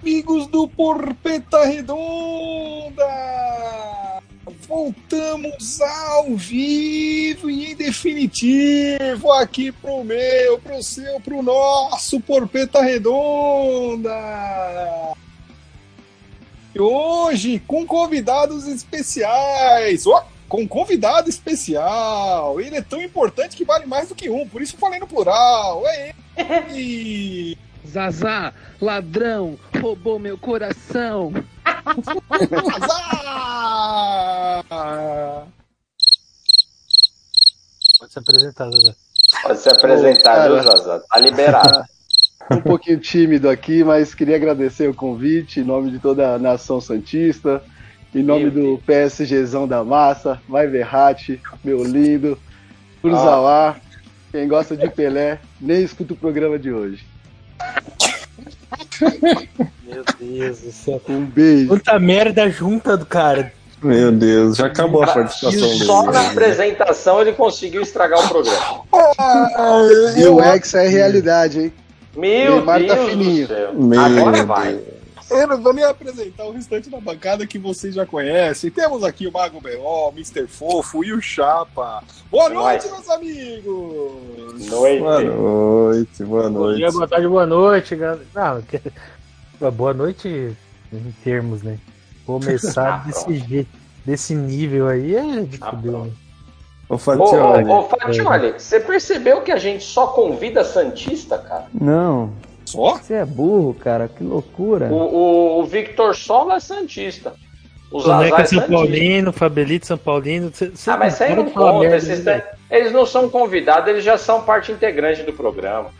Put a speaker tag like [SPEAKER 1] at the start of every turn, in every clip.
[SPEAKER 1] amigos do Porpeta Redonda! Voltamos ao vivo e em definitivo aqui pro meu, pro seu, pro nosso Porpeta Redonda! E hoje com convidados especiais! Ó, com convidado especial! Ele é tão importante que vale mais do que um, por isso eu falei no plural! É ele!
[SPEAKER 2] Zazá, ladrão, roubou meu coração.
[SPEAKER 1] Zazá!
[SPEAKER 3] Pode se apresentar, Zazá.
[SPEAKER 4] Pode se apresentar, viu, Zazá? Tá liberado.
[SPEAKER 5] um pouquinho tímido aqui, mas queria agradecer o convite em nome de toda a nação santista, em nome meu do PSGzão da massa, Vai Verratti, meu lindo, Cruzalá, ah. quem gosta de Pelé, nem escuta o programa de hoje.
[SPEAKER 3] Meu Deus do
[SPEAKER 4] é-
[SPEAKER 3] céu.
[SPEAKER 5] Um beijo.
[SPEAKER 3] Puta merda junta do cara.
[SPEAKER 6] Meu Deus, já acabou a participação dele.
[SPEAKER 4] Só na apresentação ele conseguiu estragar o programa.
[SPEAKER 1] Ah,
[SPEAKER 5] e o Hexa é realidade, hein?
[SPEAKER 4] Meu Neymar Deus tá fininho.
[SPEAKER 6] Meu
[SPEAKER 4] Agora Deus. vai.
[SPEAKER 1] Eu não vou nem apresentar o restante da bancada que vocês já conhecem. Temos aqui o Mago B.O., o Mr. Fofo e o Chapa. Boa noite, meus amigos!
[SPEAKER 4] Noite.
[SPEAKER 6] Boa noite,
[SPEAKER 3] Bom dia,
[SPEAKER 6] boa noite.
[SPEAKER 3] boa tarde, boa noite, galera. Não, que- boa noite em termos, né?
[SPEAKER 4] Ah,
[SPEAKER 3] Começar desse
[SPEAKER 4] pronto.
[SPEAKER 3] jeito, desse nível aí é de
[SPEAKER 4] Ah,
[SPEAKER 3] fudeu. né?
[SPEAKER 6] Ô,
[SPEAKER 4] Ô, ô,
[SPEAKER 6] Fatioli.
[SPEAKER 4] ô Fatioli, você percebeu que a gente só convida Santista, cara?
[SPEAKER 7] Não,
[SPEAKER 1] Só?
[SPEAKER 7] você é burro, cara, que loucura.
[SPEAKER 4] O, o, o Victor Solo é Santista. O Zazá é
[SPEAKER 3] Soneca São
[SPEAKER 4] Santista.
[SPEAKER 3] Paulino, Fabelito São Paulino. Cê, cê
[SPEAKER 4] Ah, mas isso aí
[SPEAKER 3] para
[SPEAKER 4] não
[SPEAKER 3] de falar
[SPEAKER 4] conta.
[SPEAKER 3] merda,
[SPEAKER 4] esses
[SPEAKER 3] né?
[SPEAKER 4] te- Eles não são convidados, eles já são parte integrante do programa.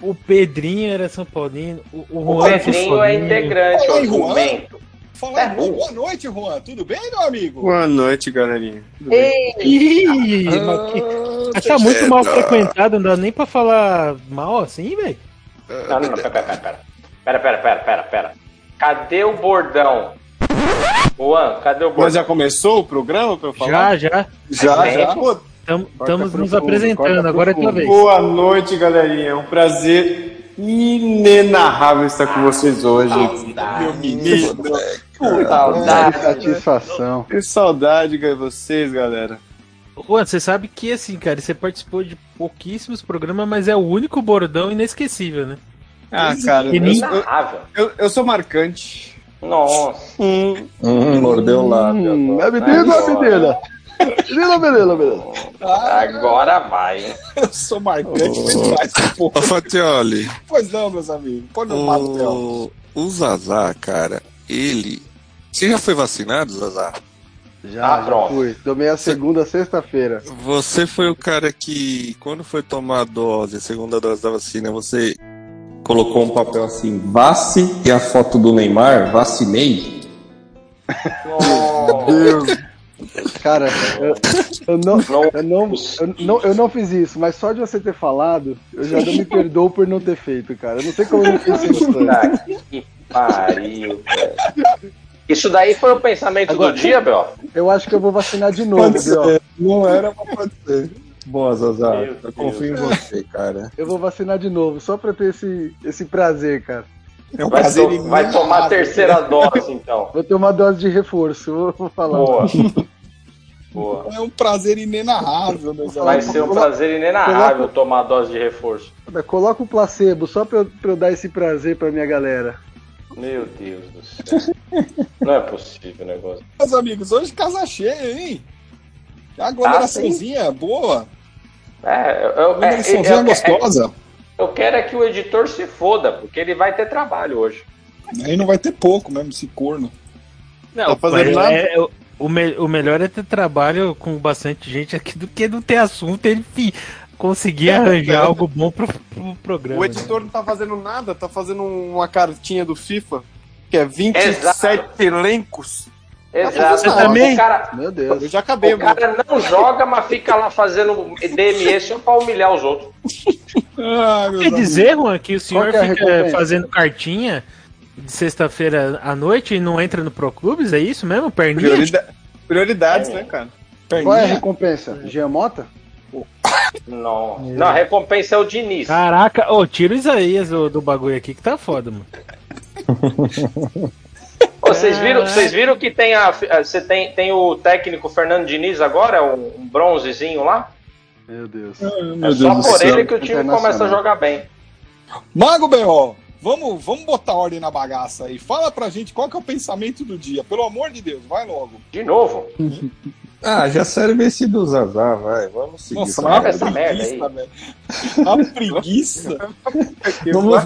[SPEAKER 3] O Pedrinho era São Paulino. O, o
[SPEAKER 4] O
[SPEAKER 3] Juan
[SPEAKER 4] Pedrinho é
[SPEAKER 3] Fussolino.
[SPEAKER 4] integrante,
[SPEAKER 1] Oi,
[SPEAKER 4] o
[SPEAKER 1] Juan.
[SPEAKER 4] argumento.
[SPEAKER 1] Falar
[SPEAKER 4] É
[SPEAKER 1] boa.
[SPEAKER 4] boa.
[SPEAKER 1] noite, Juan. Tudo bem, meu amigo?
[SPEAKER 6] Boa noite, galerinha. Tudo bem?
[SPEAKER 3] Ih,
[SPEAKER 4] Ah,
[SPEAKER 3] mas que- mas tá muito
[SPEAKER 4] é
[SPEAKER 3] mal frequentado, não dá nem pra falar mal assim, velho.
[SPEAKER 4] Não, não, não, pera, pera, pera. Pera, pera, pera, pera, pera. Cadê o bordão? Juan, cadê o
[SPEAKER 6] Mas
[SPEAKER 4] bordão?
[SPEAKER 6] já começou o programa pra eu falar?
[SPEAKER 3] Já, já.
[SPEAKER 6] Já, já.
[SPEAKER 4] Tempo.
[SPEAKER 6] Pô,
[SPEAKER 5] Corta
[SPEAKER 3] Estamos nos
[SPEAKER 5] profundo,
[SPEAKER 3] apresentando,
[SPEAKER 5] corta
[SPEAKER 3] agora é tua
[SPEAKER 5] profundo.
[SPEAKER 3] vez.
[SPEAKER 6] Boa noite, galerinha. É um prazer inenarrável estar com vocês hoje.
[SPEAKER 3] Ah,
[SPEAKER 6] Meu menino.
[SPEAKER 4] Saudade.
[SPEAKER 5] É Satisfação.
[SPEAKER 6] Que saudade de vocês, galera.
[SPEAKER 3] Juan, você sabe que assim, cara, você participou de pouquíssimos programas, mas é o único bordão inesquecível, né?
[SPEAKER 6] Ah, cara, eu, eu,
[SPEAKER 4] Inarrável.
[SPEAKER 6] eu- eu sou marcante.
[SPEAKER 4] Nossa.
[SPEAKER 6] Hum, mordeu lá.
[SPEAKER 5] Hum, é menino ou é menina? Menino ou menina, menina?
[SPEAKER 4] Agora vai, hein?
[SPEAKER 1] Ah, Eu sou marcante, mas faz essa porra.
[SPEAKER 8] Ô, Fatioli,
[SPEAKER 1] Pois não, meus amigos. Põe meu papo, Theo.
[SPEAKER 8] o, o Zazá, cara, ele. Você já foi vacinado, Zazá?
[SPEAKER 5] Já,
[SPEAKER 4] Ah,
[SPEAKER 5] já
[SPEAKER 4] pronto.
[SPEAKER 5] fui. Tomei a segunda sexta-feira.
[SPEAKER 8] Você foi o cara que, quando foi tomar a dose, a segunda dose da vacina, você colocou um papel assim, vace e a foto do Neymar, vacinei?
[SPEAKER 4] Nossa.
[SPEAKER 5] Deus. Cara, eu, eu não, eu, não, eu, não, eu não fiz isso, mas só de você ter falado, eu já não me perdoo por não ter feito, cara. Eu não sei como eu não fiz isso. cara.
[SPEAKER 4] Puta que pariu, velho. Isso daí foi o pensamento
[SPEAKER 5] Agora-
[SPEAKER 4] do dia, Bel?
[SPEAKER 5] Eu acho que eu vou vacinar de novo,
[SPEAKER 6] Pode
[SPEAKER 5] Bel.
[SPEAKER 6] ser. Não era, mas pode ser.
[SPEAKER 8] Boa,
[SPEAKER 1] Tá,
[SPEAKER 8] Zazá,
[SPEAKER 4] Meu
[SPEAKER 8] eu
[SPEAKER 4] Deus.
[SPEAKER 8] confio em você, cara.
[SPEAKER 5] Eu vou vacinar de novo, só pra ter esse, esse prazer, cara.
[SPEAKER 6] É um
[SPEAKER 4] Vai,
[SPEAKER 6] prazer
[SPEAKER 4] to- vai tomar a terceira dose, então.
[SPEAKER 5] Vou ter uma dose de reforço, vou, vou falar.
[SPEAKER 4] Boa. Boa.
[SPEAKER 1] É um prazer inenarrável, meus
[SPEAKER 4] Vai
[SPEAKER 1] amigos.
[SPEAKER 4] ser um prazer inenarrável tomar a dose de reforço.
[SPEAKER 5] Coloca o placebo, só pra eu, pra eu dar esse prazer pra minha galera.
[SPEAKER 4] Meu Deus do céu. Não é possível o negócio.
[SPEAKER 1] Meus amigos, hoje casa cheia, hein?
[SPEAKER 4] Ah,
[SPEAKER 1] Aglomeraçãozinha boa.
[SPEAKER 4] É, eu, eu- é, eu-
[SPEAKER 1] Aglomeraçãozinha
[SPEAKER 4] eu-
[SPEAKER 1] gostosa.
[SPEAKER 4] eu quero é que o editor se foda, porque ele vai ter trabalho hoje.
[SPEAKER 1] Aí não vai ter pouco mesmo, esse corno.
[SPEAKER 6] Tá fazendo
[SPEAKER 3] Mas
[SPEAKER 6] nada?
[SPEAKER 3] é- o- o, me- o melhor é ter trabalho com bastante gente aqui do que não ter assunto e ele fi-
[SPEAKER 5] É,
[SPEAKER 3] conseguir arranjar algo bom pro, pro programa.
[SPEAKER 6] O
[SPEAKER 3] né?
[SPEAKER 6] editor não tá fazendo nada, tá fazendo uma cartinha do FIFA, que é 27
[SPEAKER 4] Exato.
[SPEAKER 6] elencos.
[SPEAKER 4] Exato.
[SPEAKER 3] Você também?
[SPEAKER 4] O cara,
[SPEAKER 5] Meu Deus.
[SPEAKER 6] Eu já acabei,
[SPEAKER 4] o
[SPEAKER 6] mano.
[SPEAKER 4] cara não joga, mas fica lá fazendo DME só pra humilhar os outros.
[SPEAKER 1] Ah, meus
[SPEAKER 3] Quer dizer, Juan, que o senhor
[SPEAKER 5] que é a
[SPEAKER 3] fica
[SPEAKER 5] recompensa?
[SPEAKER 3] fazendo cartinha de sexta-feira à noite e não entra no Proclubes? É isso mesmo? Perninha?
[SPEAKER 6] Priorida- Prioridades, né, cara?
[SPEAKER 5] Qual é a recompensa? Gemota?
[SPEAKER 4] Não. Não, a recompensa é o Diniz.
[SPEAKER 3] Caraca, ô, tira o Isaías do, do bagulho aqui que tá foda, mano.
[SPEAKER 4] Ô, Vocês viram, vocês viram que tem, a, a- você tem, tem o técnico Fernando Diniz agora, um, um bronzezinho lá?
[SPEAKER 5] Meu Deus.
[SPEAKER 4] é só por ele que o time começa a jogar bem.
[SPEAKER 1] Mago B.O., vamos, vamos botar ordem na bagaça aí. Fala pra gente qual que é o pensamento do dia. Pelo amor de Deus, vai logo.
[SPEAKER 4] De novo.
[SPEAKER 8] Ah, já serve esse do Zazá, vai. Vamos seguir. tá
[SPEAKER 1] Nossa,
[SPEAKER 8] Vai.
[SPEAKER 1] uma
[SPEAKER 4] essa merda aí.
[SPEAKER 1] né? preguiça, velho. A preguiça.
[SPEAKER 8] Vamos-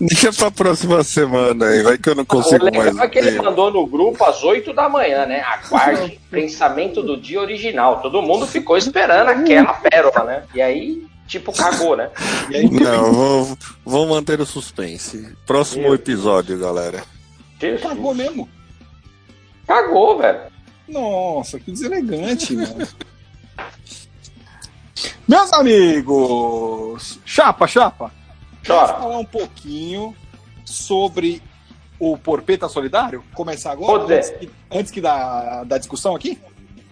[SPEAKER 8] Deixa pra próxima semana aí, vai que eu não
[SPEAKER 4] O
[SPEAKER 8] consigo mais.
[SPEAKER 4] legal é que ele
[SPEAKER 8] ver.
[SPEAKER 4] mandou no grupo às 8 da manhã, né? Aguarde pensamento do dia original. Todo mundo ficou esperando aquela pérola, né? E aí, tipo, cagou, né?
[SPEAKER 1] E aí,
[SPEAKER 8] Não, vou, vou manter o suspense. Próximo
[SPEAKER 4] Meu
[SPEAKER 8] episódio, galera.
[SPEAKER 4] Jesus. Cagou,
[SPEAKER 1] cagou mesmo.
[SPEAKER 4] velho.
[SPEAKER 1] Nossa, que deselegante, mano. Meus amigos, chapa, chapa, vamos
[SPEAKER 4] Chora.
[SPEAKER 1] falar um pouquinho sobre o Porpeta Solidário? Começar agora,
[SPEAKER 4] Pode.
[SPEAKER 1] antes que, antes que da, da discussão aqui?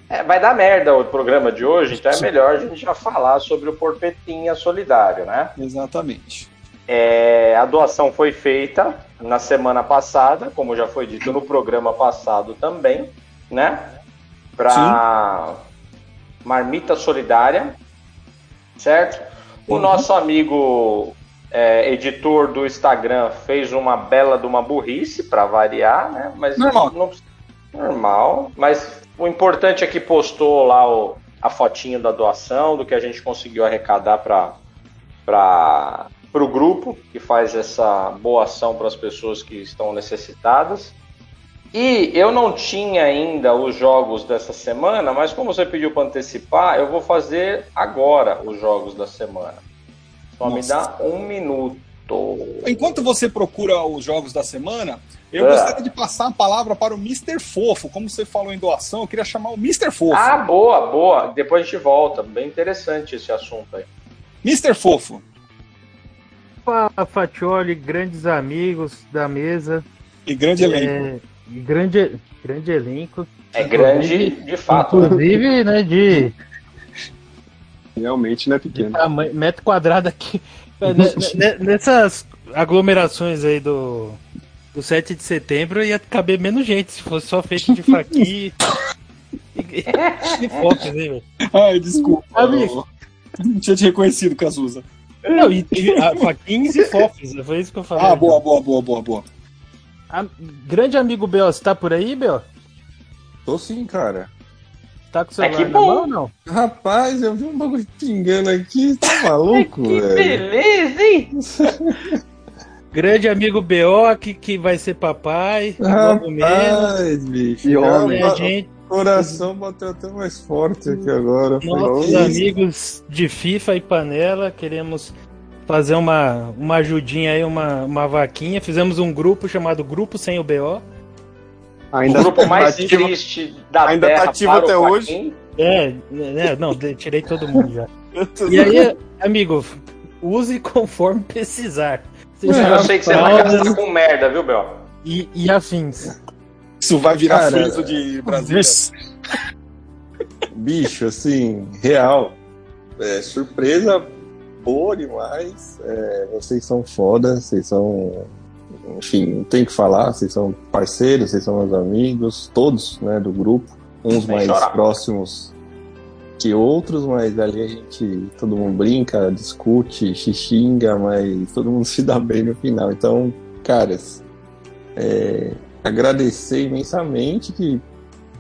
[SPEAKER 4] É, vai dar merda o programa de hoje, então é melhor a gente já falar sobre o Porpetinha Solidário, né?
[SPEAKER 1] Exatamente.
[SPEAKER 4] É, a doação foi feita na semana passada, como já foi dito no programa passado também, né? Para Marmita Solidária, certo? O nosso amigo é, editor do Instagram fez uma bela de uma burrice, para variar, né? Mas
[SPEAKER 1] Normal.
[SPEAKER 4] Não, normal. Mas o importante é que postou lá o, a fotinho da doação, do que a gente conseguiu arrecadar para para o grupo que faz essa boa ação para as pessoas que estão necessitadas. E eu não tinha ainda os jogos dessa semana, mas como você pediu para antecipar, eu vou fazer agora os jogos da semana. Só me dá um minuto.
[SPEAKER 1] Enquanto você procura os jogos da semana, eu
[SPEAKER 4] É.
[SPEAKER 1] gostaria de passar a palavra para o Mr. Fofo. Como você falou em doação, eu queria chamar o Mr. Fofo.
[SPEAKER 4] Ah, boa, boa. Depois a gente volta. Bem interessante esse assunto aí.
[SPEAKER 1] Mr. Fofo,
[SPEAKER 3] Fala, Fatioli, grandes amigos da mesa.
[SPEAKER 1] e grande elenco.
[SPEAKER 3] É, grande, grande elenco.
[SPEAKER 4] É grande de fato. né?
[SPEAKER 3] Inclusive, né, de
[SPEAKER 6] Realmente não é pequeno.
[SPEAKER 3] tamanho- metro quadrado aqui. Ne- ne- Nessas aglomerações aí do, do 7 de setembro ia caber menos gente se fosse só feito de faqui e, e, e fotos, né, velho? Ah,
[SPEAKER 1] Ai, desculpa.
[SPEAKER 3] Amigo.
[SPEAKER 1] eu Não tinha te reconhecido, Cazuza.
[SPEAKER 3] Não, e, e a, faquinhas e fofos, foi isso que eu falei.
[SPEAKER 1] Ah, boa, boa, boa, boa, boa.
[SPEAKER 3] A- grande amigo Bel, você tá por aí, Bel?
[SPEAKER 8] Tô sim, cara.
[SPEAKER 3] Tá com o celular
[SPEAKER 4] que
[SPEAKER 3] na
[SPEAKER 4] bom.
[SPEAKER 3] mão ou não?
[SPEAKER 8] Rapaz, eu vi um bagulho pingando aqui, tá maluco, velho?
[SPEAKER 4] beleza, hein?
[SPEAKER 3] Grande amigo BO que, que vai ser papai,
[SPEAKER 8] Ah,
[SPEAKER 3] logo menos.
[SPEAKER 8] Rapaz, bicho.
[SPEAKER 5] E
[SPEAKER 8] cara,
[SPEAKER 5] homem.
[SPEAKER 3] E a gente,
[SPEAKER 8] o coração bateu até mais forte aqui agora.
[SPEAKER 3] nossos
[SPEAKER 8] Falou isso.
[SPEAKER 3] amigos de FIFA e Panela, queremos fazer uma, uma ajudinha aí, uma, uma vaquinha. Fizemos um grupo chamado Grupo Sem o BO.
[SPEAKER 4] O
[SPEAKER 6] Ainda
[SPEAKER 5] É
[SPEAKER 6] tá
[SPEAKER 4] grupo mais
[SPEAKER 6] ativo.
[SPEAKER 4] triste da
[SPEAKER 6] ainda tá
[SPEAKER 4] Terra
[SPEAKER 6] ativo
[SPEAKER 4] para o
[SPEAKER 6] até hoje.
[SPEAKER 4] Joaquim.
[SPEAKER 3] É, né, não, de- tirei todo mundo já. E aí, amigo, use conforme precisar. Seja
[SPEAKER 4] Eu sei que você vai
[SPEAKER 3] fraldas
[SPEAKER 4] gastar com merda, viu, Bel?
[SPEAKER 3] e, e afins.
[SPEAKER 1] Isso vai virar
[SPEAKER 8] Cara,
[SPEAKER 1] friso de
[SPEAKER 6] é,
[SPEAKER 1] Brasília.
[SPEAKER 8] bicho, assim, real. É, surpresa boa demais. É, vocês são foda, vocês são. Enfim, não tem o que falar, vocês são parceiros, vocês são meus amigos, todos né, do grupo, uns
[SPEAKER 4] Sem
[SPEAKER 8] mais
[SPEAKER 4] chorar.
[SPEAKER 8] próximos que outros, mas ali a gente, todo mundo brinca, discute, se xinga, mas todo mundo se dá bem no final. Então, caras, é, agradecer imensamente que,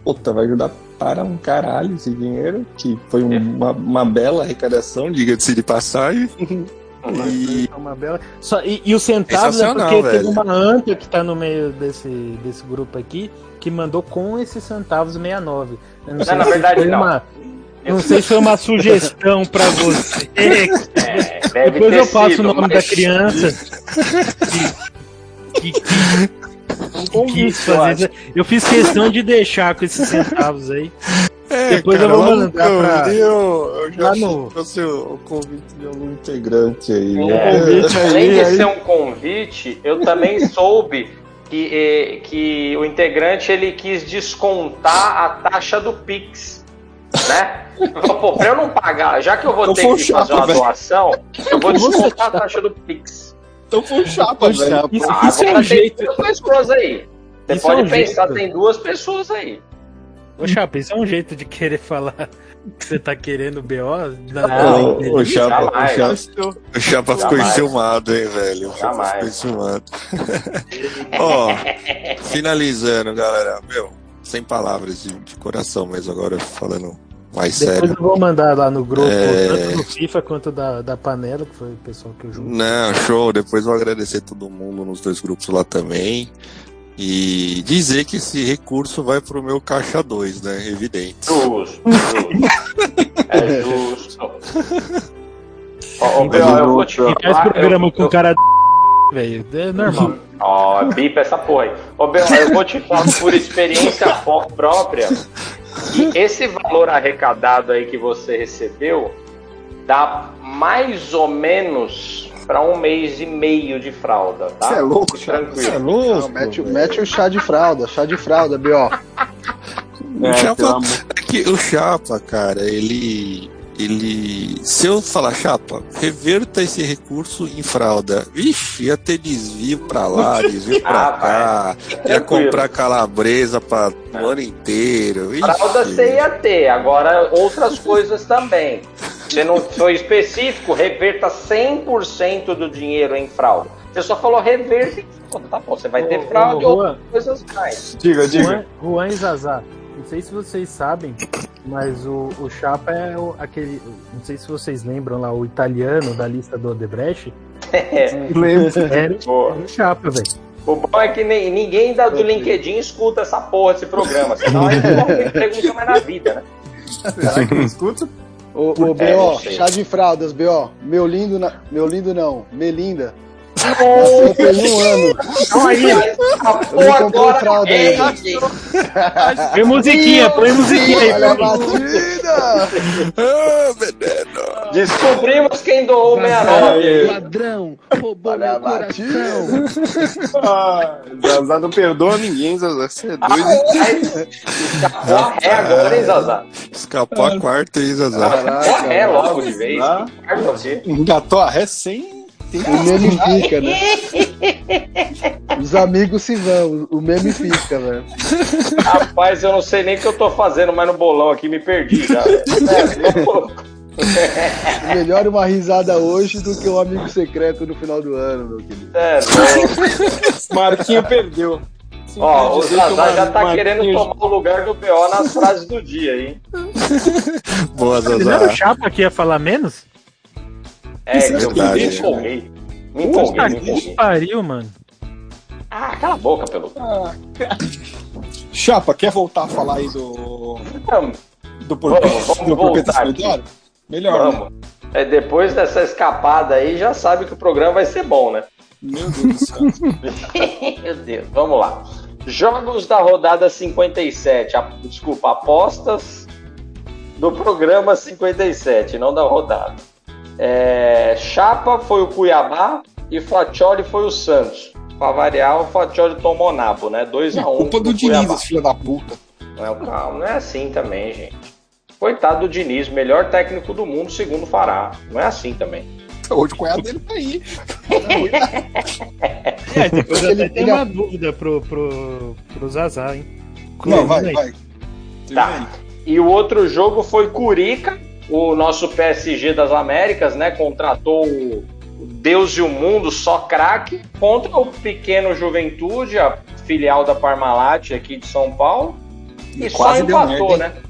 [SPEAKER 8] puta, vai ajudar para um caralho esse dinheiro, que foi um, uma, uma bela arrecadação, diga-se de passagem.
[SPEAKER 4] Uhum.
[SPEAKER 8] E-
[SPEAKER 3] É uma bela- Só- e, e o centavo, né,
[SPEAKER 8] Sensacional,
[SPEAKER 3] porque teve
[SPEAKER 8] velho.
[SPEAKER 3] uma anta que tá no meio desse, desse grupo aqui, que mandou com esses centavos 69. Eu
[SPEAKER 4] Não, na verdade,
[SPEAKER 3] foi
[SPEAKER 4] não.
[SPEAKER 3] Uma, não sei se foi uma sugestão pra você.
[SPEAKER 4] É, deve
[SPEAKER 3] Depois
[SPEAKER 4] ter
[SPEAKER 3] eu passo
[SPEAKER 4] sido,
[SPEAKER 3] o nome
[SPEAKER 4] mas-
[SPEAKER 3] da criança. Que, que, que,
[SPEAKER 4] convite,
[SPEAKER 3] quis
[SPEAKER 4] eu
[SPEAKER 3] fazer isso. eu fiz questão de deixar com esses centavos aí.
[SPEAKER 8] É,
[SPEAKER 3] Depois eu vou
[SPEAKER 8] lá no
[SPEAKER 3] mandar pra-
[SPEAKER 8] Camboriú, Eu, já
[SPEAKER 3] lá no-
[SPEAKER 8] trouxe o, o convite de algum integrante aí.
[SPEAKER 3] Um
[SPEAKER 8] É,
[SPEAKER 3] convite.
[SPEAKER 8] aí,
[SPEAKER 4] Além de
[SPEAKER 8] aí-
[SPEAKER 4] ser um convite, eu também soube que, eh, que o integrante ele quis descontar a taxa do Pix. Né? Falou, Pô, pra eu não pagar, já que eu vou
[SPEAKER 1] Eu
[SPEAKER 4] ter
[SPEAKER 1] sou
[SPEAKER 4] que
[SPEAKER 1] chato,
[SPEAKER 4] fazer uma
[SPEAKER 1] velho.
[SPEAKER 4] doação, eu vou descontar a taxa do Pix.
[SPEAKER 1] Então foi o Chapa,
[SPEAKER 3] Isso,
[SPEAKER 1] velho.
[SPEAKER 3] isso
[SPEAKER 4] Ah,
[SPEAKER 3] é
[SPEAKER 4] agora
[SPEAKER 3] um
[SPEAKER 4] tem
[SPEAKER 3] jeito.
[SPEAKER 4] duas pessoas aí. Você
[SPEAKER 3] Isso
[SPEAKER 4] pode
[SPEAKER 3] é um
[SPEAKER 4] pensar,
[SPEAKER 3] jeito.
[SPEAKER 4] tem duas pessoas aí.
[SPEAKER 3] Ô, Chapa, isso é um jeito de querer falar que você tá querendo BO? Na,
[SPEAKER 4] Não,
[SPEAKER 3] na-
[SPEAKER 8] o, o Chapa, o
[SPEAKER 4] jamais.
[SPEAKER 8] Chapa, o Chapa ficou
[SPEAKER 4] Jamais.
[SPEAKER 8] enciumado, hein, velho? O Chapa
[SPEAKER 4] Jamais.
[SPEAKER 8] ficou enciumado. Ó, finalizando, galera. Meu, sem palavras de, de coração, mas agora falando mais
[SPEAKER 3] Depois
[SPEAKER 8] sério.
[SPEAKER 3] eu vou mandar lá no grupo,
[SPEAKER 8] É.
[SPEAKER 3] tanto do FIFA quanto da, da panela, que foi o pessoal que eu junto.
[SPEAKER 8] Não, show. Depois vou agradecer todo mundo nos dois grupos lá também. E dizer que esse recurso vai pro meu caixa 2, né? Evidente.
[SPEAKER 4] Justo, justo. É justo. Ó, ô, Bel, eu vou te
[SPEAKER 3] Quem faz
[SPEAKER 4] falar,
[SPEAKER 3] programa
[SPEAKER 4] eu-
[SPEAKER 3] com
[SPEAKER 4] eu-
[SPEAKER 3] cara velho, é normal.
[SPEAKER 4] Ó, bipa essa porra aí. Ô, Bel, eu vou te falar por experiência pró- própria. que esse valor arrecadado aí que você recebeu dá mais ou menos para um mês e meio de fralda, tá?
[SPEAKER 1] Você é louco,
[SPEAKER 4] Fique
[SPEAKER 1] Chapa.
[SPEAKER 4] Tranquilo.
[SPEAKER 8] louco?
[SPEAKER 5] Não, mete, o- mete o chá de fralda, chá de fralda, B.O.
[SPEAKER 8] O
[SPEAKER 6] É, pelo
[SPEAKER 8] Chapa,
[SPEAKER 6] amor-
[SPEAKER 8] é que o Chapa, cara, ele. Ele. Se eu falar, Chapa, reverta esse recurso em fralda. Vixe, ia ter desvio pra lá, desvio pra
[SPEAKER 4] Ah,
[SPEAKER 8] cá. Ia
[SPEAKER 4] Tranquilo.
[SPEAKER 8] comprar calabresa pra o ano inteiro. Vixe.
[SPEAKER 4] Fralda você ia ter, agora outras coisas também. Você não foi específico, reverta 100% do dinheiro em fralda. Você só falou reverta em fralda, tá bom, você vai ter
[SPEAKER 3] Ô,
[SPEAKER 4] fralda e
[SPEAKER 3] ô,
[SPEAKER 4] outras
[SPEAKER 3] Juan,
[SPEAKER 4] coisas mais.
[SPEAKER 6] Diga, diga.
[SPEAKER 3] Juan, Juan e Zazá, não sei se vocês sabem, mas o, o Chapa é o- aquele. Não sei se vocês lembram lá, o italiano da lista do Odebrecht. Era
[SPEAKER 4] Boa.
[SPEAKER 3] o Chapa, velho.
[SPEAKER 4] O bom é que nem- ninguém da, do LinkedIn escuta essa porra desse programa, senão eles não tem emprego nunca mais na vida, né?
[SPEAKER 1] Será que não escuta?
[SPEAKER 5] Ô, ô,
[SPEAKER 4] É, não
[SPEAKER 5] B.O.,
[SPEAKER 4] sei.
[SPEAKER 5] chá de fraldas, B.O. Meu lindo, na... meu lindo não, Melinda. Nossa, fez um ano.
[SPEAKER 4] Então aí, essa porra
[SPEAKER 5] não comprei
[SPEAKER 4] agora
[SPEAKER 5] fralda
[SPEAKER 4] é
[SPEAKER 5] ainda.
[SPEAKER 4] ninguém.
[SPEAKER 3] Põe musiquinha, põe musiquinha aí.
[SPEAKER 5] Olha a
[SPEAKER 3] Pra mim.
[SPEAKER 5] batida!
[SPEAKER 8] Ah, veneno.
[SPEAKER 4] Descobrimos quem doou o
[SPEAKER 6] Ah,
[SPEAKER 4] 69.
[SPEAKER 6] é.
[SPEAKER 2] Ladrão, roubou
[SPEAKER 5] Olha a
[SPEAKER 2] meu coração.
[SPEAKER 5] batida!
[SPEAKER 6] Ah, Zazá não perdoa ninguém, Zazá. Você é
[SPEAKER 4] Ah,
[SPEAKER 6] doido.
[SPEAKER 4] Tá é agora, hein, Zazá?
[SPEAKER 8] Escapar quarto, hein, Zazá?
[SPEAKER 4] Ó, é logo de vez.
[SPEAKER 6] Ah.
[SPEAKER 4] Guarda você.
[SPEAKER 1] Engatou a ré sem.
[SPEAKER 5] O meme fica, né? Os amigos se vão, o meme fica, né? velho.
[SPEAKER 4] Rapaz, eu não sei nem o que eu tô fazendo mais no bolão aqui, me perdi já. velho. É, louco.
[SPEAKER 5] Melhor uma risada hoje do que um amigo secreto no final do ano, meu querido.
[SPEAKER 4] É, louco.
[SPEAKER 6] Marquinho perdeu.
[SPEAKER 4] Ó, o Zazá já tá
[SPEAKER 6] Marquinhos-
[SPEAKER 4] querendo tomar o lugar do PO nas frases do dia, hein?
[SPEAKER 8] Boa,
[SPEAKER 3] Vocês eram o
[SPEAKER 8] Zazá.
[SPEAKER 3] Chapa que ia falar menos?
[SPEAKER 4] É,
[SPEAKER 8] Isso é
[SPEAKER 4] eu
[SPEAKER 8] verdade, né?
[SPEAKER 4] me empolguei. Me empolguei,
[SPEAKER 3] Puta
[SPEAKER 4] me
[SPEAKER 3] que
[SPEAKER 4] empolguei.
[SPEAKER 3] pariu, mano.
[SPEAKER 4] Ah, cala a boca, pelo.
[SPEAKER 1] Chapa, quer voltar a falar aí do.
[SPEAKER 4] Vamos,
[SPEAKER 1] do, por...
[SPEAKER 4] Vamos, vamos
[SPEAKER 1] do
[SPEAKER 4] voltar
[SPEAKER 1] proprietário solidário? Melhor, né?
[SPEAKER 4] vamos. É, depois dessa escapada aí, já sabe que o programa vai ser bom, né?
[SPEAKER 1] Meu Deus do céu.
[SPEAKER 4] Meu Deus, vamos lá. Jogos da rodada 57. A- desculpa, apostas do programa 57, não da rodada. É, Chapa foi o Cuiabá e Fatioli foi o Santos. Pra variar, o Fatioli tomou nabo, né? 2x1. Um
[SPEAKER 1] É Culpa do
[SPEAKER 4] pro
[SPEAKER 1] Diniz,
[SPEAKER 4] Cuiabá.
[SPEAKER 1] esse filho da puta.
[SPEAKER 4] Não, calma, não é assim também, gente. Coitado do Diniz, melhor técnico do mundo, segundo o Fará. Não é assim também.
[SPEAKER 1] Hoje o cunhado dele tá aí.
[SPEAKER 3] É, depois
[SPEAKER 5] Ele
[SPEAKER 3] até tem
[SPEAKER 5] pega-
[SPEAKER 3] uma dúvida pro, pro, pro Zazá, hein? é
[SPEAKER 1] Não, vai,
[SPEAKER 3] Aí.
[SPEAKER 1] vai.
[SPEAKER 4] Tá. E o outro jogo foi Curica, o nosso PSG das Américas, né? Contratou o Deus e o Mundo, só craque, contra o pequeno Juventude, a filial da Parmalat aqui de São Paulo. E só empatou,
[SPEAKER 1] merda. hein?
[SPEAKER 4] né?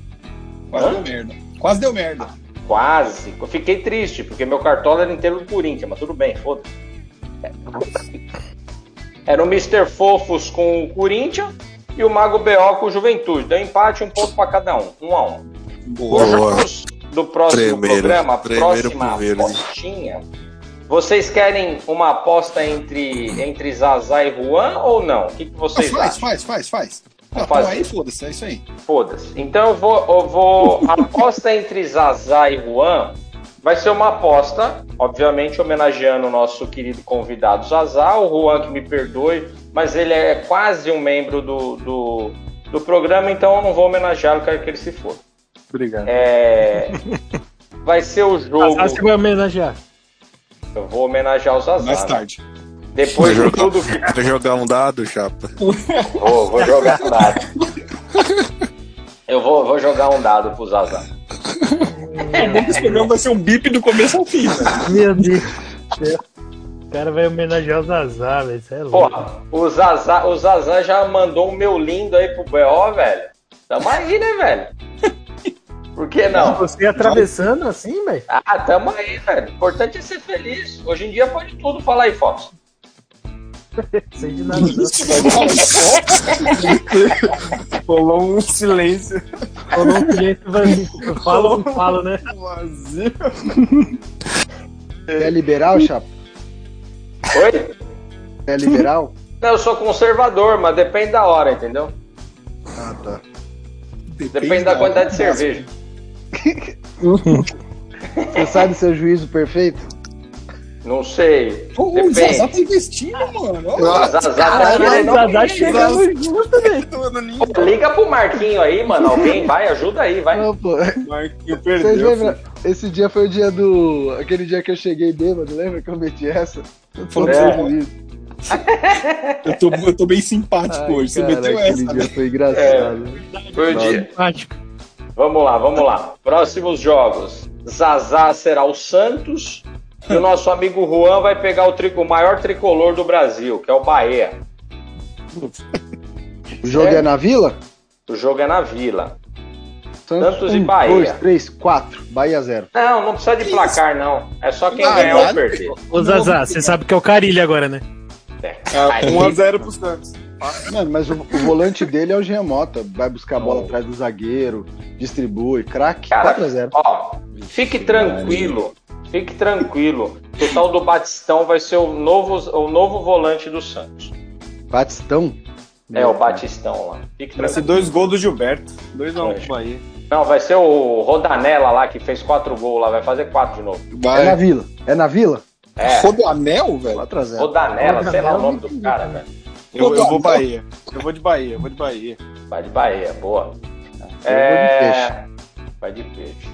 [SPEAKER 1] Quase
[SPEAKER 4] Hã?
[SPEAKER 1] deu merda. Quase deu merda.
[SPEAKER 4] Quase. Eu fiquei triste, porque meu cartola era inteiro do Corinthians, mas tudo bem, foda Era o Mr. Fofos com o Corinthians e o Mago B.O. com o Juventude. Deu empate, um ponto pra cada um. Um a um. Os
[SPEAKER 8] Boa.
[SPEAKER 4] jogos do próximo
[SPEAKER 8] Tremeiro.
[SPEAKER 4] programa,
[SPEAKER 8] Tremeiro
[SPEAKER 4] próxima
[SPEAKER 8] pro verde.
[SPEAKER 4] apostinha. Vocês querem uma aposta entre, entre Zazá e Juan ou não? tá. O que, que
[SPEAKER 1] Ah,
[SPEAKER 4] vocês
[SPEAKER 1] faz,
[SPEAKER 4] acham?
[SPEAKER 1] faz, faz, faz. Ah,
[SPEAKER 4] Faz.
[SPEAKER 1] então aí, foda-se, é isso aí.
[SPEAKER 4] Foda-se. Então eu vou. Eu vou a aposta entre Zazá e Juan vai ser uma aposta, obviamente, homenageando o nosso querido convidado Zazá, o Juan que me perdoe, mas ele é quase um membro do, do, do programa, então eu não vou homenageá-lo, quero que ele se for.
[SPEAKER 6] Obrigado.
[SPEAKER 4] É, vai ser o jogo.
[SPEAKER 3] Zazá, você vai homenagear.
[SPEAKER 4] Eu vou homenagear o Zazá.
[SPEAKER 1] Mais
[SPEAKER 4] né?
[SPEAKER 1] tarde.
[SPEAKER 4] Depois de
[SPEAKER 8] Jogar.
[SPEAKER 4] tudo que.
[SPEAKER 8] Vai jogar um dado, chapa.
[SPEAKER 4] Vou, vou jogar um dado. Eu vou, vou jogar um dado pro Zaza.
[SPEAKER 1] É, O nome desse programa vai ser um bip do começo ao fim, velho.
[SPEAKER 3] Meu Deus. O cara vai homenagear o Zazar, velho. Isso é louco.
[SPEAKER 4] Porra, o Zaza, o Zaza já mandou um meu lindo aí pro BO, velho. Tamo aí, né, velho? Por que não?
[SPEAKER 3] Você atravessando assim, velho?
[SPEAKER 4] Ah, tamo aí, velho. O importante é ser feliz. Hoje em dia pode tudo. Fala aí, Fox.
[SPEAKER 3] Sem de nada. não.
[SPEAKER 6] Rolou um silêncio.
[SPEAKER 3] Falou um cliente vazio. Fala ou não falo, né?
[SPEAKER 6] Vazio.
[SPEAKER 5] É liberal, chapa?
[SPEAKER 4] Oi?
[SPEAKER 5] É liberal?
[SPEAKER 4] Não, eu sou conservador, mas depende da hora, entendeu?
[SPEAKER 5] Ah, tá.
[SPEAKER 4] Depende da quantidade de cerveja.
[SPEAKER 5] Você sabe seu juízo perfeito?
[SPEAKER 4] Não sei.
[SPEAKER 1] Pô, o
[SPEAKER 4] Depende.
[SPEAKER 1] Zazá tá investindo, mano. Olha lá.
[SPEAKER 4] O Zazá tá
[SPEAKER 3] Caralho, o
[SPEAKER 4] querendo
[SPEAKER 3] Zazar
[SPEAKER 4] alguém.
[SPEAKER 3] chegando junto, velho.
[SPEAKER 4] Pô, Liga pro Marquinho aí, mano. Alguém vai, ajuda aí, vai.
[SPEAKER 5] Não, pô.
[SPEAKER 6] Marquinho
[SPEAKER 5] Vocês
[SPEAKER 6] perdeu.
[SPEAKER 5] lembram? Esse dia foi o dia do. Aquele dia que eu cheguei bêbado, lembra que eu meti essa? um Eu tô
[SPEAKER 4] É.
[SPEAKER 5] todo juízo.
[SPEAKER 1] Eu tô, eu tô bem simpático
[SPEAKER 5] Ai,
[SPEAKER 1] hoje. Você
[SPEAKER 5] cara,
[SPEAKER 1] meteu
[SPEAKER 5] aquele
[SPEAKER 1] essa.
[SPEAKER 5] dia foi engraçado.
[SPEAKER 4] Foi o dia.
[SPEAKER 3] Simpático.
[SPEAKER 4] Vamos lá, vamos lá. Próximos jogos. Zazá será o Santos. E o nosso amigo Juan vai pegar o, trico, o maior tricolor do Brasil, que é o Bahia.
[SPEAKER 5] O jogo é, na Vila?
[SPEAKER 4] O jogo é na Vila. Santos e
[SPEAKER 5] Um,
[SPEAKER 4] Bahia.
[SPEAKER 5] 2, 3, 4. Bahia 0.
[SPEAKER 4] Não, não precisa de placar, não. É só quem
[SPEAKER 1] Ah,
[SPEAKER 4] ganhar ou
[SPEAKER 1] não.
[SPEAKER 4] perder.
[SPEAKER 3] Ô, Zazar, você sabe que é o Carilho agora, né?
[SPEAKER 6] É, 1x0 pro Santos.
[SPEAKER 5] Mano, mas o, o volante dele é o Jean Mota. Vai buscar a bola atrás do zagueiro, distribui, craque.
[SPEAKER 4] Cara,
[SPEAKER 5] 4 a 0.
[SPEAKER 4] Ó, fique tranquilo. Fique tranquilo. que O tal do Batistão vai ser o novo, o novo volante do Santos.
[SPEAKER 5] Batistão.
[SPEAKER 4] É, o Batistão lá. Fique
[SPEAKER 6] Vai ser
[SPEAKER 4] tranquilo.
[SPEAKER 6] dois gols do Gilberto. 2x1 pro Bahia.
[SPEAKER 4] Não, vai ser o Rodanella lá, que fez quatro gols lá. Vai fazer quatro de novo.
[SPEAKER 5] É na
[SPEAKER 1] Vai.
[SPEAKER 5] Vila. É na Vila?
[SPEAKER 4] É.
[SPEAKER 1] Rodoanel, velho?
[SPEAKER 5] 4 a 0.
[SPEAKER 4] Rodanella, sei lá o nome do cara, né? velho.
[SPEAKER 6] Eu, eu vou Bahia. Eu vou de Bahia, eu vou de Bahia.
[SPEAKER 4] Vai de Bahia, boa. É,
[SPEAKER 5] Eu
[SPEAKER 4] Vai de peixe. Vai de peixe.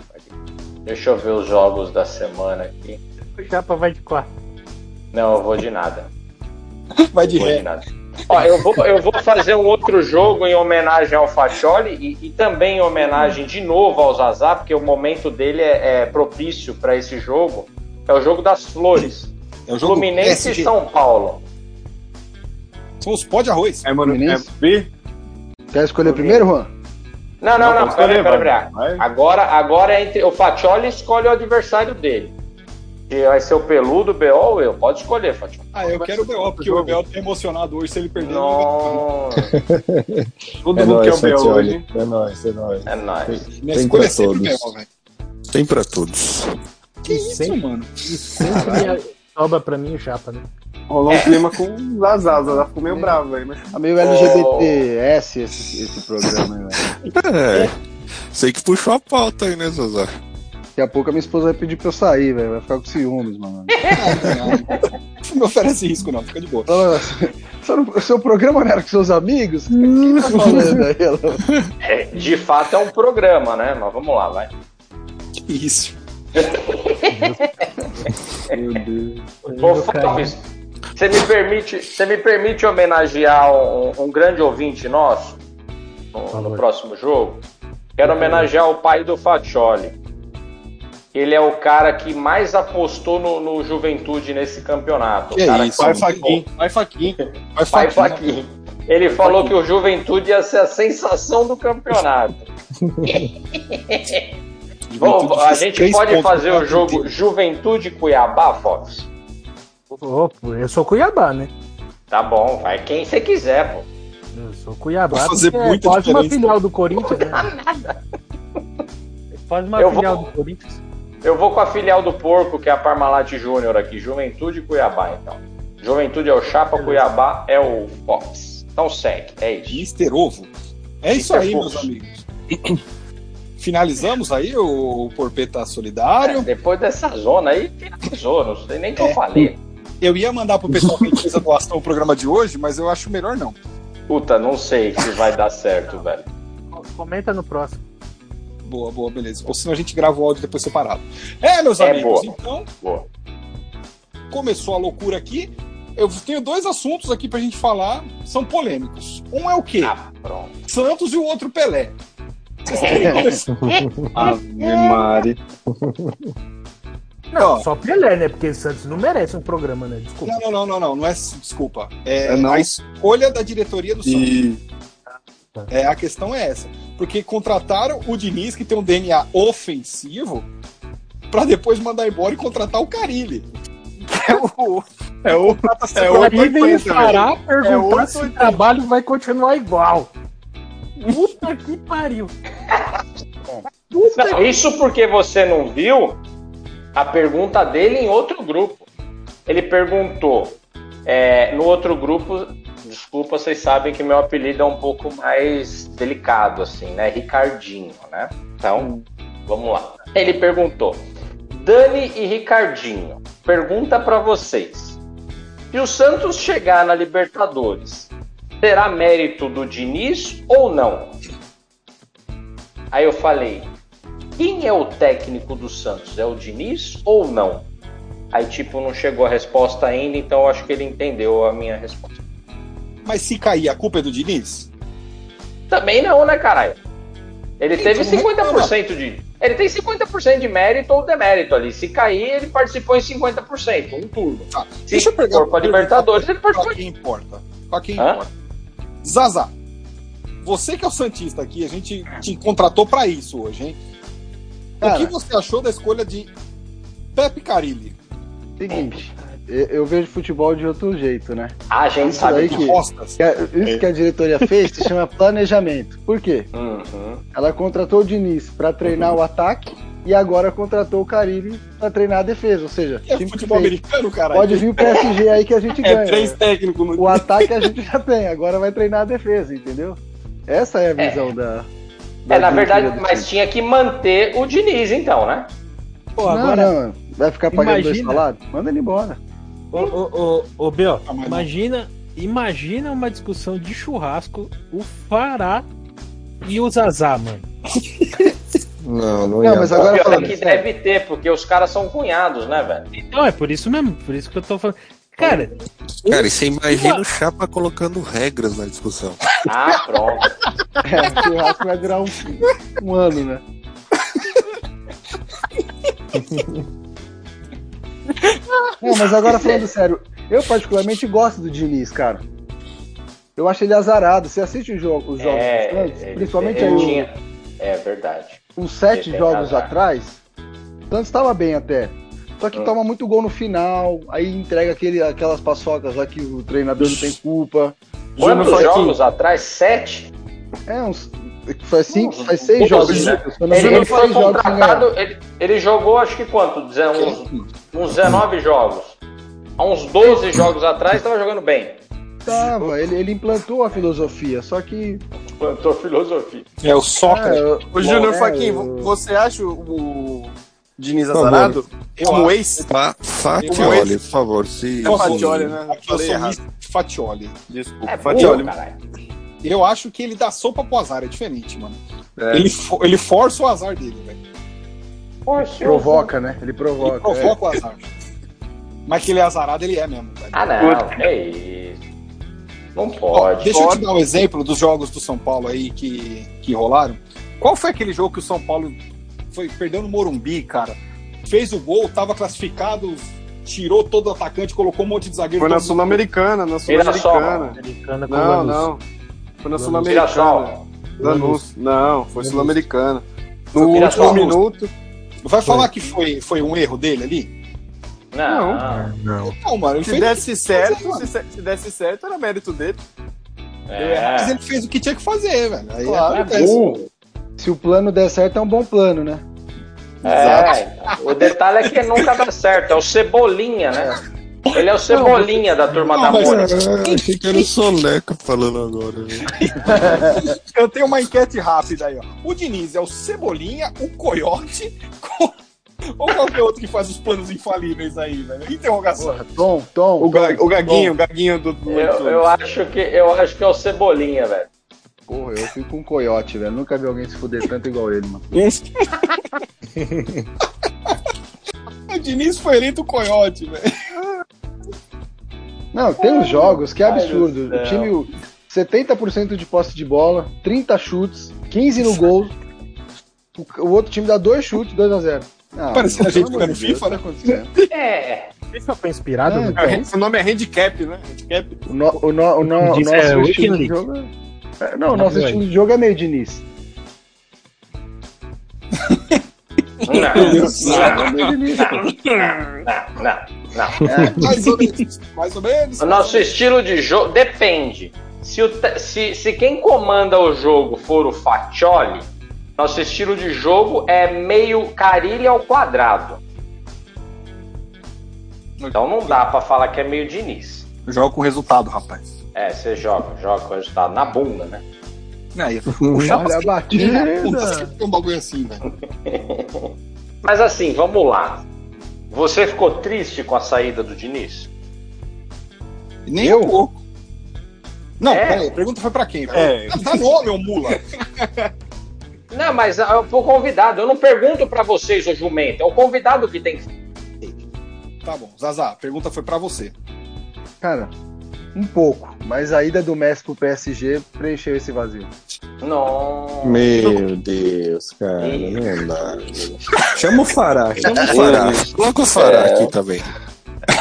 [SPEAKER 4] Deixa eu ver os jogos da semana aqui.
[SPEAKER 3] O Chapa vai de quarto.
[SPEAKER 4] Não, eu vou de nada.
[SPEAKER 1] Vai de
[SPEAKER 4] Não vou de
[SPEAKER 1] ré.
[SPEAKER 4] nada. Ó, eu, vou, eu vou fazer um outro jogo em homenagem ao Facholi e, e também em homenagem de novo ao Zazá, porque o momento dele é, é propício para esse jogo. É o jogo das flores.
[SPEAKER 1] É o jogo
[SPEAKER 4] Fluminense e
[SPEAKER 1] PSG.
[SPEAKER 4] São Paulo.
[SPEAKER 1] São os pó de arroz.
[SPEAKER 6] É, mano, é
[SPEAKER 5] Fluminense?
[SPEAKER 6] B?
[SPEAKER 5] Quer escolher primeiro, Juan?
[SPEAKER 4] Não, não, não.
[SPEAKER 6] pode
[SPEAKER 4] peraí,
[SPEAKER 6] escolher,
[SPEAKER 4] peraí,
[SPEAKER 6] vai.
[SPEAKER 4] peraí.
[SPEAKER 6] Vai.
[SPEAKER 4] Agora, agora é entre. O Fatioli escolhe o adversário dele. Que vai ser o Peludo, o BO ou eu? Pode escolher, Fatioli.
[SPEAKER 1] Ah, eu quero o B.O., porque o B.O. tá emocionado hoje. Se ele perder, ele vai-
[SPEAKER 4] Nossa,
[SPEAKER 6] Todo
[SPEAKER 8] É
[SPEAKER 6] mundo quer
[SPEAKER 8] nóis,
[SPEAKER 6] o B hoje.
[SPEAKER 8] Fatioli. É nóis, é nóis.
[SPEAKER 4] é nóis.
[SPEAKER 1] Minha
[SPEAKER 8] Tem
[SPEAKER 1] escolha
[SPEAKER 8] pra
[SPEAKER 1] é sempre o
[SPEAKER 8] todos.
[SPEAKER 1] B.O., velho.
[SPEAKER 8] Tem pra todos.
[SPEAKER 1] Que isso,
[SPEAKER 3] Sempre.
[SPEAKER 1] mano?
[SPEAKER 3] E sempre sobra pra mim o Chapa, né?
[SPEAKER 6] Rolou
[SPEAKER 1] É.
[SPEAKER 6] um clima com o Zazá. O Zazá ficou meio bravo aí, mas.
[SPEAKER 5] É meio LGBTS esse, esse programa, aí, velho.
[SPEAKER 8] É. Sei que puxou a pauta aí, né, Zazá?
[SPEAKER 5] Daqui a pouco a minha esposa vai pedir pra eu sair, velho. Vai ficar com ciúmes, mano.
[SPEAKER 1] Não me oferece risco, não. Fica de boa.
[SPEAKER 5] Ela, "Você não- o seu programa não era com seus amigos? O que tá falando aí? Ela,
[SPEAKER 4] É, de fato é um programa, né? Mas vamos lá, vai.
[SPEAKER 1] Que isso.
[SPEAKER 5] Meu Deus.
[SPEAKER 4] Ô,
[SPEAKER 3] Eu, cara,
[SPEAKER 4] Fábio, você me permite, você me permite homenagear um, um grande ouvinte nosso no, no
[SPEAKER 3] Valor.
[SPEAKER 4] próximo jogo? Quero homenagear o pai do Fatioli. Ele é o cara que mais apostou no, no Juventude nesse campeonato. O
[SPEAKER 1] Que é
[SPEAKER 4] cara
[SPEAKER 1] isso,
[SPEAKER 6] Vai,
[SPEAKER 1] mano.
[SPEAKER 6] Faquinha. Vai, Faquinha.
[SPEAKER 1] Vai
[SPEAKER 4] Pai
[SPEAKER 1] falar.
[SPEAKER 4] Faquinha. Ele falou que o Juventude ia ser a sensação do campeonato. Bom, a gente pode fazer o jogo Juventude Cuiabá, Fox?
[SPEAKER 3] ô, pô, eu sou Cuiabá, né?
[SPEAKER 4] Tá bom, vai quem você quiser, pô.
[SPEAKER 3] Eu sou Cuiabá.
[SPEAKER 1] Vai fazer
[SPEAKER 3] porque é
[SPEAKER 1] muita
[SPEAKER 3] quase uma
[SPEAKER 1] diferença.
[SPEAKER 3] final do Corinthians, né? Quase uma
[SPEAKER 4] Eu vou-
[SPEAKER 3] final do Corinthians.
[SPEAKER 4] Eu vou com a filial do Porco, que é a Parmalat Júnior aqui. Juventude e Cuiabá, então. Juventude é o Chapa, Cuiabá é o Fox. Então segue, é isso.
[SPEAKER 1] Mister Ovo. É isso
[SPEAKER 4] Mister
[SPEAKER 1] aí,
[SPEAKER 4] Fofo.
[SPEAKER 1] meus amigos. Finalizamos aí o, o Porpeta
[SPEAKER 4] É,
[SPEAKER 1] Solidário.
[SPEAKER 4] depois dessa zona aí, finalizou, não sei nem o que eu falei.
[SPEAKER 1] Eu ia mandar pro pessoal que fez a doação o programa de hoje, mas eu acho melhor não.
[SPEAKER 4] Puta, não sei se vai dar certo, velho.
[SPEAKER 3] Comenta no próximo.
[SPEAKER 1] Boa, boa, beleza. Ou senão a gente grava o áudio depois separado. É, meus
[SPEAKER 4] É,
[SPEAKER 1] amigos,
[SPEAKER 4] boa.
[SPEAKER 1] então
[SPEAKER 4] Boa.
[SPEAKER 1] começou a loucura aqui. eu tenho dois assuntos aqui pra gente falar, são polêmicos. Um é o quê?
[SPEAKER 4] Ah, pronto.
[SPEAKER 1] Santos e o outro Pelé. Vocês querem começar?
[SPEAKER 8] Ave Mari.
[SPEAKER 1] Não,
[SPEAKER 9] Só Pelé, né? Porque o Santos não merece um programa, né? Desculpa.
[SPEAKER 1] não, não, não, não, não é desculpa. É,
[SPEAKER 5] É não?
[SPEAKER 1] a escolha da diretoria do Santos. É, a questão é essa. Porque contrataram o Diniz, que tem um DNA ofensivo, pra depois mandar embora e contratar o Carilli.
[SPEAKER 6] É o. É o. É o.
[SPEAKER 9] Aí vem parar,
[SPEAKER 6] É
[SPEAKER 9] perguntar
[SPEAKER 6] outro
[SPEAKER 9] se o trabalho vai continuar igual. Puta que pariu. Puta
[SPEAKER 4] Não, isso porque você não viu a pergunta dele em outro grupo. Ele perguntou é, no outro grupo. Desculpa, vocês sabem que meu apelido é um pouco mais delicado, assim, né? Ricardinho, né? Então, vamos lá. Ele perguntou: Dani e Ricardinho, pergunta pra vocês. Se o Santos chegar na Libertadores, será mérito do Diniz ou não? Aí eu falei: quem é o técnico do Santos? É o Diniz ou não? Aí, tipo, não chegou a resposta ainda, então eu acho que ele entendeu a minha resposta.
[SPEAKER 1] Mas se cair, a culpa é do Diniz?
[SPEAKER 4] Também não, né, caralho? Ele
[SPEAKER 1] Então,
[SPEAKER 4] teve 50% de. Ele tem 50% de mérito ou demérito ali. Se cair, ele participou em 50%, um turno.
[SPEAKER 5] Ah,
[SPEAKER 1] Tá,
[SPEAKER 4] Se
[SPEAKER 1] deixa eu pegar
[SPEAKER 5] um
[SPEAKER 4] for pra Libertadores, ele participou
[SPEAKER 1] Pra quem importa. Pra quem
[SPEAKER 4] Hã?
[SPEAKER 1] importa. Zaza, você que é o Santista aqui, a gente te contratou pra isso hoje, hein?
[SPEAKER 5] Cara.
[SPEAKER 1] O que você achou da escolha de Pepe Carilli?
[SPEAKER 5] Seguinte, eu, eu vejo futebol de outro jeito, né?
[SPEAKER 4] Ah, a gente
[SPEAKER 5] Isso
[SPEAKER 4] sabe
[SPEAKER 5] daí
[SPEAKER 4] que.
[SPEAKER 5] que-
[SPEAKER 1] Costas.
[SPEAKER 5] Que a- Isso que a diretoria fez se chama planejamento. Por quê?
[SPEAKER 4] Uhum.
[SPEAKER 5] Ela contratou o Diniz pra treinar o ataque e agora contratou o Carilli pra treinar a defesa. Ou seja,
[SPEAKER 1] É
[SPEAKER 5] time
[SPEAKER 1] futebol
[SPEAKER 5] feito.
[SPEAKER 1] americano, caralho.
[SPEAKER 5] pode vir o PSG aí que a gente ganha.
[SPEAKER 6] É três técnicos no.
[SPEAKER 5] O ataque a gente já tem, agora vai treinar a defesa, entendeu? Essa é a visão da. da
[SPEAKER 4] É, na
[SPEAKER 5] diretoria do
[SPEAKER 4] verdade,
[SPEAKER 5] time.
[SPEAKER 4] mas tinha que manter o Diniz, então, né?
[SPEAKER 3] Pô,
[SPEAKER 5] Não,
[SPEAKER 3] agora,
[SPEAKER 5] não, vai ficar pagando dois
[SPEAKER 3] Imagina.
[SPEAKER 5] salários? Manda ele embora.
[SPEAKER 3] Ô, ô, ô, ô Bel,
[SPEAKER 1] Ah, mas não.
[SPEAKER 3] imagina, imagina uma discussão de churrasco, o Fará e o Zazá, mano.
[SPEAKER 8] Não, não,
[SPEAKER 5] Não,
[SPEAKER 8] ia
[SPEAKER 5] mas
[SPEAKER 8] dar.
[SPEAKER 5] agora
[SPEAKER 4] Pior é
[SPEAKER 5] falando.
[SPEAKER 4] que
[SPEAKER 5] sério,
[SPEAKER 4] deve ter, porque os caras são cunhados, né, velho?
[SPEAKER 3] Então é por isso mesmo, por isso que eu tô falando. Cara,
[SPEAKER 10] Cara, e você imagina o Chapa colocando regras na discussão.
[SPEAKER 4] Ah, pronto.
[SPEAKER 5] é, o churrasco vai durar um, um ano, né? Não, mas agora falando sério, eu particularmente gosto do Diniz, cara. Eu acho ele azarado. Você assiste os jogos, os jogos do Santos,
[SPEAKER 4] ele-
[SPEAKER 5] principalmente
[SPEAKER 4] ele
[SPEAKER 5] aí o-
[SPEAKER 4] É, tinha- É verdade.
[SPEAKER 5] uns sete
[SPEAKER 4] Ele tem
[SPEAKER 5] jogos
[SPEAKER 4] azar.
[SPEAKER 5] atrás, o Santos estava bem até. Só que
[SPEAKER 4] Hum.
[SPEAKER 5] toma muito gol no final, aí entrega aquele, aquelas paçocas lá que o treinador não tem culpa.
[SPEAKER 6] Júnior
[SPEAKER 4] Quantos
[SPEAKER 6] Faquinha.
[SPEAKER 4] jogos atrás? Sete?
[SPEAKER 5] É uns. Faz cinco,
[SPEAKER 4] Hum,
[SPEAKER 5] faz seis
[SPEAKER 4] poucos,
[SPEAKER 5] jogos.
[SPEAKER 4] né?
[SPEAKER 5] né? Se eu não me
[SPEAKER 4] Ele,
[SPEAKER 5] engano,
[SPEAKER 4] ele foi
[SPEAKER 5] seis jogos sem ganhar.
[SPEAKER 4] contratado, ele, ele jogou acho que quanto? Dezen- Uns, uns 19 jogos. Há uns 12 jogos atrás estava jogando bem.
[SPEAKER 5] Tava, ele, ele implantou a filosofia, só que.
[SPEAKER 4] Plantou filosofia.
[SPEAKER 1] É o Sócrates.
[SPEAKER 5] é,
[SPEAKER 6] Ô, Júnior
[SPEAKER 5] é,
[SPEAKER 6] Faquinha,
[SPEAKER 5] o-
[SPEAKER 6] você acha o o Diniz
[SPEAKER 8] favor.
[SPEAKER 6] azarado? Como
[SPEAKER 1] acho.
[SPEAKER 6] ex?
[SPEAKER 10] Fa Fatioli, por favor. Se,
[SPEAKER 6] É o
[SPEAKER 1] Nossa,
[SPEAKER 6] Fatioli, né?
[SPEAKER 1] Aqui um eu
[SPEAKER 6] Falei
[SPEAKER 1] sou
[SPEAKER 6] errado.
[SPEAKER 1] Mr. Fatioli.
[SPEAKER 6] Desculpa.
[SPEAKER 4] É
[SPEAKER 6] Fatioli.
[SPEAKER 4] burro, caralho.
[SPEAKER 1] Eu acho que ele dá sopa pro azar, é diferente, mano. Ele, fo- ele força o azar dele, velho.
[SPEAKER 4] Poxa, eu-
[SPEAKER 5] Provoca, né? Ele provoca.
[SPEAKER 1] Ele provoca o azar. Mas que ele é azarado, ele é mesmo, velho.
[SPEAKER 4] Ah, não. É isso. Não
[SPEAKER 1] Ó,
[SPEAKER 4] pode.
[SPEAKER 1] deixa eu te dar um exemplo dos jogos do São Paulo aí que, que rolaram. Qual foi aquele jogo que o São Paulo foi perdeu no Morumbi, cara? Fez o gol, tava classificado, tirou todo o atacante, colocou um monte de zagueiro.
[SPEAKER 6] Foi na
[SPEAKER 1] todo mundo-
[SPEAKER 6] Sul-Americana, na
[SPEAKER 4] Mirassol.
[SPEAKER 6] Sul-Americana.
[SPEAKER 3] americana com
[SPEAKER 6] Não,
[SPEAKER 3] Lanús.
[SPEAKER 6] não. Foi na Sul-Americana.
[SPEAKER 4] Mirassol.
[SPEAKER 6] Lanús. Não, foi Sul-Americana.
[SPEAKER 4] Foi
[SPEAKER 6] No último
[SPEAKER 4] Mirassol.
[SPEAKER 6] minuto.
[SPEAKER 1] Vai falar que foi, foi um erro dele ali?
[SPEAKER 4] Não.
[SPEAKER 1] Não, mano, ele
[SPEAKER 6] Se
[SPEAKER 1] fez,
[SPEAKER 6] desse certo,
[SPEAKER 1] mano.
[SPEAKER 6] se se- se desse certo, era mérito dele.
[SPEAKER 1] mas
[SPEAKER 4] É.
[SPEAKER 1] ele fez o que tinha que fazer, velho. Aí
[SPEAKER 5] Claro,
[SPEAKER 1] acontece.
[SPEAKER 6] Uh,
[SPEAKER 5] Se o plano der certo, é um bom plano, né?
[SPEAKER 4] É, então. o detalhe é que nunca dá certo. É o Cebolinha, né? Ele é o Cebolinha da turma
[SPEAKER 1] Não,
[SPEAKER 4] da
[SPEAKER 1] mas-
[SPEAKER 4] Mônica.
[SPEAKER 10] Ah, achei que era o Soneca falando agora. né?
[SPEAKER 1] Eu tenho uma enquete rápida aí, ó. O Diniz é o Cebolinha, o Coiote co- ou qualquer outro que faz os planos infalíveis aí, velho? Interrogação.
[SPEAKER 5] Porra, Tom, Tom.
[SPEAKER 6] O, Ga-
[SPEAKER 5] Tom,
[SPEAKER 6] o Gaguinho, o Gaguinho do.
[SPEAKER 1] é
[SPEAKER 6] do-
[SPEAKER 4] Eu, eu acho que, eu acho que é o Cebolinha, velho.
[SPEAKER 5] Tom. Porra, eu fico com um coiote, velho. Nunca vi alguém se fuder tanto igual ele, mano.
[SPEAKER 1] O Diniz foi eleito o Coiote, velho.
[SPEAKER 5] Não, tem uns jogos que é
[SPEAKER 4] Ai, meu
[SPEAKER 5] absurdo. O
[SPEAKER 4] céu.
[SPEAKER 5] time, o 70% de posse de bola, 30 chutes, 15 no gol. O- O outro time dá dois Ah, chutes, 2x0.
[SPEAKER 1] Parecendo a gente jogando FIFA, né?
[SPEAKER 4] É.
[SPEAKER 9] Isso foi inspirado?
[SPEAKER 5] É,
[SPEAKER 9] no
[SPEAKER 5] então.
[SPEAKER 9] jogo?
[SPEAKER 1] Esse nome é handicap, né? Handicap.
[SPEAKER 5] O, no, o, no, o, no, o
[SPEAKER 9] Diz-
[SPEAKER 5] nosso
[SPEAKER 9] é,
[SPEAKER 5] estilo de
[SPEAKER 9] Wikileaks.
[SPEAKER 5] jogo. é- é, Não, o nosso
[SPEAKER 9] Ah,
[SPEAKER 5] estilo de jogo é meio Diniz. É,
[SPEAKER 4] Não, não, não, não, não.
[SPEAKER 1] É, mais ou menos. Mais ou menos.
[SPEAKER 4] O nosso estilo de jogo depende. Se, o te- se- se quem comanda o jogo for o Faccioli, nosso estilo de jogo é meio carilha ao quadrado. Então não dá pra falar que é meio Diniz.
[SPEAKER 10] Joga com resultado, rapaz.
[SPEAKER 4] É, você joga, joga com o resultado na bunda, né?
[SPEAKER 10] Aí,
[SPEAKER 1] Um
[SPEAKER 10] o Chapas
[SPEAKER 5] Olha a batida.
[SPEAKER 1] Tem um bagulho assim, velho.
[SPEAKER 4] Mas assim, vamos lá. Você ficou triste com a saída do Diniz?
[SPEAKER 1] Nem eu? um pouco. Não,
[SPEAKER 4] É.
[SPEAKER 1] peraí, a pergunta foi pra quem?
[SPEAKER 6] É.
[SPEAKER 1] Dá nome, ô mula.
[SPEAKER 4] Não, mas ah, eu fui convidado. Eu não pergunto pra vocês, ô jumento. É o convidado que tem que.
[SPEAKER 1] Tá bom, Zazá, a pergunta foi pra você.
[SPEAKER 5] Cara, um pouco. Mas a ida do Messi pro PSG preencheu esse vazio.
[SPEAKER 4] Não.
[SPEAKER 8] Meu Deus, cara, não dá. Chama o Fará, chama o Fará.
[SPEAKER 10] Fará. Coloca o Fará aqui também.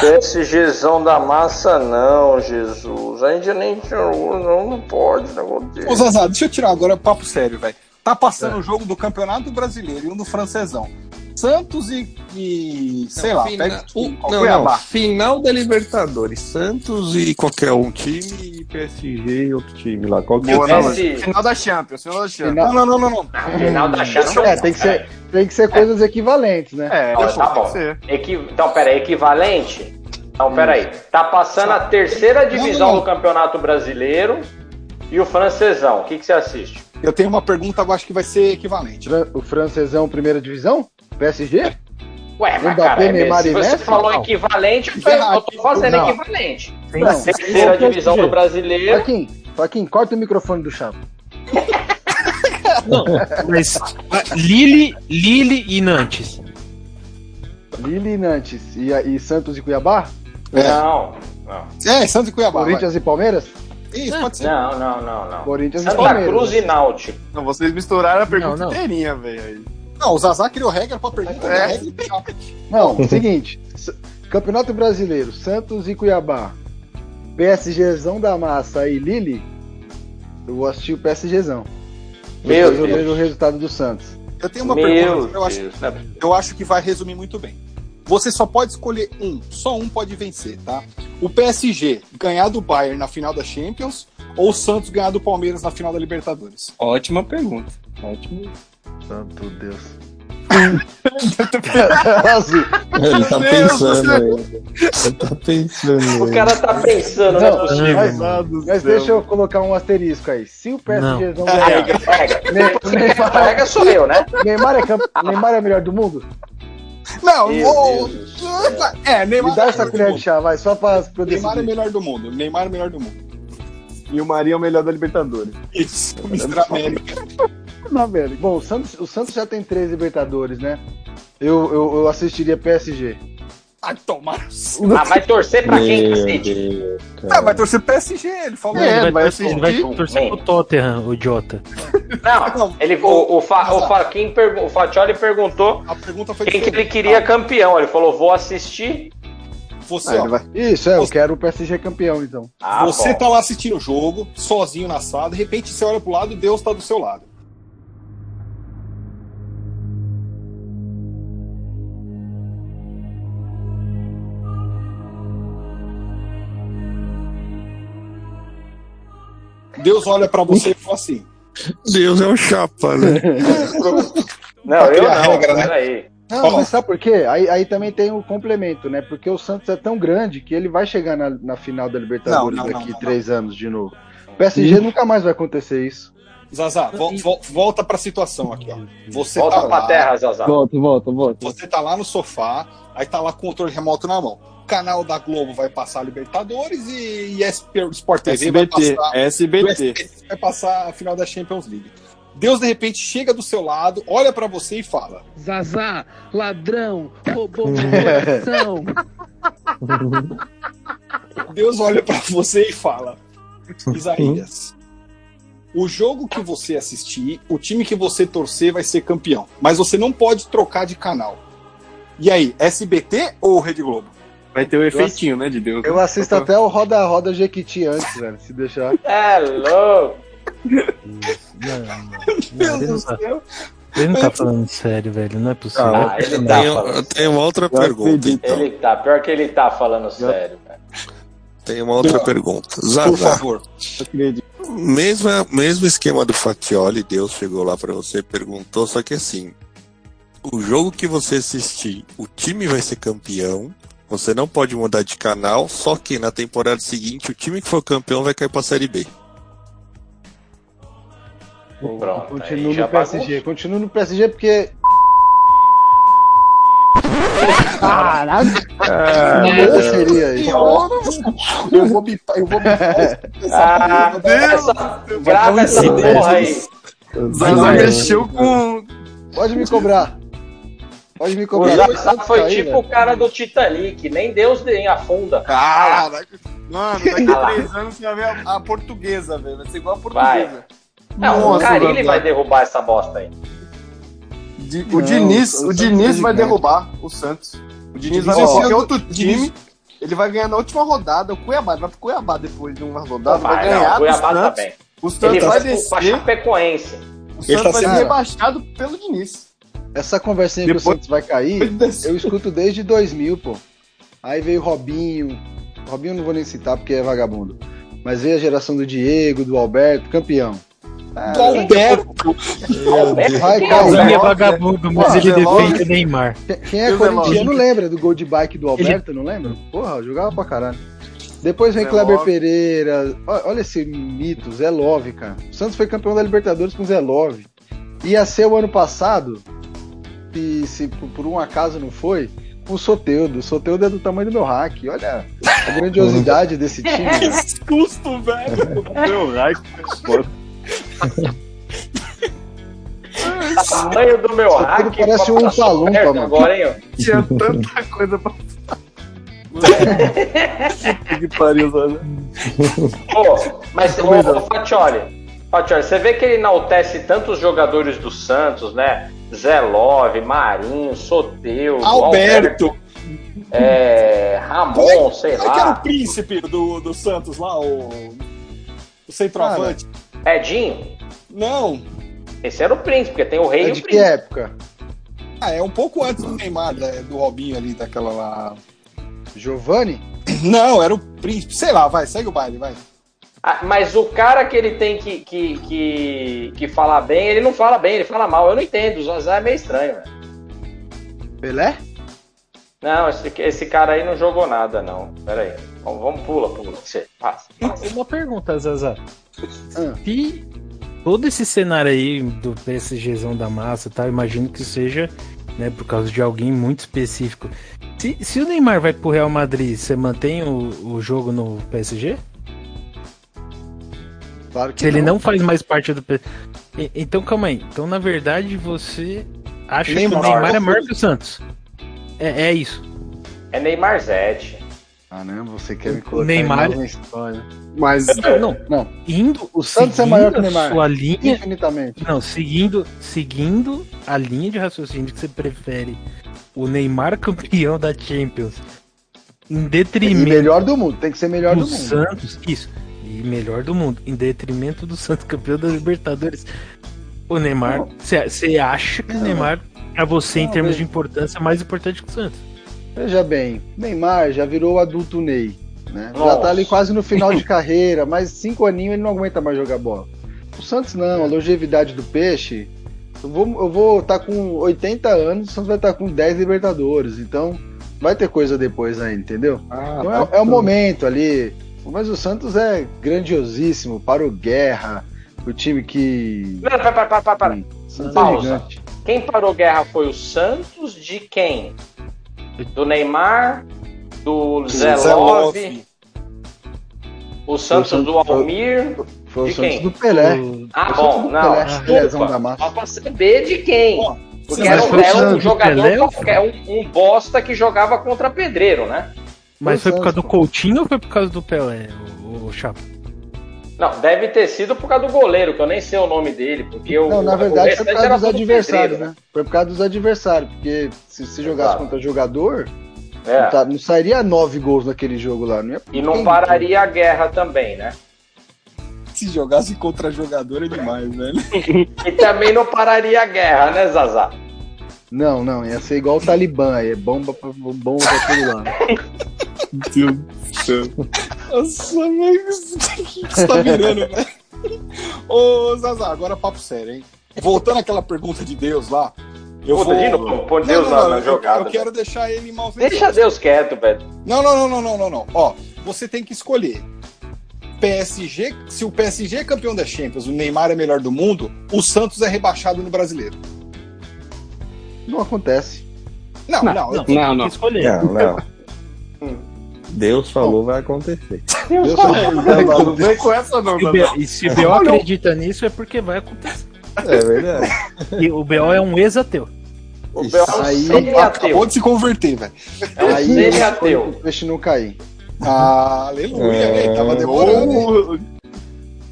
[SPEAKER 4] PSGzão da massa, não, Jesus. Ainda nem não, não pode, né, negócio
[SPEAKER 1] Ô, Zazá, deixa eu tirar agora papo sério, velho. Tá passando o jogo do Campeonato Brasileiro e um do Francesão. Santos e. e, sei lá,
[SPEAKER 10] Fina-
[SPEAKER 1] pega
[SPEAKER 10] o-
[SPEAKER 1] o
[SPEAKER 10] não, não, final da Libertadores. Santos e qualquer um time e PSG e outro time lá. Qual que é o
[SPEAKER 6] Boa analogia.
[SPEAKER 4] Esse
[SPEAKER 6] Final da Champions, final da Champions.
[SPEAKER 5] Final-
[SPEAKER 1] Não, não, não, não, não.
[SPEAKER 4] final da chave.
[SPEAKER 5] É, tem que ser, tem que ser coisas equivalentes, né?
[SPEAKER 6] É,
[SPEAKER 4] Ó, tá
[SPEAKER 6] pode
[SPEAKER 4] bom.
[SPEAKER 6] ser.
[SPEAKER 4] Equi... Então, peraí, equivalente? Então, peraí. Tá passando a terceira divisão
[SPEAKER 1] Não, não.
[SPEAKER 4] do Campeonato Brasileiro e o francesão. O que, que você assiste?
[SPEAKER 1] Eu tenho uma pergunta, eu acho que vai ser equivalente.
[SPEAKER 5] Fran- O francesão, primeira divisão? PSG?
[SPEAKER 4] Ué, mas
[SPEAKER 5] Mbappé,
[SPEAKER 4] cara, é mesmo.
[SPEAKER 5] Neymar
[SPEAKER 4] se
[SPEAKER 5] e
[SPEAKER 4] você
[SPEAKER 5] Messi?
[SPEAKER 4] falou
[SPEAKER 5] Não.
[SPEAKER 4] equivalente, eu tô- eu tô fazendo
[SPEAKER 5] Não.
[SPEAKER 4] equivalente.
[SPEAKER 9] Tem
[SPEAKER 5] Não.
[SPEAKER 9] seis
[SPEAKER 4] Terceira
[SPEAKER 9] gols
[SPEAKER 4] divisão do
[SPEAKER 9] PSG.
[SPEAKER 4] brasileiro.
[SPEAKER 5] Joaquim, Joaquim, corta o microfone do Chavo.
[SPEAKER 3] Não, mas ah, Lille, Lille e Nantes.
[SPEAKER 5] Lille e Nantes e, e Santos e Cuiabá?
[SPEAKER 1] É,
[SPEAKER 4] Não, não,
[SPEAKER 1] é Santos e Cuiabá.
[SPEAKER 5] Corinthians e Palmeiras?
[SPEAKER 1] vai. Isso, pode ser.
[SPEAKER 4] não, não, não, não.
[SPEAKER 5] Corinthians e
[SPEAKER 4] Santa
[SPEAKER 5] Palmeiras.
[SPEAKER 4] Cruz e Náutico.
[SPEAKER 6] Não, vocês misturaram a pergunta
[SPEAKER 9] Não, não.
[SPEAKER 6] inteirinha, velho.
[SPEAKER 1] Não, o Zazá criou regra pra pergunta.
[SPEAKER 6] É.
[SPEAKER 1] É. Regra e pegar.
[SPEAKER 5] Não, seguinte. S- Campeonato Brasileiro, Santos e Cuiabá. PSGzão da massa e Lille. Eu vou assistir o PSGzão.
[SPEAKER 4] Meu
[SPEAKER 5] Depois eu
[SPEAKER 4] Deus.
[SPEAKER 5] vejo o resultado do Santos.
[SPEAKER 1] Eu tenho uma
[SPEAKER 4] Meu Deus.
[SPEAKER 1] pergunta, eu acho, eu acho que vai resumir muito bem. Você só pode escolher um, só um pode vencer, tá? O PSG ganhar do Bayern na final da Champions ou o Santos ganhar do Palmeiras na final da Libertadores?
[SPEAKER 10] Ótima pergunta. Ótimo.
[SPEAKER 5] Santo Deus. Quase.
[SPEAKER 10] é?
[SPEAKER 8] Ele tá pensando ainda. Ele tá pensando
[SPEAKER 4] O
[SPEAKER 8] ainda.
[SPEAKER 4] cara tá pensando, não, é
[SPEAKER 5] Não,
[SPEAKER 4] possível.
[SPEAKER 5] mas, mas deixa eu colocar um asterisco aí. Se o PSG não,
[SPEAKER 4] Aí,
[SPEAKER 5] ganhar,
[SPEAKER 4] quem pega.
[SPEAKER 5] Ne-
[SPEAKER 4] Quem pega sou eu, né?
[SPEAKER 5] Neymar é, campe... Neymar é o melhor do mundo?
[SPEAKER 1] Não,
[SPEAKER 4] Meu
[SPEAKER 1] o-
[SPEAKER 4] Deus do céu.
[SPEAKER 1] é,
[SPEAKER 5] Me
[SPEAKER 1] Neymar,
[SPEAKER 5] dá
[SPEAKER 1] é
[SPEAKER 5] essa
[SPEAKER 1] melhor do
[SPEAKER 5] colher de
[SPEAKER 1] mundo.
[SPEAKER 5] chá, vai, só pra, pra eu
[SPEAKER 1] Neymar é
[SPEAKER 5] decidir.
[SPEAKER 1] melhor do mundo. Neymar é melhor do mundo.
[SPEAKER 6] E o Maria é o melhor da Libertadores.
[SPEAKER 1] Isso, Mr. América.
[SPEAKER 5] Não, velho. Bom, o Santos, o Santos já tem três Libertadores, né? Eu, eu, eu assistiria PSG.
[SPEAKER 1] Ai, tomara. o seu-
[SPEAKER 4] Ah, vai torcer pra quem,
[SPEAKER 8] Meu
[SPEAKER 4] cacete?
[SPEAKER 8] Deus,
[SPEAKER 1] Ah, vai
[SPEAKER 8] cara.
[SPEAKER 1] torcer PSG, ele falou.
[SPEAKER 6] É,
[SPEAKER 3] ele vai,
[SPEAKER 6] vai
[SPEAKER 3] torcer- ele vai
[SPEAKER 6] assistir?
[SPEAKER 3] torcer pro Tottenham, o idiota.
[SPEAKER 4] Não, ele, o, o, Fa, o, Fa, quem pergu- o Fatioli perguntou
[SPEAKER 1] A pergunta foi
[SPEAKER 4] quem que ele
[SPEAKER 1] diferente.
[SPEAKER 4] queria campeão. Ele falou, vou assistir.
[SPEAKER 1] Você,
[SPEAKER 6] Ah,
[SPEAKER 1] ó,
[SPEAKER 6] ele vai-
[SPEAKER 5] Isso, é, eu
[SPEAKER 1] Você-
[SPEAKER 5] quero o PSG campeão, então.
[SPEAKER 4] Ah,
[SPEAKER 1] você
[SPEAKER 4] bom.
[SPEAKER 1] tá lá assistindo o jogo, sozinho na sala, de repente você olha pro lado e Deus tá do seu lado. Deus olha pra você e fala assim:
[SPEAKER 10] Deus é o Chapa, né?
[SPEAKER 4] Não, eu
[SPEAKER 1] criar
[SPEAKER 4] não,
[SPEAKER 1] regra, né?
[SPEAKER 4] peraí.
[SPEAKER 5] Não,
[SPEAKER 1] Ó.
[SPEAKER 5] Ah, mas sabe por quê? Aí, aí também tem o complemento, né? Porque o Santos é tão grande que ele vai chegar na, na final da Libertadores
[SPEAKER 1] Não, não,
[SPEAKER 5] daqui
[SPEAKER 1] não, não,
[SPEAKER 5] três anos de novo. O PSG nunca mais vai acontecer isso.
[SPEAKER 1] Zazá, vol- vol- volta pra situação aqui, ó. Você
[SPEAKER 4] Volta
[SPEAKER 1] tá
[SPEAKER 4] pra
[SPEAKER 1] lá,
[SPEAKER 4] terra, Zazá.
[SPEAKER 8] Volta, volta, volta.
[SPEAKER 1] Você tá lá no sofá, aí tá lá com o controle remoto na mão. O canal da Globo vai passar Libertadores e ESPN Sport TV vai
[SPEAKER 6] SBT,
[SPEAKER 1] passar
[SPEAKER 6] SBT.
[SPEAKER 1] vai passar a final da Champions League. Deus de repente chega do seu lado, olha pra você e fala:
[SPEAKER 2] Zazá, ladrão, roubou meu coração.
[SPEAKER 1] Deus olha pra você e fala: Isaías, o jogo que você assistir, o time que você torcer vai ser campeão. Mas você não pode trocar de canal. E aí, SBT ou Rede Globo?
[SPEAKER 6] Vai ter o efeitinho, né, de Deus.
[SPEAKER 5] Eu assisto até o Roda Roda Jequiti antes, velho, se deixar.
[SPEAKER 4] É louco.
[SPEAKER 3] Meu Deus do céu. Ele não tá falando sério, velho. Não é possível.
[SPEAKER 4] Ah, ele tá
[SPEAKER 10] tenho-
[SPEAKER 4] falando
[SPEAKER 10] eu tenho uma outra pergunta, então.
[SPEAKER 4] Ele tá, pior que ele tá falando sério, velho.
[SPEAKER 10] Tem uma outra pergunta. Zaza,
[SPEAKER 1] Por favor.
[SPEAKER 10] Mesma, mesmo esquema do Facchioli, Deus chegou lá pra você, perguntou, só que assim, o jogo que você assistir, o time vai ser campeão, você não pode mudar de canal, só que na temporada seguinte, o time que for campeão vai cair pra Série B.
[SPEAKER 4] Pronto.
[SPEAKER 5] Continua
[SPEAKER 4] aí já
[SPEAKER 5] no PSG, continua no PSG porque.
[SPEAKER 9] Caralho.
[SPEAKER 5] Boa seria isso.
[SPEAKER 1] Eu vou bipar, eu vou bipar
[SPEAKER 4] Ah, essa, grava essa porra aí.
[SPEAKER 6] Zaza mexeu com.
[SPEAKER 5] Pode me cobrar. Pode me
[SPEAKER 4] O
[SPEAKER 5] cobrar.
[SPEAKER 4] Zaza foi
[SPEAKER 5] tá Aí,
[SPEAKER 4] tipo
[SPEAKER 5] velho.
[SPEAKER 4] o cara do Titanic, nem Deus nem afunda.
[SPEAKER 6] Cara, mano, daqui
[SPEAKER 4] Ah
[SPEAKER 6] a
[SPEAKER 4] lá.
[SPEAKER 6] três anos você vai ver a, a portuguesa, velho. Vai ser igual a
[SPEAKER 4] Vai.
[SPEAKER 6] portuguesa.
[SPEAKER 4] Não, É, o
[SPEAKER 6] Nossa,
[SPEAKER 4] Carilli
[SPEAKER 6] Zaza.
[SPEAKER 4] vai derrubar essa bosta aí.
[SPEAKER 6] Di- o Diniz, o Diniz vai derrubar o Santos. O né? Diniz é vai
[SPEAKER 1] Ó,
[SPEAKER 6] derrubar qualquer
[SPEAKER 1] o
[SPEAKER 6] outro time. Ele vai ganhar na última rodada, o Cuiabá, ele vai pro Cuiabá depois de uma rodada, vai,
[SPEAKER 4] Vai,
[SPEAKER 6] ganhar
[SPEAKER 4] não, o
[SPEAKER 6] do
[SPEAKER 4] Cuiabá tá
[SPEAKER 6] Santos.
[SPEAKER 4] bem.
[SPEAKER 6] O
[SPEAKER 4] Ele
[SPEAKER 5] tá
[SPEAKER 6] Santos vai
[SPEAKER 4] vai pro
[SPEAKER 6] descer,
[SPEAKER 4] Chapecoense.
[SPEAKER 6] o
[SPEAKER 1] Ele
[SPEAKER 6] Santos
[SPEAKER 1] tá
[SPEAKER 6] vai
[SPEAKER 1] sendo-
[SPEAKER 6] ser rebaixado pelo Diniz.
[SPEAKER 5] Essa conversinha que o
[SPEAKER 6] Depois-
[SPEAKER 5] Santos vai cair, eu escuto desde 2000, pô. Aí veio Robinho. Robinho eu não vou nem citar porque é vagabundo. Mas veio a geração do Diego, do Alberto, campeão.
[SPEAKER 1] do Alberto.
[SPEAKER 4] Alberto
[SPEAKER 5] Vai,
[SPEAKER 4] Guimarães.
[SPEAKER 5] calma.
[SPEAKER 3] Ele é
[SPEAKER 6] Veloz,
[SPEAKER 3] vagabundo, mas
[SPEAKER 5] né?
[SPEAKER 3] ele
[SPEAKER 6] Veloz.
[SPEAKER 3] defende Neymar.
[SPEAKER 5] Quem- Quem é
[SPEAKER 6] E o Veloso?
[SPEAKER 5] corintiano lembra do gol de bike do Alberto, não lembra? Porra, eu jogava pra caralho. Depois vem
[SPEAKER 6] Veloso.
[SPEAKER 5] Kleber Pereira. Ó- Olha esse mito, Zé Love, cara. O Santos foi campeão da Libertadores com o Zé Love. Ia ser o ano passado, e se por por um acaso não foi, com o Soteudo. O Soteudo é do tamanho do meu hack. Olha a grandiosidade desse time.
[SPEAKER 1] Susto, velho.
[SPEAKER 4] Tamanho do meu
[SPEAKER 5] Só que
[SPEAKER 4] hack.
[SPEAKER 5] ele parece um
[SPEAKER 4] papo tá
[SPEAKER 5] Umpa-Lumpa,
[SPEAKER 4] certo
[SPEAKER 5] mano.
[SPEAKER 4] Agora, hein, ó.
[SPEAKER 6] Tinha tanta coisa pra falar. Puta que pariu, mano.
[SPEAKER 4] Pô,
[SPEAKER 5] Tá
[SPEAKER 4] mas ô, ô, Fatioli, Fatioli, você vê que ele enaltece tantos jogadores do Santos, né? Zé Love, Marinho, Soteu,
[SPEAKER 1] Alberto.
[SPEAKER 4] é, Ramon, sei
[SPEAKER 1] Como é que era
[SPEAKER 4] lá.
[SPEAKER 1] o príncipe do, do Santos lá, o, o centroavante?
[SPEAKER 4] Edinho.
[SPEAKER 1] Não.
[SPEAKER 4] Esse era o príncipe, porque tem o rei
[SPEAKER 5] É
[SPEAKER 4] e
[SPEAKER 5] de
[SPEAKER 4] o
[SPEAKER 5] que
[SPEAKER 4] príncipe.
[SPEAKER 5] época?
[SPEAKER 1] Ah, é um pouco antes do Neymar, da- do Robinho ali, daquela lá.
[SPEAKER 5] Giovanni?
[SPEAKER 1] Não, era o príncipe. Sei lá, vai, segue o baile, vai.
[SPEAKER 4] Ah, Mas o cara que ele tem que, que, que, que falar bem, ele não fala bem, ele fala mal. Eu não entendo, o Zazá é meio estranho, velho.
[SPEAKER 5] Pelé?
[SPEAKER 4] Não, esse, esse cara aí não jogou nada, não. Pera aí. Vamos, vamos pula, pula. Você, passa, passa.
[SPEAKER 3] Uma pergunta, Zaza.
[SPEAKER 5] Ah.
[SPEAKER 3] Se todo esse cenário aí do PSGzão da massa, tá? eu Imagino que seja, né, por causa de alguém muito específico. Se, se o Neymar vai pro Real Madrid, você mantém o, o jogo no PSG?
[SPEAKER 5] Claro que
[SPEAKER 3] Se ele não faz mais parte do PSG. Então calma aí. Então, na verdade, você acha
[SPEAKER 1] Neymar.
[SPEAKER 3] que o Neymar é maior que o Santos. É, é isso.
[SPEAKER 4] É Neymar Zete.
[SPEAKER 5] Caramba, você quer me
[SPEAKER 3] O
[SPEAKER 5] colocar
[SPEAKER 3] Neymar.
[SPEAKER 5] em uma história.
[SPEAKER 6] Mas
[SPEAKER 3] Não,
[SPEAKER 5] Não.
[SPEAKER 3] Indo,
[SPEAKER 5] O Santos é maior que o
[SPEAKER 3] seguindo a
[SPEAKER 5] Neymar.
[SPEAKER 3] Sua linha,
[SPEAKER 5] Infinitamente.
[SPEAKER 3] Não, seguindo, seguindo a linha de raciocínio que você prefere o Neymar campeão da Champions em
[SPEAKER 5] E
[SPEAKER 3] detrimento
[SPEAKER 5] melhor do mundo, tem que ser melhor
[SPEAKER 3] do
[SPEAKER 5] do mundo.
[SPEAKER 3] Santos, isso, e melhor do mundo, em detrimento do Santos campeão da Libertadores. O Neymar, você acha que o Neymar é você em
[SPEAKER 5] Não,
[SPEAKER 3] termos
[SPEAKER 5] mas-
[SPEAKER 3] de importância é mais importante que o Santos?
[SPEAKER 5] Veja bem, Neymar já virou o adulto Ney, né? Já
[SPEAKER 4] Nossa.
[SPEAKER 5] tá ali quase no final de carreira, mas cinco aninhos ele não aguenta mais jogar bola. O Santos não, a longevidade do peixe. Eu vou estar eu vou tá com 80 anos, o Santos vai estar com 10 Libertadores, então vai ter coisa depois aí, entendeu? Então é- é, o momento ali. Mas o Santos é grandiosíssimo, para o Guerra, o time que.
[SPEAKER 4] Não, para, para, para, para, para.
[SPEAKER 5] O Santos é
[SPEAKER 4] Pausa.
[SPEAKER 5] gigante.
[SPEAKER 4] Quem parou guerra foi o Santos de quem? Do Neymar, do Zé,
[SPEAKER 1] Zé
[SPEAKER 4] Love, o Santos
[SPEAKER 5] Santos
[SPEAKER 4] do
[SPEAKER 5] foi-
[SPEAKER 4] Almir.
[SPEAKER 5] Foi o
[SPEAKER 4] De
[SPEAKER 5] Santos
[SPEAKER 4] quem?
[SPEAKER 5] do Pelé.
[SPEAKER 3] O-
[SPEAKER 4] Ah,
[SPEAKER 5] o
[SPEAKER 4] bom,
[SPEAKER 5] Santos do
[SPEAKER 4] não,
[SPEAKER 5] Pelé, Pelezão é da
[SPEAKER 4] desculpa.
[SPEAKER 5] massa.
[SPEAKER 4] Só pra saber de quem.
[SPEAKER 1] Ó,
[SPEAKER 4] Porque
[SPEAKER 1] mas
[SPEAKER 4] era um,
[SPEAKER 3] foi o
[SPEAKER 4] era um
[SPEAKER 3] Santos do
[SPEAKER 4] jogador
[SPEAKER 3] Pelé ou
[SPEAKER 4] qualquer, um, um bosta que jogava contra pedreiro, né?
[SPEAKER 3] Mas foi por causa do Coutinho ou foi por causa do Pelé, o, o Chapa?
[SPEAKER 4] Não, deve ter sido por causa do goleiro, que eu nem sei o nome dele, porque o.
[SPEAKER 5] Não, na
[SPEAKER 4] o
[SPEAKER 5] verdade
[SPEAKER 4] restante
[SPEAKER 5] foi por causa
[SPEAKER 4] era
[SPEAKER 5] dos
[SPEAKER 4] tudo
[SPEAKER 5] adversários,
[SPEAKER 4] pedreiro,
[SPEAKER 5] né? Foi por causa dos adversários, porque se, se jogasse
[SPEAKER 4] Exato.
[SPEAKER 5] contra jogador,
[SPEAKER 4] É.
[SPEAKER 5] não, tá- não sairia nove gols naquele jogo lá, não ia
[SPEAKER 4] E não pararia a guerra também, né?
[SPEAKER 1] Se jogasse contra jogador é demais, velho.
[SPEAKER 4] E também não pararia a guerra, né, Zazá?
[SPEAKER 5] Não, não, ia ser igual o Talibã, aí é bomba pra, bomba pra todo lado.
[SPEAKER 1] Meu Deus do céu. Nossa, mas o que que você tá virando, velho? Ô, Zaza, agora é papo sério, hein? Voltando àquela pergunta de Deus lá. Eu
[SPEAKER 4] Puta,
[SPEAKER 1] vou...
[SPEAKER 4] de novo, pôr Deus
[SPEAKER 1] Não,
[SPEAKER 4] na-
[SPEAKER 1] não, não,
[SPEAKER 4] na
[SPEAKER 1] eu-
[SPEAKER 4] jogada, né?
[SPEAKER 1] Eu quero deixar ele mal
[SPEAKER 4] Deixa Deus quieto, velho.
[SPEAKER 1] Não, não, não, não, não, não, não. Ó, você tem que escolher. PSG, se o PSG é campeão da Champions, o Neymar é melhor do mundo, o Santos é rebaixado no brasileiro.
[SPEAKER 5] Não acontece.
[SPEAKER 1] Não, não, eu-
[SPEAKER 8] não, não.
[SPEAKER 3] Escolher.
[SPEAKER 5] É,
[SPEAKER 8] Não, não.
[SPEAKER 4] Hum.
[SPEAKER 8] Deus falou, vai acontecer.
[SPEAKER 5] Deus falou, vai
[SPEAKER 6] Não vem com essa, não,
[SPEAKER 3] E o
[SPEAKER 6] Zazá.
[SPEAKER 3] B- E se o B.O. acredita nisso, é porque vai acontecer.
[SPEAKER 8] É verdade.
[SPEAKER 3] E o B.O. é um ex-ateu.
[SPEAKER 4] O
[SPEAKER 5] Isso
[SPEAKER 4] Bel é um
[SPEAKER 5] aí,
[SPEAKER 4] semi-ateu.
[SPEAKER 1] Acabou de se converter, velho.
[SPEAKER 4] É um
[SPEAKER 5] Aí ele escolhe
[SPEAKER 4] semi-ateu.
[SPEAKER 5] pro peixe não cair.
[SPEAKER 1] Ah, aleluia,
[SPEAKER 8] É.
[SPEAKER 1] velho. Tava demorando. hein?
[SPEAKER 6] Ou-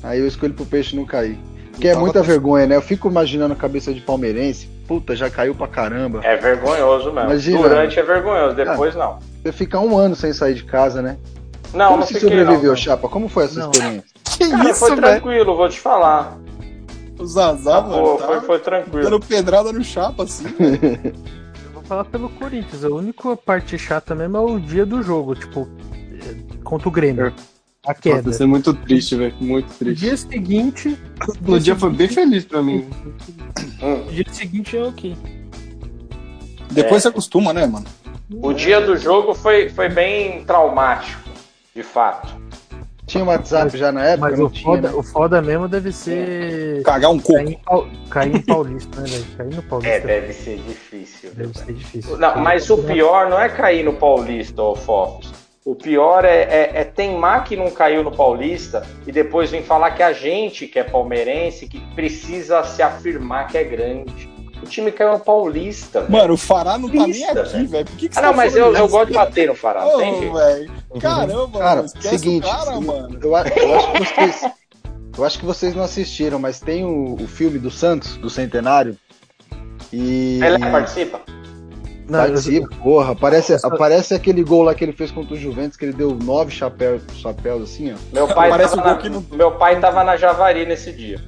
[SPEAKER 5] Aí eu escolho pro peixe não cair. Que é
[SPEAKER 1] Tava
[SPEAKER 5] muita
[SPEAKER 1] pensando.
[SPEAKER 5] vergonha, né? Eu fico imaginando a cabeça de palmeirense. Puta, já caiu pra caramba.
[SPEAKER 4] É vergonhoso mesmo.
[SPEAKER 5] Imagina. né?
[SPEAKER 4] Durante é vergonhoso, depois não.
[SPEAKER 5] Você fica um ano sem sair de casa, né?
[SPEAKER 4] É. Não,
[SPEAKER 5] Como
[SPEAKER 4] não
[SPEAKER 5] você
[SPEAKER 4] fiquei,
[SPEAKER 5] sobreviveu,
[SPEAKER 4] não.
[SPEAKER 5] Chapa? Como foi essa
[SPEAKER 3] Não.
[SPEAKER 5] experiência?
[SPEAKER 1] Que
[SPEAKER 4] Cara,
[SPEAKER 1] isso, né?
[SPEAKER 4] foi
[SPEAKER 1] velho?
[SPEAKER 4] tranquilo, vou te falar.
[SPEAKER 1] O Zazá, mano,
[SPEAKER 4] Pô,
[SPEAKER 1] tá
[SPEAKER 4] foi, foi tranquilo.
[SPEAKER 1] dando pedrada no chapa, assim.
[SPEAKER 3] Eu vou falar pelo Corinthians. A única parte chata mesmo é o dia do jogo, tipo, é, contra o Grêmio. A
[SPEAKER 6] Nossa,
[SPEAKER 3] queda.
[SPEAKER 6] isso é muito triste, velho. Muito
[SPEAKER 3] No
[SPEAKER 6] triste.
[SPEAKER 3] dia seguinte.
[SPEAKER 6] No dia foi bem feliz pra mim.
[SPEAKER 3] No dia seguinte é o quê?
[SPEAKER 4] É.
[SPEAKER 1] Depois você acostuma, né, mano?
[SPEAKER 4] O dia do jogo foi, foi bem traumático, de fato.
[SPEAKER 5] Tinha um WhatsApp já na época?
[SPEAKER 3] Mas
[SPEAKER 5] não
[SPEAKER 3] o
[SPEAKER 5] tinha,
[SPEAKER 3] foda, é
[SPEAKER 5] né?
[SPEAKER 3] o foda mesmo deve ser.
[SPEAKER 1] Cagar um coco.
[SPEAKER 3] Cair em, Pau- cair em Paulista, né, velho? Cair no Paulista
[SPEAKER 4] É, deve ser difícil.
[SPEAKER 3] deve ser difícil.
[SPEAKER 4] Não, mas o pior não é cair no Paulista, ô Fofos. O pior é, é, é teimar que não caiu no Paulista e depois vir falar que a gente, que é palmeirense, que precisa se afirmar que é grande. O time caiu no Paulista. velho.
[SPEAKER 1] Mano, o Fará não tá nem
[SPEAKER 4] Isso,
[SPEAKER 1] aqui,
[SPEAKER 4] velho.
[SPEAKER 1] velho. Por que, que
[SPEAKER 4] Ah,
[SPEAKER 1] você
[SPEAKER 4] não,
[SPEAKER 1] tá
[SPEAKER 4] mas eu,
[SPEAKER 1] falando
[SPEAKER 4] eu
[SPEAKER 1] isso?
[SPEAKER 4] gosto de bater no Fará,
[SPEAKER 1] Ô,
[SPEAKER 4] tem jeito.
[SPEAKER 1] velho. Caramba,
[SPEAKER 5] Cara,
[SPEAKER 1] mano. Esquece
[SPEAKER 5] seguinte,
[SPEAKER 1] o cara,
[SPEAKER 5] se-
[SPEAKER 1] mano.
[SPEAKER 5] Eu, a- eu acho que vocês. Eu acho que vocês não assistiram, mas tem o, o filme do Santos, do Centenário. E.
[SPEAKER 4] Pelé participa?
[SPEAKER 3] Não, eu-
[SPEAKER 5] participa, porra. Aparece, aparece aquele gol lá que ele fez contra o Juventus, que ele deu nove chapéus, chapéus assim, ó.
[SPEAKER 4] Meu pai,
[SPEAKER 1] Parece
[SPEAKER 4] tava
[SPEAKER 1] um gol
[SPEAKER 4] na,
[SPEAKER 1] que não-
[SPEAKER 4] meu pai tava na Javari nesse dia.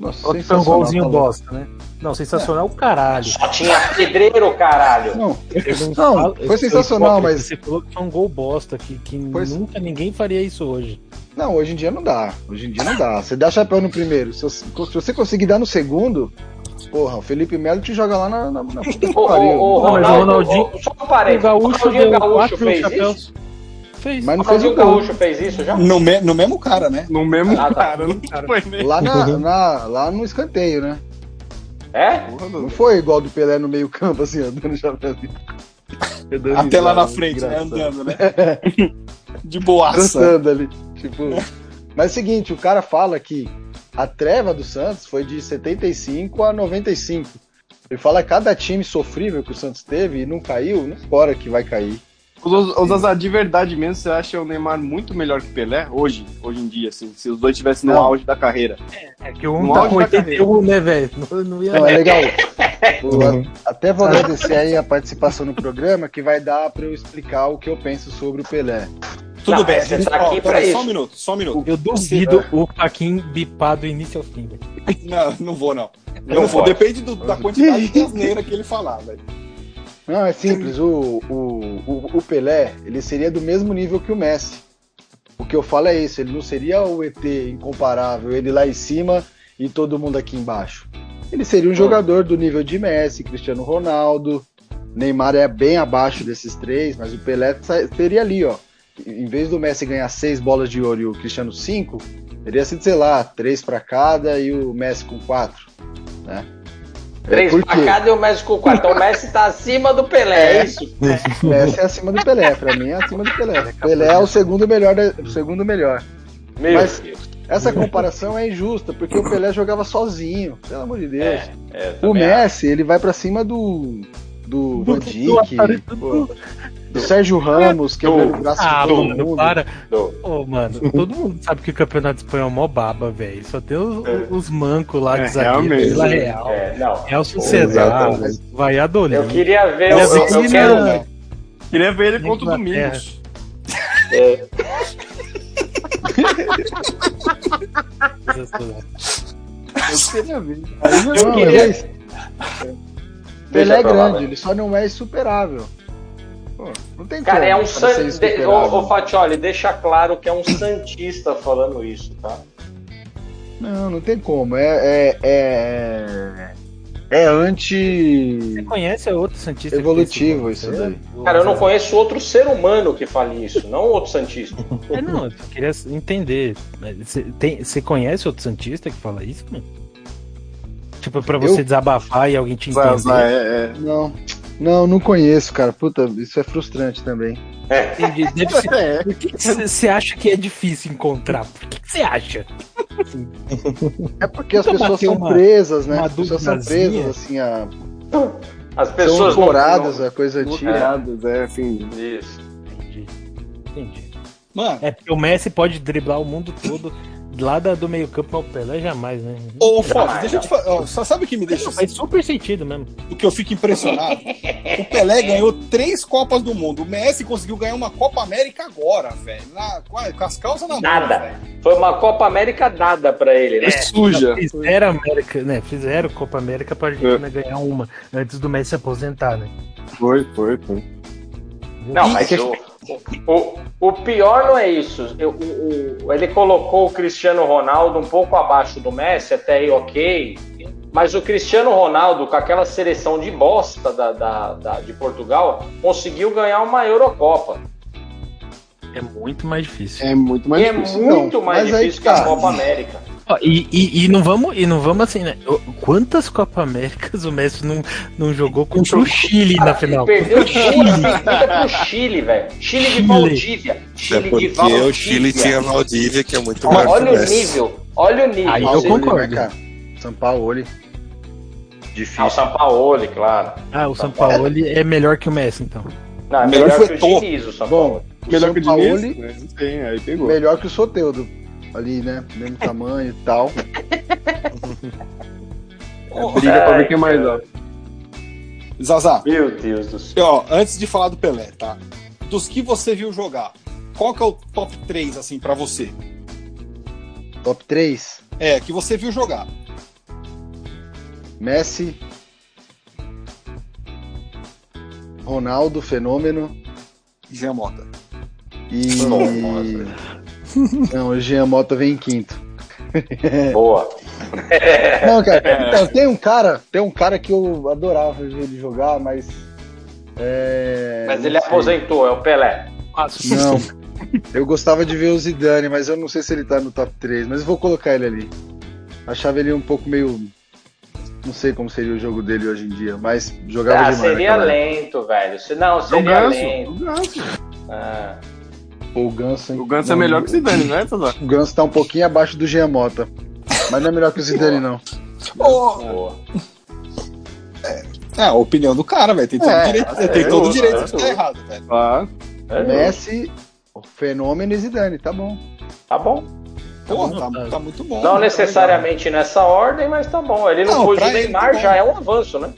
[SPEAKER 5] Nossa,
[SPEAKER 3] Outro foi um
[SPEAKER 5] sensacional,
[SPEAKER 3] golzinho
[SPEAKER 5] tá louco.
[SPEAKER 3] bosta, né? Não, sensacional o caralho.
[SPEAKER 4] Só tinha pedreiro, caralho.
[SPEAKER 5] Não,
[SPEAKER 3] Eu não
[SPEAKER 5] Não,
[SPEAKER 3] falo-
[SPEAKER 5] foi
[SPEAKER 3] eu- eu
[SPEAKER 5] sensacional,
[SPEAKER 3] hipócrita,
[SPEAKER 5] mas-
[SPEAKER 3] Você falou que foi um gol bosta, que, que
[SPEAKER 5] Foi-
[SPEAKER 3] nunca ninguém faria isso hoje.
[SPEAKER 5] não, hoje em dia não dá. Hoje em dia não dá. Você dá chapéu no primeiro. Se, você- se você conseguir dar no segundo, porra, o Felipe Melo te joga lá na, na, na puta que
[SPEAKER 4] O,
[SPEAKER 5] pariu.
[SPEAKER 3] Não, mas o
[SPEAKER 4] Ronaldo,
[SPEAKER 3] Ronaldinho-
[SPEAKER 4] ô, só um parênteses, o Ronaldinho Gaúcho fez isso?
[SPEAKER 3] Fez.
[SPEAKER 5] Mas
[SPEAKER 4] O
[SPEAKER 5] não fez
[SPEAKER 4] Ronaldinho
[SPEAKER 5] o gol.
[SPEAKER 4] Gaúcho fez isso já?
[SPEAKER 1] No, me- no mesmo cara, né?
[SPEAKER 6] No mesmo
[SPEAKER 4] Ah, tá.
[SPEAKER 6] cara, não foi nem.
[SPEAKER 5] Lá, na, na- lá no escanteio, né?
[SPEAKER 4] É?
[SPEAKER 6] Porra,
[SPEAKER 5] Não
[SPEAKER 6] não.
[SPEAKER 5] foi igual do Pelé no meio campo, assim, andando chapéu.
[SPEAKER 1] Até lá na frente, né? Andando, né? De boaça.
[SPEAKER 5] Dançando ali. Tipo. Mas é o seguinte, o cara fala que a treva do Santos foi de 75 a 95. Ele fala que cada time sofrível que o Santos teve e não caiu, não fora que vai cair.
[SPEAKER 6] Ô, Zaza, de verdade mesmo, você acha o Neymar muito melhor que Pelé hoje, hoje em dia, assim, se os dois estivessem no
[SPEAKER 5] Não.
[SPEAKER 6] auge da carreira?
[SPEAKER 3] É que um
[SPEAKER 6] No
[SPEAKER 3] tá
[SPEAKER 6] auge
[SPEAKER 3] com
[SPEAKER 6] da
[SPEAKER 3] 81, né, velho? Não, não ia.
[SPEAKER 5] Não, é legal. Vou-
[SPEAKER 8] Uhum.
[SPEAKER 5] Até vou agradecer aí a participação no programa, que vai dar pra eu explicar o que eu penso sobre o Pelé.
[SPEAKER 1] Tudo
[SPEAKER 4] Não,
[SPEAKER 1] bem.
[SPEAKER 4] você tá
[SPEAKER 1] Ó,
[SPEAKER 4] aqui
[SPEAKER 1] pera
[SPEAKER 4] pra
[SPEAKER 1] aí, Só
[SPEAKER 4] isso.
[SPEAKER 1] um minuto, só um minuto.
[SPEAKER 3] Eu duvido o Paquim bipar do início ao fim, velho.
[SPEAKER 1] Não, não vou, não. Eu
[SPEAKER 4] Não
[SPEAKER 1] Não, vou.
[SPEAKER 4] pode.
[SPEAKER 1] Depende do- da quantidade de asneira que ele falar, velho.
[SPEAKER 5] Não, é simples. O, o, o, o Pelé, ele seria do mesmo nível que o Messi. O que eu falo é isso. Ele não seria o ET incomparável, ele lá em cima e todo mundo aqui embaixo. Ele seria um jogador do nível de Messi, Cristiano Ronaldo. Neymar é bem abaixo desses três, mas o Pelé sa- seria ali, ó. Em vez do Messi ganhar seis bolas de ouro e o Cristiano cinco, teria sido, sei lá, três pra cada e o Messi com quatro, né? É,
[SPEAKER 4] Três
[SPEAKER 5] por
[SPEAKER 4] pra
[SPEAKER 5] quê?
[SPEAKER 4] cada e o Messi com quatro. Então o Messi tá acima do Pelé, é isso?
[SPEAKER 5] Messi é acima do Pelé, pra mim é acima do Pelé. Pelé é o segundo melhor, da- o segundo melhor.
[SPEAKER 4] Meu
[SPEAKER 5] Mas-
[SPEAKER 4] Deus.
[SPEAKER 5] Essa comparação é injusta, porque o Pelé jogava sozinho, pelo amor de Deus.
[SPEAKER 4] É,
[SPEAKER 5] o
[SPEAKER 4] também acho.
[SPEAKER 5] Messi, ele vai pra cima do do Van Dijk,
[SPEAKER 3] do Atari-
[SPEAKER 5] pô, do, Sérgio Ramos, quebrando o braço
[SPEAKER 3] Ah,
[SPEAKER 5] de todo
[SPEAKER 3] mano,
[SPEAKER 5] mundo.
[SPEAKER 3] para. Ô, mano, todo mundo sabe que o campeonato espanhol é mó baba, velho. Só tem os, os mancos lá
[SPEAKER 4] É,
[SPEAKER 3] de zagueiro,
[SPEAKER 4] realmente.
[SPEAKER 3] Vila Real.
[SPEAKER 4] É, não.
[SPEAKER 3] É o Sucedar,
[SPEAKER 4] Exatamente.
[SPEAKER 3] vai adolir.
[SPEAKER 4] Eu queria ver, eu, eu,
[SPEAKER 3] assim,
[SPEAKER 4] eu
[SPEAKER 3] né?
[SPEAKER 4] quero. Queria ver ele
[SPEAKER 3] contra o Domingos.
[SPEAKER 4] É.
[SPEAKER 5] Eu queria ver.
[SPEAKER 4] Eu
[SPEAKER 5] Não,
[SPEAKER 4] queria-
[SPEAKER 5] ele é- Ele
[SPEAKER 4] Deixa
[SPEAKER 5] é
[SPEAKER 4] pra lá,
[SPEAKER 5] grande,
[SPEAKER 4] velho.
[SPEAKER 5] ele só não é insuperável. Pô, não tem
[SPEAKER 4] Cara,
[SPEAKER 5] como
[SPEAKER 4] é um
[SPEAKER 5] pra ser
[SPEAKER 4] san... de...
[SPEAKER 5] insuperável.
[SPEAKER 4] Ô, ô, Fatioli, deixa claro que é um Santista falando isso, tá?
[SPEAKER 5] Não, não tem como. É. É, é... é anti.
[SPEAKER 3] Conhece outro Santista? que
[SPEAKER 5] Evolutivo isso daí.
[SPEAKER 4] Cara, eu
[SPEAKER 1] É.
[SPEAKER 4] não conheço outro ser humano que fale isso, não outro Santista.
[SPEAKER 3] É, não, eu só queria entender. Você conhece outro Santista que fala isso, mano? Tipo, pra você
[SPEAKER 5] Eu?
[SPEAKER 3] desabafar e alguém te
[SPEAKER 5] Vai,
[SPEAKER 3] entender.
[SPEAKER 5] vai,
[SPEAKER 6] é,
[SPEAKER 5] Não. Não, não conheço, cara. Puta, isso é frustrante também.
[SPEAKER 3] Entendi. Deve ser- Por que você acha que é difícil encontrar? Por que você acha?
[SPEAKER 5] É porque as
[SPEAKER 3] Nunca
[SPEAKER 5] pessoas
[SPEAKER 3] bateu
[SPEAKER 5] são
[SPEAKER 3] uma-
[SPEAKER 5] presas, né?
[SPEAKER 3] uma
[SPEAKER 5] As pessoas são
[SPEAKER 3] duvidazinha?
[SPEAKER 5] presas, assim, a.
[SPEAKER 4] As
[SPEAKER 1] um
[SPEAKER 5] São
[SPEAKER 4] pessoas não-
[SPEAKER 5] ancoradas
[SPEAKER 4] não-
[SPEAKER 5] a coisa antiga.
[SPEAKER 6] Tirados, é assim.
[SPEAKER 4] Isso.
[SPEAKER 3] Entendi. Entendi.
[SPEAKER 1] Mano,
[SPEAKER 3] É porque o Messi pode driblar o mundo todo lá da- do meio-campo, mas o Pelé jamais, né?
[SPEAKER 1] ô Fox, deixa eu te falar. ó, Só sabe o que me deixa
[SPEAKER 3] Faz super sentido mesmo.
[SPEAKER 1] o que eu fico impressionado? O
[SPEAKER 4] É.
[SPEAKER 1] Pelé ganhou três Copas do Mundo. O Messi conseguiu ganhar uma Copa América agora, velho. Na- Com a- com as calças na mão.
[SPEAKER 4] Nada.
[SPEAKER 1] velho.
[SPEAKER 4] Foi uma Copa América nada pra ele, né?
[SPEAKER 6] É Suja.
[SPEAKER 3] Fizeram América, né? Fizeram Copa América pra
[SPEAKER 5] É.
[SPEAKER 3] Argentina ganhar uma antes do Messi se aposentar, né?
[SPEAKER 6] Foi, foi, foi.
[SPEAKER 4] Não, mas o, o, o pior não é isso. Eu- o- o- ele colocou o Cristiano Ronaldo um pouco abaixo do Messi, até aí ok. Mas o Cristiano Ronaldo, com aquela seleção de bosta da, da- da- de Portugal, conseguiu ganhar uma Eurocopa.
[SPEAKER 3] É muito mais difícil.
[SPEAKER 6] É muito
[SPEAKER 4] e
[SPEAKER 6] mais
[SPEAKER 4] é
[SPEAKER 6] difícil.
[SPEAKER 4] muito
[SPEAKER 5] então.
[SPEAKER 4] mais
[SPEAKER 5] Mas aí
[SPEAKER 4] difícil
[SPEAKER 5] que
[SPEAKER 4] que a
[SPEAKER 5] tá.
[SPEAKER 4] Copa América.
[SPEAKER 3] Ó, E, e, e não vamos, e não vamos assim, né? Ô, Quantas Copa Américas o Messi não, não jogou Ah, contra o Chile na final?
[SPEAKER 4] Perdeu duas seguidas pro Chile, velho. Chile de
[SPEAKER 3] Chile.
[SPEAKER 4] Valdívia. Chile
[SPEAKER 10] É
[SPEAKER 4] de
[SPEAKER 10] porque
[SPEAKER 4] Valdívia.
[SPEAKER 10] o Chile tinha Valdívia, que é muito
[SPEAKER 4] Olha,
[SPEAKER 10] melhor que
[SPEAKER 4] olha
[SPEAKER 10] o
[SPEAKER 4] o
[SPEAKER 10] Messi.
[SPEAKER 4] nível. Olha o nível.
[SPEAKER 3] Aí eu
[SPEAKER 5] São Paulo,
[SPEAKER 3] concordo.
[SPEAKER 5] né, cara? São Paulo.
[SPEAKER 4] Ah, o São Paulo, claro.
[SPEAKER 3] Ah, o São Paulo é melhor que o Messi, então.
[SPEAKER 4] Não, é
[SPEAKER 6] Melhor
[SPEAKER 4] melhor,
[SPEAKER 6] foi
[SPEAKER 4] que o
[SPEAKER 6] top.
[SPEAKER 4] Diniz, o São Paulo.
[SPEAKER 5] Bom, o
[SPEAKER 6] Melhor
[SPEAKER 5] São
[SPEAKER 6] que o
[SPEAKER 5] Paulo,
[SPEAKER 6] Diniz? né? Não Tem, aí pegou.
[SPEAKER 5] melhor que o Soteudo. Ali, né? Mesmo tamanho e tal.
[SPEAKER 6] Briga pra ver quem é mais alto.
[SPEAKER 1] Zazá,
[SPEAKER 4] Meu Deus do céu.
[SPEAKER 1] e, ó, antes de falar do Pelé, tá? Dos que você viu jogar, qual que é o top 3, assim, pra você?
[SPEAKER 5] Top 3.
[SPEAKER 1] É, que você viu jogar.
[SPEAKER 5] Messi. Ronaldo, fenômeno.
[SPEAKER 1] Jean Mota.
[SPEAKER 5] E. Não, o Jean Mota vem em quinto. É.
[SPEAKER 4] Boa. É.
[SPEAKER 5] Não, cara, então, tem um cara, tem um cara que eu adorava ver ele jogar, mas. é,
[SPEAKER 4] Mas
[SPEAKER 5] não
[SPEAKER 4] ele
[SPEAKER 5] sei.
[SPEAKER 4] aposentou, é o Pelé.
[SPEAKER 5] Não. Eu gostava de ver o Zidane, mas eu não sei se ele tá no top 3, mas eu vou colocar ele ali. Achava ele um pouco meio. Não sei como seria o jogo dele hoje em dia, mas jogava
[SPEAKER 4] Ah,
[SPEAKER 5] demais.
[SPEAKER 4] seria
[SPEAKER 5] naquela época.
[SPEAKER 4] lento, velho. Se- Não,
[SPEAKER 6] O
[SPEAKER 4] seria
[SPEAKER 6] Ganso.
[SPEAKER 4] lento.
[SPEAKER 6] O Ganso.
[SPEAKER 4] Ah.
[SPEAKER 5] Pô, O Ganso, hein?
[SPEAKER 6] O Ganso é
[SPEAKER 5] Não,
[SPEAKER 6] melhor que o Zidane, né, Tadá?
[SPEAKER 5] O Ganso tá um pouquinho abaixo do Giamota. Mas não é melhor que o Zidane, não.
[SPEAKER 4] Boa.
[SPEAKER 1] É, a opinião do cara, velho. Tem todo
[SPEAKER 5] É,
[SPEAKER 1] direito,
[SPEAKER 4] é,
[SPEAKER 1] tem
[SPEAKER 4] eu-
[SPEAKER 1] todo direito de
[SPEAKER 4] eu-
[SPEAKER 1] estar errado, velho.
[SPEAKER 6] Ah,
[SPEAKER 4] É,
[SPEAKER 5] Messi, Fenômeno e Zidane, tá bom.
[SPEAKER 4] Tá bom.
[SPEAKER 1] Pô,
[SPEAKER 3] bom,
[SPEAKER 1] tá,
[SPEAKER 3] cara.
[SPEAKER 1] tá muito bom.
[SPEAKER 4] Não necessariamente nessa ordem, mas tá bom. Ele não,
[SPEAKER 1] Não,
[SPEAKER 4] foi do
[SPEAKER 1] pra ele,
[SPEAKER 4] Neymar,
[SPEAKER 1] tá
[SPEAKER 4] já é um avanço, né?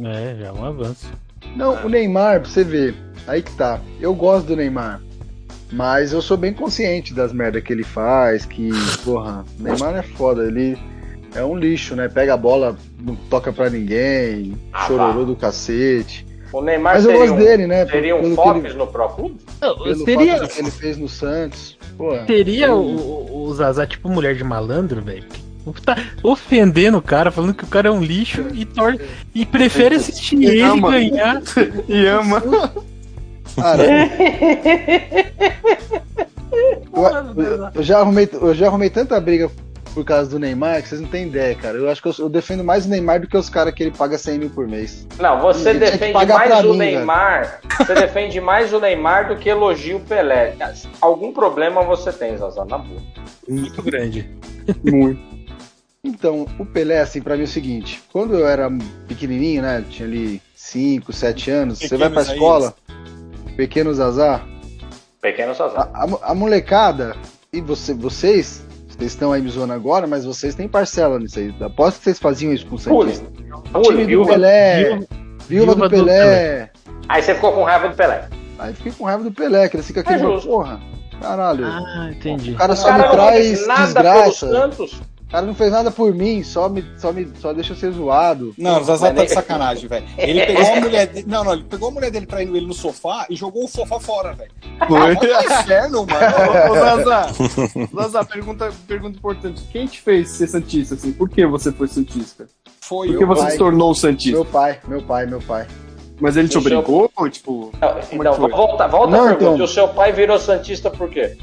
[SPEAKER 3] É, já é um avanço.
[SPEAKER 4] É.
[SPEAKER 5] Não, o Neymar, pra você ver, aí que tá. Eu gosto do Neymar. Mas eu sou bem consciente das merdas que ele faz, que, porra, o Neymar é foda, ele é um lixo, né? Pega a bola, não toca pra ninguém,
[SPEAKER 4] Ah,
[SPEAKER 5] chororô do cacete.
[SPEAKER 4] O Neymar
[SPEAKER 5] Mas eu
[SPEAKER 4] seria,
[SPEAKER 5] gosto
[SPEAKER 4] um,
[SPEAKER 5] dele, né?
[SPEAKER 4] seria um
[SPEAKER 5] pelo que
[SPEAKER 4] Fox
[SPEAKER 5] ele,
[SPEAKER 4] no próprio clube?
[SPEAKER 5] pelo
[SPEAKER 3] seria
[SPEAKER 5] fato do que ele fez no Santos. Porra,
[SPEAKER 3] seria o, o Zazá tipo mulher de malandro, velho? Tá ofendendo o cara, falando que o cara é um lixo e, tor e prefere assistir ele
[SPEAKER 6] ama.
[SPEAKER 3] ganhar.
[SPEAKER 6] e ama.
[SPEAKER 5] cara. eu, eu- eu já arrumei, eu já arrumei tanta briga por causa do Neymar que vocês não têm ideia, cara. Eu acho que eu, eu defendo mais o Neymar do que os caras que ele paga 100 mil por mês.
[SPEAKER 4] Não, você
[SPEAKER 5] Ele tinha que
[SPEAKER 4] defende
[SPEAKER 5] pagar
[SPEAKER 4] mais
[SPEAKER 5] pra
[SPEAKER 4] o
[SPEAKER 5] mim, velho.
[SPEAKER 4] Neymar. Você defende mais o Neymar do que elogia o Pelé. Algum problema você tem, Zaza, na boa.
[SPEAKER 3] Muito grande.
[SPEAKER 6] Muito.
[SPEAKER 5] Então, o Pelé, assim, pra mim é o seguinte: quando eu era pequenininho, né? Tinha ali 5, 7 anos, você vai pra
[SPEAKER 1] Pequenos aí,
[SPEAKER 5] escola, Pequeno Zazar,
[SPEAKER 4] Pequeno Zazar.
[SPEAKER 5] a, mo- a molecada, e você, vocês, vocês estão aí me zoando agora, mas vocês têm parcela nisso aí. Aposto que vocês faziam isso com o Santista. Time do
[SPEAKER 4] viúva-
[SPEAKER 5] Pelé,
[SPEAKER 4] viúva-
[SPEAKER 5] viúva,
[SPEAKER 4] viúva
[SPEAKER 5] do
[SPEAKER 4] do
[SPEAKER 5] Pelé.
[SPEAKER 4] Aí você ficou com raiva do Pelé.
[SPEAKER 5] Aí fiquei com raiva do Pelé, que ele fica aqui,
[SPEAKER 4] É justo.
[SPEAKER 5] porra, caralho.
[SPEAKER 3] Ah, entendi.
[SPEAKER 5] O cara
[SPEAKER 4] O
[SPEAKER 5] só
[SPEAKER 4] cara
[SPEAKER 5] me
[SPEAKER 4] não
[SPEAKER 5] traz
[SPEAKER 4] fez nada
[SPEAKER 5] desgraça.
[SPEAKER 4] pelo Santos.
[SPEAKER 5] O cara não fez nada por mim, só, me, só, me, só deixa eu ser zoado.
[SPEAKER 1] Não, o Zazar
[SPEAKER 4] Mas
[SPEAKER 1] tá
[SPEAKER 4] nem-
[SPEAKER 1] de sacanagem, velho. Ele pegou a mulher dele. Não, não, ele pegou a mulher dele pra ir ele no sofá e jogou o sofá fora, velho.
[SPEAKER 6] Foi.
[SPEAKER 1] Vai pro inferno, mano.
[SPEAKER 6] Ô, ô, Zaza, Zaza, pergunta, pergunta importante. Quem te fez ser Santista, assim? Por que você foi Santista?
[SPEAKER 1] Foi
[SPEAKER 6] Por
[SPEAKER 1] eu.
[SPEAKER 6] que você
[SPEAKER 5] pai.
[SPEAKER 6] se tornou Santista?
[SPEAKER 5] Meu pai, meu pai, meu pai.
[SPEAKER 6] Mas ele te
[SPEAKER 4] O seu-
[SPEAKER 6] obrigou? Tipo,
[SPEAKER 4] Não,
[SPEAKER 6] que
[SPEAKER 4] então,
[SPEAKER 6] foi?
[SPEAKER 4] volta, volta
[SPEAKER 5] Não,
[SPEAKER 4] a pergunta.
[SPEAKER 5] então.
[SPEAKER 4] E o seu pai virou Santista por quê?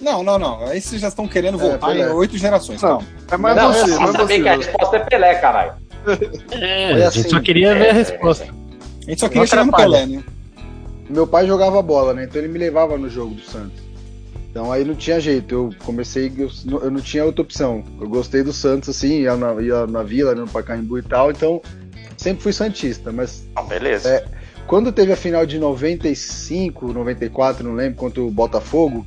[SPEAKER 1] Não, não, não. Aí vocês já estão querendo voltar
[SPEAKER 5] Pelé.
[SPEAKER 1] em oito gerações.
[SPEAKER 6] Não.
[SPEAKER 1] calma.
[SPEAKER 6] é mais
[SPEAKER 4] não,
[SPEAKER 6] você,
[SPEAKER 4] eu
[SPEAKER 6] mais
[SPEAKER 4] sabia
[SPEAKER 6] você.
[SPEAKER 4] que a resposta é Pelé, caralho. é.
[SPEAKER 3] É,
[SPEAKER 5] Foi
[SPEAKER 3] a
[SPEAKER 5] assim.
[SPEAKER 3] gente só queria ver a resposta.
[SPEAKER 1] A gente só queria
[SPEAKER 3] Não
[SPEAKER 1] chegar no
[SPEAKER 3] atrapalha.
[SPEAKER 1] Pelé, né?
[SPEAKER 5] Meu pai jogava bola, né? Então ele me levava no jogo do Santos. Então aí não tinha jeito, eu comecei, eu, não- eu não tinha outra opção. Eu gostei do Santos, assim, ia na, ia na vila, né, no Pacaembu e tal, então sempre fui Santista, mas
[SPEAKER 4] Não, beleza.
[SPEAKER 5] É, quando teve a final de 95, 94, não lembro, contra o Botafogo,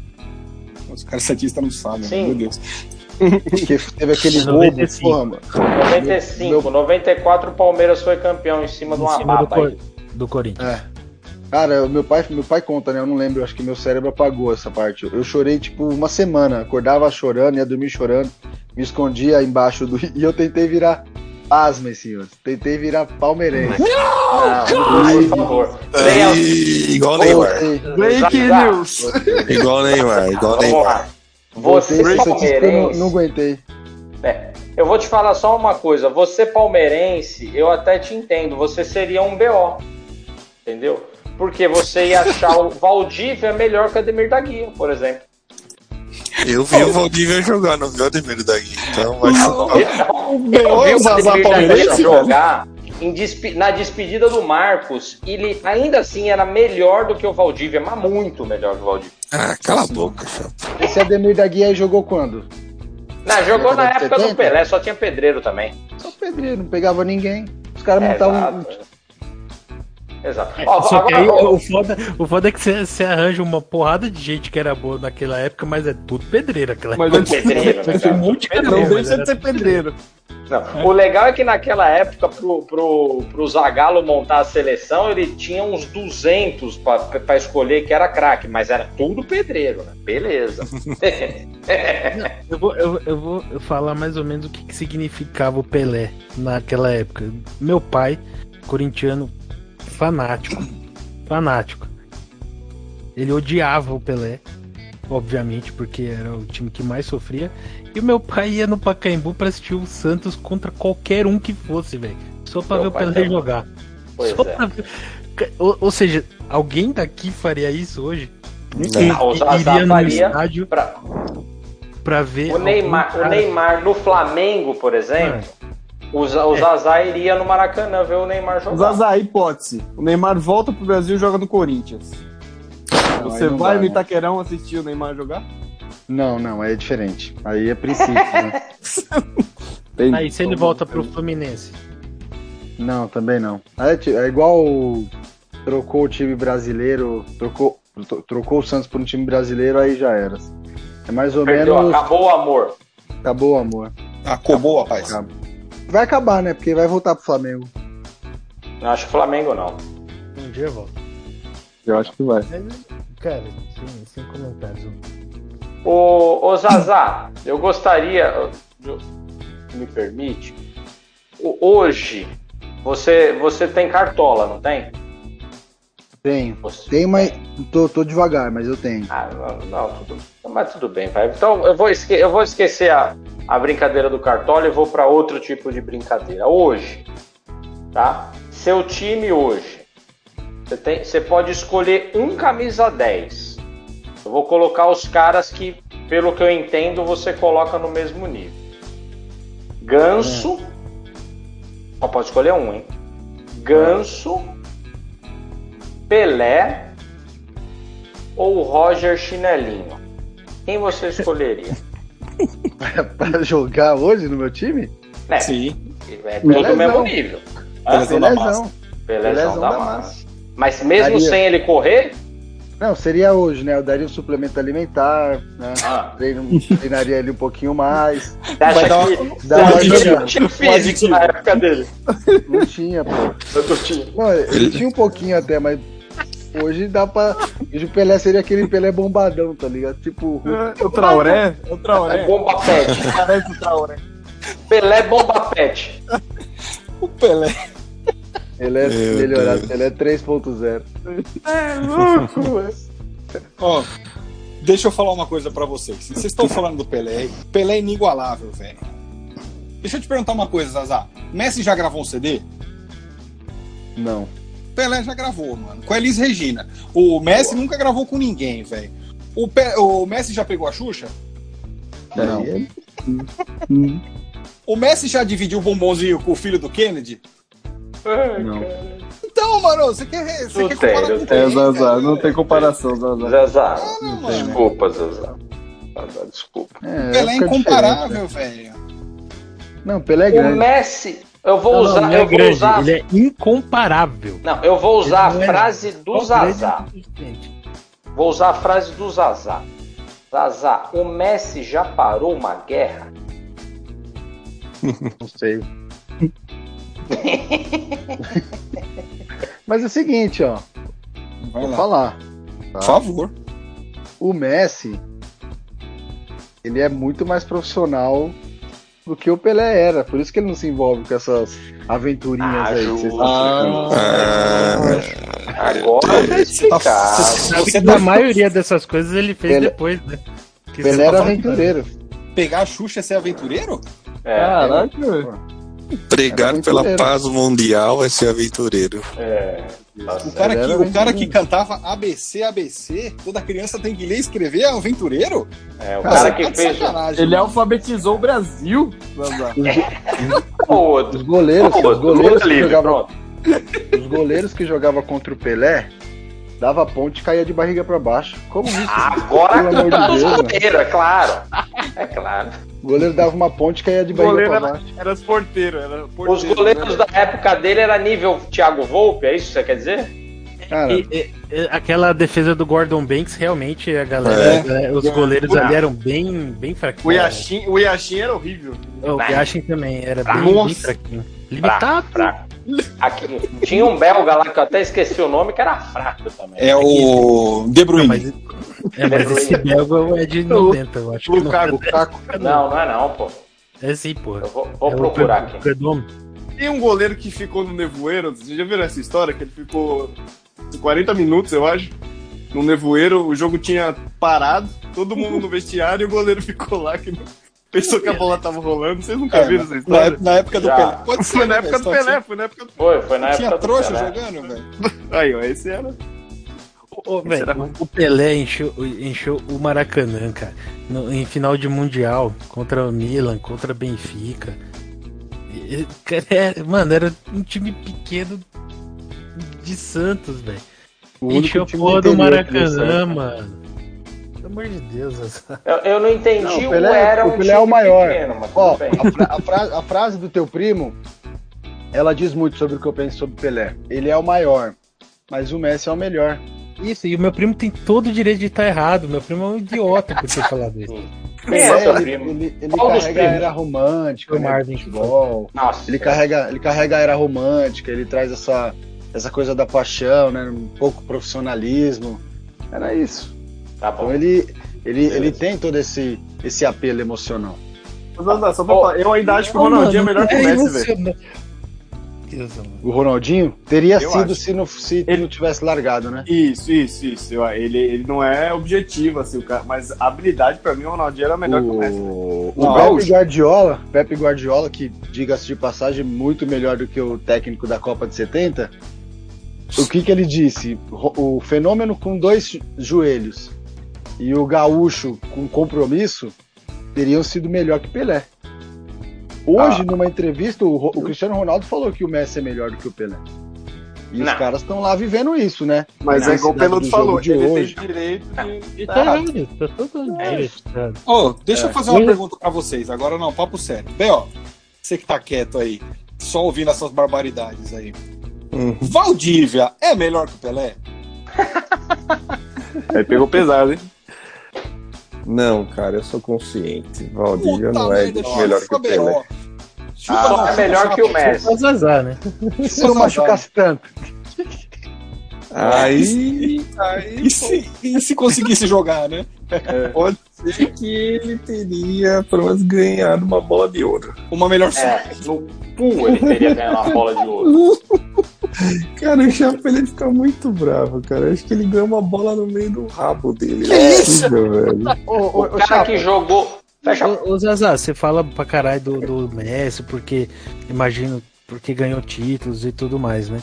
[SPEAKER 1] Os caras santistas não sabem, né?
[SPEAKER 4] Sim.
[SPEAKER 1] meu Deus.
[SPEAKER 5] que teve aquele bobo,
[SPEAKER 3] 95.
[SPEAKER 5] porra, mano.
[SPEAKER 4] 95, 94, o Palmeiras foi campeão em cima de
[SPEAKER 3] em
[SPEAKER 4] uma
[SPEAKER 3] cima do,
[SPEAKER 4] baba aí.
[SPEAKER 3] Cor- do Corinthians.
[SPEAKER 5] É. Cara, eu- meu pai, meu pai conta, né? Eu não lembro, eu acho que meu cérebro apagou essa parte. Eu, eu chorei tipo uma semana, acordava chorando, ia dormir chorando, me escondia embaixo do. E eu tentei virar. Pasmem, senhores. Tentei virar palmeirense.
[SPEAKER 4] Ah, por favor. Leandro,
[SPEAKER 10] E- igual o Neymar.
[SPEAKER 5] Voltei,
[SPEAKER 6] Break
[SPEAKER 4] Zaza,
[SPEAKER 6] news!
[SPEAKER 10] Igual o Neymar. Igual o
[SPEAKER 4] Vamos
[SPEAKER 10] Neymar.
[SPEAKER 4] lá.
[SPEAKER 5] voltei,
[SPEAKER 4] Você
[SPEAKER 5] só que eu não,
[SPEAKER 4] palmeirense.
[SPEAKER 5] não aguentei.
[SPEAKER 4] É, eu vou te falar só uma coisa. Você palmeirense, eu até te entendo. Você seria um BO. Entendeu? Porque você ia achar o Valdívia melhor que o Ademir da Guia, por exemplo.
[SPEAKER 10] Eu vi o Valdívia jogar, não vi o Ademiro daqui. Então vai ser.
[SPEAKER 4] Eu vi
[SPEAKER 1] Ô,
[SPEAKER 3] um
[SPEAKER 4] o né,
[SPEAKER 1] Zazar
[SPEAKER 4] Ademir da Guia
[SPEAKER 1] Palmeirense, velho.
[SPEAKER 4] jogar em despe- na despedida do Marcos. Ele ainda assim era melhor do que o Valdívia, mas muito melhor que o Valdívia.
[SPEAKER 10] Ah, cala a boca, chapa.
[SPEAKER 5] Esse Ademir da Guia aí jogou quando?
[SPEAKER 4] Não, jogou na
[SPEAKER 5] Década de
[SPEAKER 4] época do
[SPEAKER 5] 70?
[SPEAKER 4] Pelé, só tinha pedreiro também.
[SPEAKER 5] Só pedreiro, não pegava ninguém. Os caras
[SPEAKER 4] É,
[SPEAKER 5] montavam. um
[SPEAKER 4] exato. Exato. Ó,
[SPEAKER 3] Só que aí
[SPEAKER 4] agora-
[SPEAKER 3] o foda, o foda é que você, você arranja uma porrada de gente que era boa naquela época, mas é tudo pedreira aquela
[SPEAKER 6] Mas
[SPEAKER 3] época.
[SPEAKER 6] antes de
[SPEAKER 4] Pedreiro, né,
[SPEAKER 3] Tem um
[SPEAKER 4] cara?
[SPEAKER 3] monte de cara
[SPEAKER 6] Não
[SPEAKER 3] boa,
[SPEAKER 6] deixa
[SPEAKER 3] né?
[SPEAKER 6] de ser pedreiro.
[SPEAKER 4] Não, O legal é que naquela época, pro, pro, pro Zagallo montar a seleção, ele tinha uns 200 para escolher que era craque, mas era tudo pedreiro, né? Beleza.
[SPEAKER 3] Eu vou, eu, eu vou falar mais ou menos o que, que significava o Pelé naquela época. Meu pai, corintiano, fanático. Fanático. Ele odiava o Pelé, obviamente, porque era o time que mais sofria. E o meu pai ia no Pacaembu pra assistir o Santos contra qualquer um que fosse, velho. Só pra
[SPEAKER 4] Meu
[SPEAKER 3] ver o
[SPEAKER 4] pai
[SPEAKER 3] Pelé
[SPEAKER 4] também.
[SPEAKER 3] jogar.
[SPEAKER 4] Pois
[SPEAKER 3] Só
[SPEAKER 4] é.
[SPEAKER 3] pra ver. Ou, ou seja, alguém daqui faria isso hoje?
[SPEAKER 10] Não.
[SPEAKER 4] Ah, o
[SPEAKER 3] I-
[SPEAKER 4] Zaza
[SPEAKER 3] iria no
[SPEAKER 4] faria
[SPEAKER 3] estádio
[SPEAKER 4] Pra-
[SPEAKER 3] pra ver.
[SPEAKER 4] o,
[SPEAKER 3] algum
[SPEAKER 4] Neymar, o
[SPEAKER 3] cara- É.
[SPEAKER 4] Neymar no Flamengo, por exemplo, o, Za- o Zazá iria no Maracanã ver o Neymar jogar.
[SPEAKER 6] Zaza, hipótese. O Neymar volta pro Brasil e joga no Corinthians.
[SPEAKER 5] Não,
[SPEAKER 6] Você
[SPEAKER 5] aí não
[SPEAKER 6] vai
[SPEAKER 5] dá,
[SPEAKER 6] no
[SPEAKER 5] né?
[SPEAKER 6] Itaquerão assistir o Neymar jogar?
[SPEAKER 5] Não, não, aí é diferente. Aí é princípio, né?
[SPEAKER 3] Aí assim, "Ah, se ele volta pro Fluminense.
[SPEAKER 5] Não, também não. É, ti- é igual o- trocou o time brasileiro, trocou, tro- trocou o Santos por um time brasileiro, aí já era. É mais ou
[SPEAKER 4] Perdeu,
[SPEAKER 5] menos.
[SPEAKER 4] acabou o amor.
[SPEAKER 5] Acabou o amor.
[SPEAKER 1] Acabou, Ah, rapaz.
[SPEAKER 5] Acabou. Vai acabar, né? Porque vai voltar pro Flamengo.
[SPEAKER 4] Não acho que o Flamengo não.
[SPEAKER 3] Um dia volta.
[SPEAKER 6] Eu acho que vai.
[SPEAKER 3] Cara, sem, sem comentários.
[SPEAKER 4] Ô, ô Zazá, eu gostaria, eu- me permite, o- hoje você, você tem cartola, não tem?
[SPEAKER 5] Tenho.
[SPEAKER 4] Você-
[SPEAKER 5] Tenho, mas. Tô, tô devagar, mas eu tenho.
[SPEAKER 4] Ah, não, não, tudo, mas tudo bem, vai. Então eu vou, esque- eu vou esquecer a, a brincadeira do cartola e vou para outro tipo de brincadeira. Hoje, tá? Seu time hoje, você, tem, você pode escolher um camisa 10. Eu vou colocar os caras que, pelo que eu entendo, você coloca no mesmo nível. Ganso. Só pode escolher um, hein? Ganso. Pelé. Ou Roger Chinelinho. Quem você escolheria?
[SPEAKER 5] pra jogar hoje no meu time?
[SPEAKER 4] É,
[SPEAKER 1] Sim.
[SPEAKER 4] é tudo
[SPEAKER 5] Pelezão.
[SPEAKER 4] no mesmo nível. Ah,
[SPEAKER 1] Beleza, Ah, da massa.
[SPEAKER 5] Belezão
[SPEAKER 4] Pelezão
[SPEAKER 5] da
[SPEAKER 4] da massa. Mas mesmo
[SPEAKER 5] Daria.
[SPEAKER 4] sem ele correr,
[SPEAKER 5] Não, seria hoje, né? Eu daria um suplemento alimentar, né?
[SPEAKER 4] Ah.
[SPEAKER 5] Treino- treinaria ele um pouquinho mais.
[SPEAKER 4] Você acha
[SPEAKER 5] Vai dar
[SPEAKER 4] que-
[SPEAKER 5] uma-
[SPEAKER 4] você
[SPEAKER 5] dar uma
[SPEAKER 4] acha que
[SPEAKER 5] ajuda.
[SPEAKER 4] não tinha físico na época dele?
[SPEAKER 5] Não um tinha, pô.
[SPEAKER 4] Eu tinha.
[SPEAKER 5] Não, ele tinha um pouquinho até, mas hoje dá pra. Hoje o Pelé seria aquele Pelé bombadão, tá ligado? Tipo.
[SPEAKER 6] É, o Traoré? É o Traoré.
[SPEAKER 4] É bomba pet.
[SPEAKER 6] Parece o Traoré.
[SPEAKER 4] Pelé é bomba pet.
[SPEAKER 1] O Pelé.
[SPEAKER 5] Ele é
[SPEAKER 10] Meu
[SPEAKER 5] melhorado,
[SPEAKER 10] Deus.
[SPEAKER 5] ele é 3.0.
[SPEAKER 6] É louco, mano.
[SPEAKER 1] Ó, deixa eu falar uma coisa pra vocês. Vocês estão falando do Pelé. Pelé é inigualável, velho. Deixa eu te perguntar uma coisa, Zazá. Messi já gravou um CD?
[SPEAKER 5] Não.
[SPEAKER 1] Pelé já gravou, mano. Com a Elis Regina. O Messi nunca gravou com ninguém, velho. O, Pe- o Messi já pegou a Xuxa?
[SPEAKER 10] Tá
[SPEAKER 5] Não.
[SPEAKER 8] Daí
[SPEAKER 1] O Messi já dividiu o bombonzinho com o filho do Kennedy?
[SPEAKER 5] Não.
[SPEAKER 1] Então, mano, você quer, você
[SPEAKER 4] Não
[SPEAKER 1] quer
[SPEAKER 4] tem,
[SPEAKER 1] comparar
[SPEAKER 4] não
[SPEAKER 1] com
[SPEAKER 4] tem.
[SPEAKER 1] quem,
[SPEAKER 6] É, Zazá,
[SPEAKER 1] cara?
[SPEAKER 6] não tem comparação, Zazá.
[SPEAKER 4] Zezá,
[SPEAKER 1] Ah, não, mano.
[SPEAKER 4] desculpa, Zezá. Zezá, Desculpa.
[SPEAKER 5] É,
[SPEAKER 1] Pelé é
[SPEAKER 5] época
[SPEAKER 1] incomparável, velho.
[SPEAKER 5] diferente. Não, Pelé é
[SPEAKER 4] O
[SPEAKER 5] grande.
[SPEAKER 4] Messi, eu vou
[SPEAKER 3] Não, não,
[SPEAKER 4] usar,
[SPEAKER 3] não é
[SPEAKER 4] eu vou
[SPEAKER 3] grande,
[SPEAKER 4] usar,
[SPEAKER 3] Ele é incomparável.
[SPEAKER 4] não, eu vou usar a
[SPEAKER 3] Ele não é-
[SPEAKER 4] frase do
[SPEAKER 3] Só grande
[SPEAKER 4] Zazá.
[SPEAKER 3] é suficiente.
[SPEAKER 4] Vou usar a frase do Zazá. Zazá, o Messi já parou uma guerra?
[SPEAKER 5] Não sei. Mas é o seguinte, ó.
[SPEAKER 1] Vai
[SPEAKER 5] Vou
[SPEAKER 1] lá.
[SPEAKER 5] falar. tá?
[SPEAKER 1] Por favor.
[SPEAKER 5] O Messi, ele é muito mais profissional do que o Pelé era. Por isso que ele não se envolve com essas aventurinhas
[SPEAKER 1] Ah,
[SPEAKER 5] aí. que vocês estão falando.
[SPEAKER 10] Ah,
[SPEAKER 4] Agora é vai
[SPEAKER 1] tá-
[SPEAKER 4] explicar.
[SPEAKER 3] Sabe que a maioria dessas coisas ele fez
[SPEAKER 5] tá Pelé-
[SPEAKER 3] depois, né? Que você
[SPEAKER 5] Pelé
[SPEAKER 3] tá
[SPEAKER 5] era
[SPEAKER 3] falando.
[SPEAKER 5] aventureiro.
[SPEAKER 1] Pegar a Xuxa e ser aventureiro?
[SPEAKER 4] É,
[SPEAKER 6] Caraca, velho.
[SPEAKER 10] pregar
[SPEAKER 5] Era
[SPEAKER 10] pela
[SPEAKER 5] aventureiro.
[SPEAKER 10] paz mundial é ser aventureiro.
[SPEAKER 4] é.
[SPEAKER 1] O cara,
[SPEAKER 5] Ele
[SPEAKER 1] que,
[SPEAKER 5] era
[SPEAKER 1] o cara que
[SPEAKER 5] aventureiro.
[SPEAKER 1] cantava ABC, ABC, toda criança tem que ler e escrever, é aventureiro?
[SPEAKER 4] É, o
[SPEAKER 1] Ah, você
[SPEAKER 4] cara
[SPEAKER 1] tá
[SPEAKER 4] que
[SPEAKER 1] de
[SPEAKER 4] fez
[SPEAKER 1] sacanagem,
[SPEAKER 6] Ele
[SPEAKER 1] mano.
[SPEAKER 6] alfabetizou o Brasil, Zazá.
[SPEAKER 4] o outro.
[SPEAKER 5] Os goleiros,
[SPEAKER 4] Pô,
[SPEAKER 5] os goleiros
[SPEAKER 4] luta
[SPEAKER 5] que
[SPEAKER 4] livre,
[SPEAKER 5] jogavam
[SPEAKER 4] pronto.
[SPEAKER 5] Os goleiros que jogavam contra o Pelé dava ponte e caía de barriga pra baixo. Como isso?
[SPEAKER 4] Agora
[SPEAKER 5] Pelo amor de
[SPEAKER 4] os
[SPEAKER 5] Deus, mano.
[SPEAKER 4] goleiros, é claro. É claro.
[SPEAKER 5] O goleiro dava uma ponte e caía de
[SPEAKER 6] O
[SPEAKER 5] barriga
[SPEAKER 6] goleiro
[SPEAKER 5] pra
[SPEAKER 6] era,
[SPEAKER 5] baixo.
[SPEAKER 6] era porteiro. Era
[SPEAKER 4] Os
[SPEAKER 6] porteiro,
[SPEAKER 4] goleiros
[SPEAKER 6] né?
[SPEAKER 4] da época dele era nível Thiago Volpe, é isso que você quer dizer?
[SPEAKER 5] Cara,
[SPEAKER 3] E- e- e aquela defesa do Gordon Banks, realmente, a galera,
[SPEAKER 10] É.
[SPEAKER 3] a galera- os goleiros ali eram bem, bem fraquinhos.
[SPEAKER 6] O Yashin, o Yashin era horrível.
[SPEAKER 3] O Yashin também era bem,
[SPEAKER 6] Nossa.
[SPEAKER 3] bem fraquinho. Limitado.
[SPEAKER 4] Fraco. Aqui, tinha um belga lá que eu até esqueci o nome, que era fraco também.
[SPEAKER 1] É o De Bruyne.
[SPEAKER 3] Mas, é, mas esse belga é de 90, eu acho. que
[SPEAKER 6] Lukaku, Caco.
[SPEAKER 4] Não, não é não, pô.
[SPEAKER 3] É sim, pô.
[SPEAKER 4] Eu vou, vou procurar aqui.
[SPEAKER 6] Tem um goleiro que ficou no nevoeiro. Vocês já viram essa história? Que ele ficou 40 minutos, eu acho, no nevoeiro. O jogo tinha parado, todo mundo no vestiário e o goleiro ficou lá que não- pensou que a bola tava rolando. Vocês nunca
[SPEAKER 1] É,
[SPEAKER 6] viram essa
[SPEAKER 1] na,
[SPEAKER 6] história?
[SPEAKER 1] na época do
[SPEAKER 4] Já.
[SPEAKER 1] Pelé. Pode ser,
[SPEAKER 6] Foi na
[SPEAKER 1] né,
[SPEAKER 6] época do
[SPEAKER 1] só que
[SPEAKER 6] Pelé, foi na época do.
[SPEAKER 4] Foi, foi na
[SPEAKER 1] Tinha
[SPEAKER 4] época do
[SPEAKER 1] trouxa
[SPEAKER 4] Pelé.
[SPEAKER 1] jogando, velho.
[SPEAKER 6] Aí, ó, esse era.
[SPEAKER 3] Ô, velho, o Pelé encheu, encheu o Maracanã, cara. No- em final de Mundial, contra o Milan, contra o Benfica. E- e, cara, é- mano, era um time pequeno de Santos, velho.
[SPEAKER 5] o
[SPEAKER 3] Encheu a
[SPEAKER 5] time
[SPEAKER 3] porra do
[SPEAKER 5] interior que é. deu certo.
[SPEAKER 3] Maracanã, mano. Pelo amor de Deus, essa...
[SPEAKER 4] Eu, eu não entendi
[SPEAKER 5] Não, o
[SPEAKER 4] o
[SPEAKER 5] Pelé-
[SPEAKER 4] era um
[SPEAKER 5] o Pelé é o
[SPEAKER 4] time
[SPEAKER 5] maior.
[SPEAKER 4] pequeno, mas tudo
[SPEAKER 5] Ó,
[SPEAKER 4] bem.
[SPEAKER 5] a, fra- a fra- a frase do teu primo, ela diz muito sobre o que eu penso sobre o Pelé. Ele é o maior, mas o Messi é o melhor.
[SPEAKER 3] Isso, e o meu primo tem todo o direito de estar errado. Meu primo é um idiota por ter falado isso.
[SPEAKER 4] Quem é
[SPEAKER 5] É,
[SPEAKER 4] seu
[SPEAKER 5] ele,
[SPEAKER 4] primo?
[SPEAKER 5] ele- ele
[SPEAKER 4] Qual dos
[SPEAKER 5] carrega a
[SPEAKER 4] primos?
[SPEAKER 5] era romântica,
[SPEAKER 3] Foi
[SPEAKER 5] né,
[SPEAKER 3] Marvin.
[SPEAKER 5] do futebol.
[SPEAKER 4] Nossa,
[SPEAKER 5] Ele carrega, ele carrega a era romântica, ele traz essa, essa coisa da paixão, né, um pouco profissionalismo. Era isso.
[SPEAKER 4] tá
[SPEAKER 5] Então
[SPEAKER 4] bom.
[SPEAKER 5] ele, ele, ele tem todo esse, esse apelo emocional.
[SPEAKER 6] Mas, Zazá, só pra falar, eu ainda acho que o Ronaldinho é melhor que o Messi, velho.
[SPEAKER 3] velho.
[SPEAKER 5] O Ronaldinho teria
[SPEAKER 6] Eu
[SPEAKER 5] sido
[SPEAKER 6] acho.
[SPEAKER 5] se não, se
[SPEAKER 6] Ele-
[SPEAKER 5] não tivesse largado, né?
[SPEAKER 6] Isso, isso, isso. Eu- Ele, ele não é objetivo, assim, o cara, mas a habilidade pra mim, o Ronaldinho era melhor que o Messi.
[SPEAKER 5] O,
[SPEAKER 6] Não,
[SPEAKER 5] o Pepe
[SPEAKER 6] Gaúcho.
[SPEAKER 5] Guardiola, Pepe Guardiola, que diga-se de passagem, muito melhor do que o técnico da Copa de 70. O que, que ele disse? Ro- O fenômeno com dois joelhos e o gaúcho com compromisso teriam sido melhor que Pelé. Hoje, numa entrevista, o, Ro- o Cristiano Ronaldo falou que o Messi é melhor do que o Pelé. E os
[SPEAKER 4] Não.
[SPEAKER 5] caras estão lá vivendo isso, né?
[SPEAKER 6] Mas é igual o
[SPEAKER 5] Intensidade do
[SPEAKER 6] Peludo
[SPEAKER 5] jogo
[SPEAKER 6] falou,
[SPEAKER 5] de
[SPEAKER 6] ele
[SPEAKER 5] hoje.
[SPEAKER 6] tem direito de.
[SPEAKER 3] Ele
[SPEAKER 6] tá
[SPEAKER 3] tá
[SPEAKER 6] errado.
[SPEAKER 3] errado, tá todo direito. tá?
[SPEAKER 1] Ô, deixa
[SPEAKER 4] É.
[SPEAKER 1] eu fazer uma
[SPEAKER 3] Sim.
[SPEAKER 1] pergunta pra vocês. Agora não, papo sério. Bel, você que tá quieto aí, só ouvindo essas
[SPEAKER 8] Uhum.
[SPEAKER 1] barbaridades aí.
[SPEAKER 10] Hum.
[SPEAKER 1] Valdívia é melhor que o Pelé?
[SPEAKER 6] Aí pegou pesado, hein?
[SPEAKER 8] Não, cara, eu sou consciente. Valdir já
[SPEAKER 1] Puta
[SPEAKER 8] não é
[SPEAKER 1] merda,
[SPEAKER 8] melhor que
[SPEAKER 1] chupa
[SPEAKER 8] o Pelé.
[SPEAKER 1] B.O.. Chupa
[SPEAKER 4] Ah,
[SPEAKER 1] não,
[SPEAKER 4] é melhor
[SPEAKER 1] chupa
[SPEAKER 4] que o
[SPEAKER 1] não.
[SPEAKER 4] Messi.
[SPEAKER 3] Mas azar, né?
[SPEAKER 5] Se eu machucasse tanto.
[SPEAKER 8] Aí
[SPEAKER 4] um.
[SPEAKER 1] E, se, e se conseguisse jogar, né?
[SPEAKER 8] pode ser que ele teria, pelo menos, ganhado uma bola de ouro.
[SPEAKER 1] Uma melhor
[SPEAKER 4] É, no pool ele teria ganhado uma bola de ouro.
[SPEAKER 8] Cara, o Chapa ele fica muito bravo, cara. Eu acho que ele ganhou uma bola no meio do rabo dele. Que isso? Velho.
[SPEAKER 5] Ô, ô, ô,
[SPEAKER 4] O cara
[SPEAKER 5] Chapa,
[SPEAKER 4] que jogou. Fecha
[SPEAKER 3] Ô, ô Zaza, você fala pra caralho do, do Messi, porque imagino, porque ganhou títulos e tudo mais, né?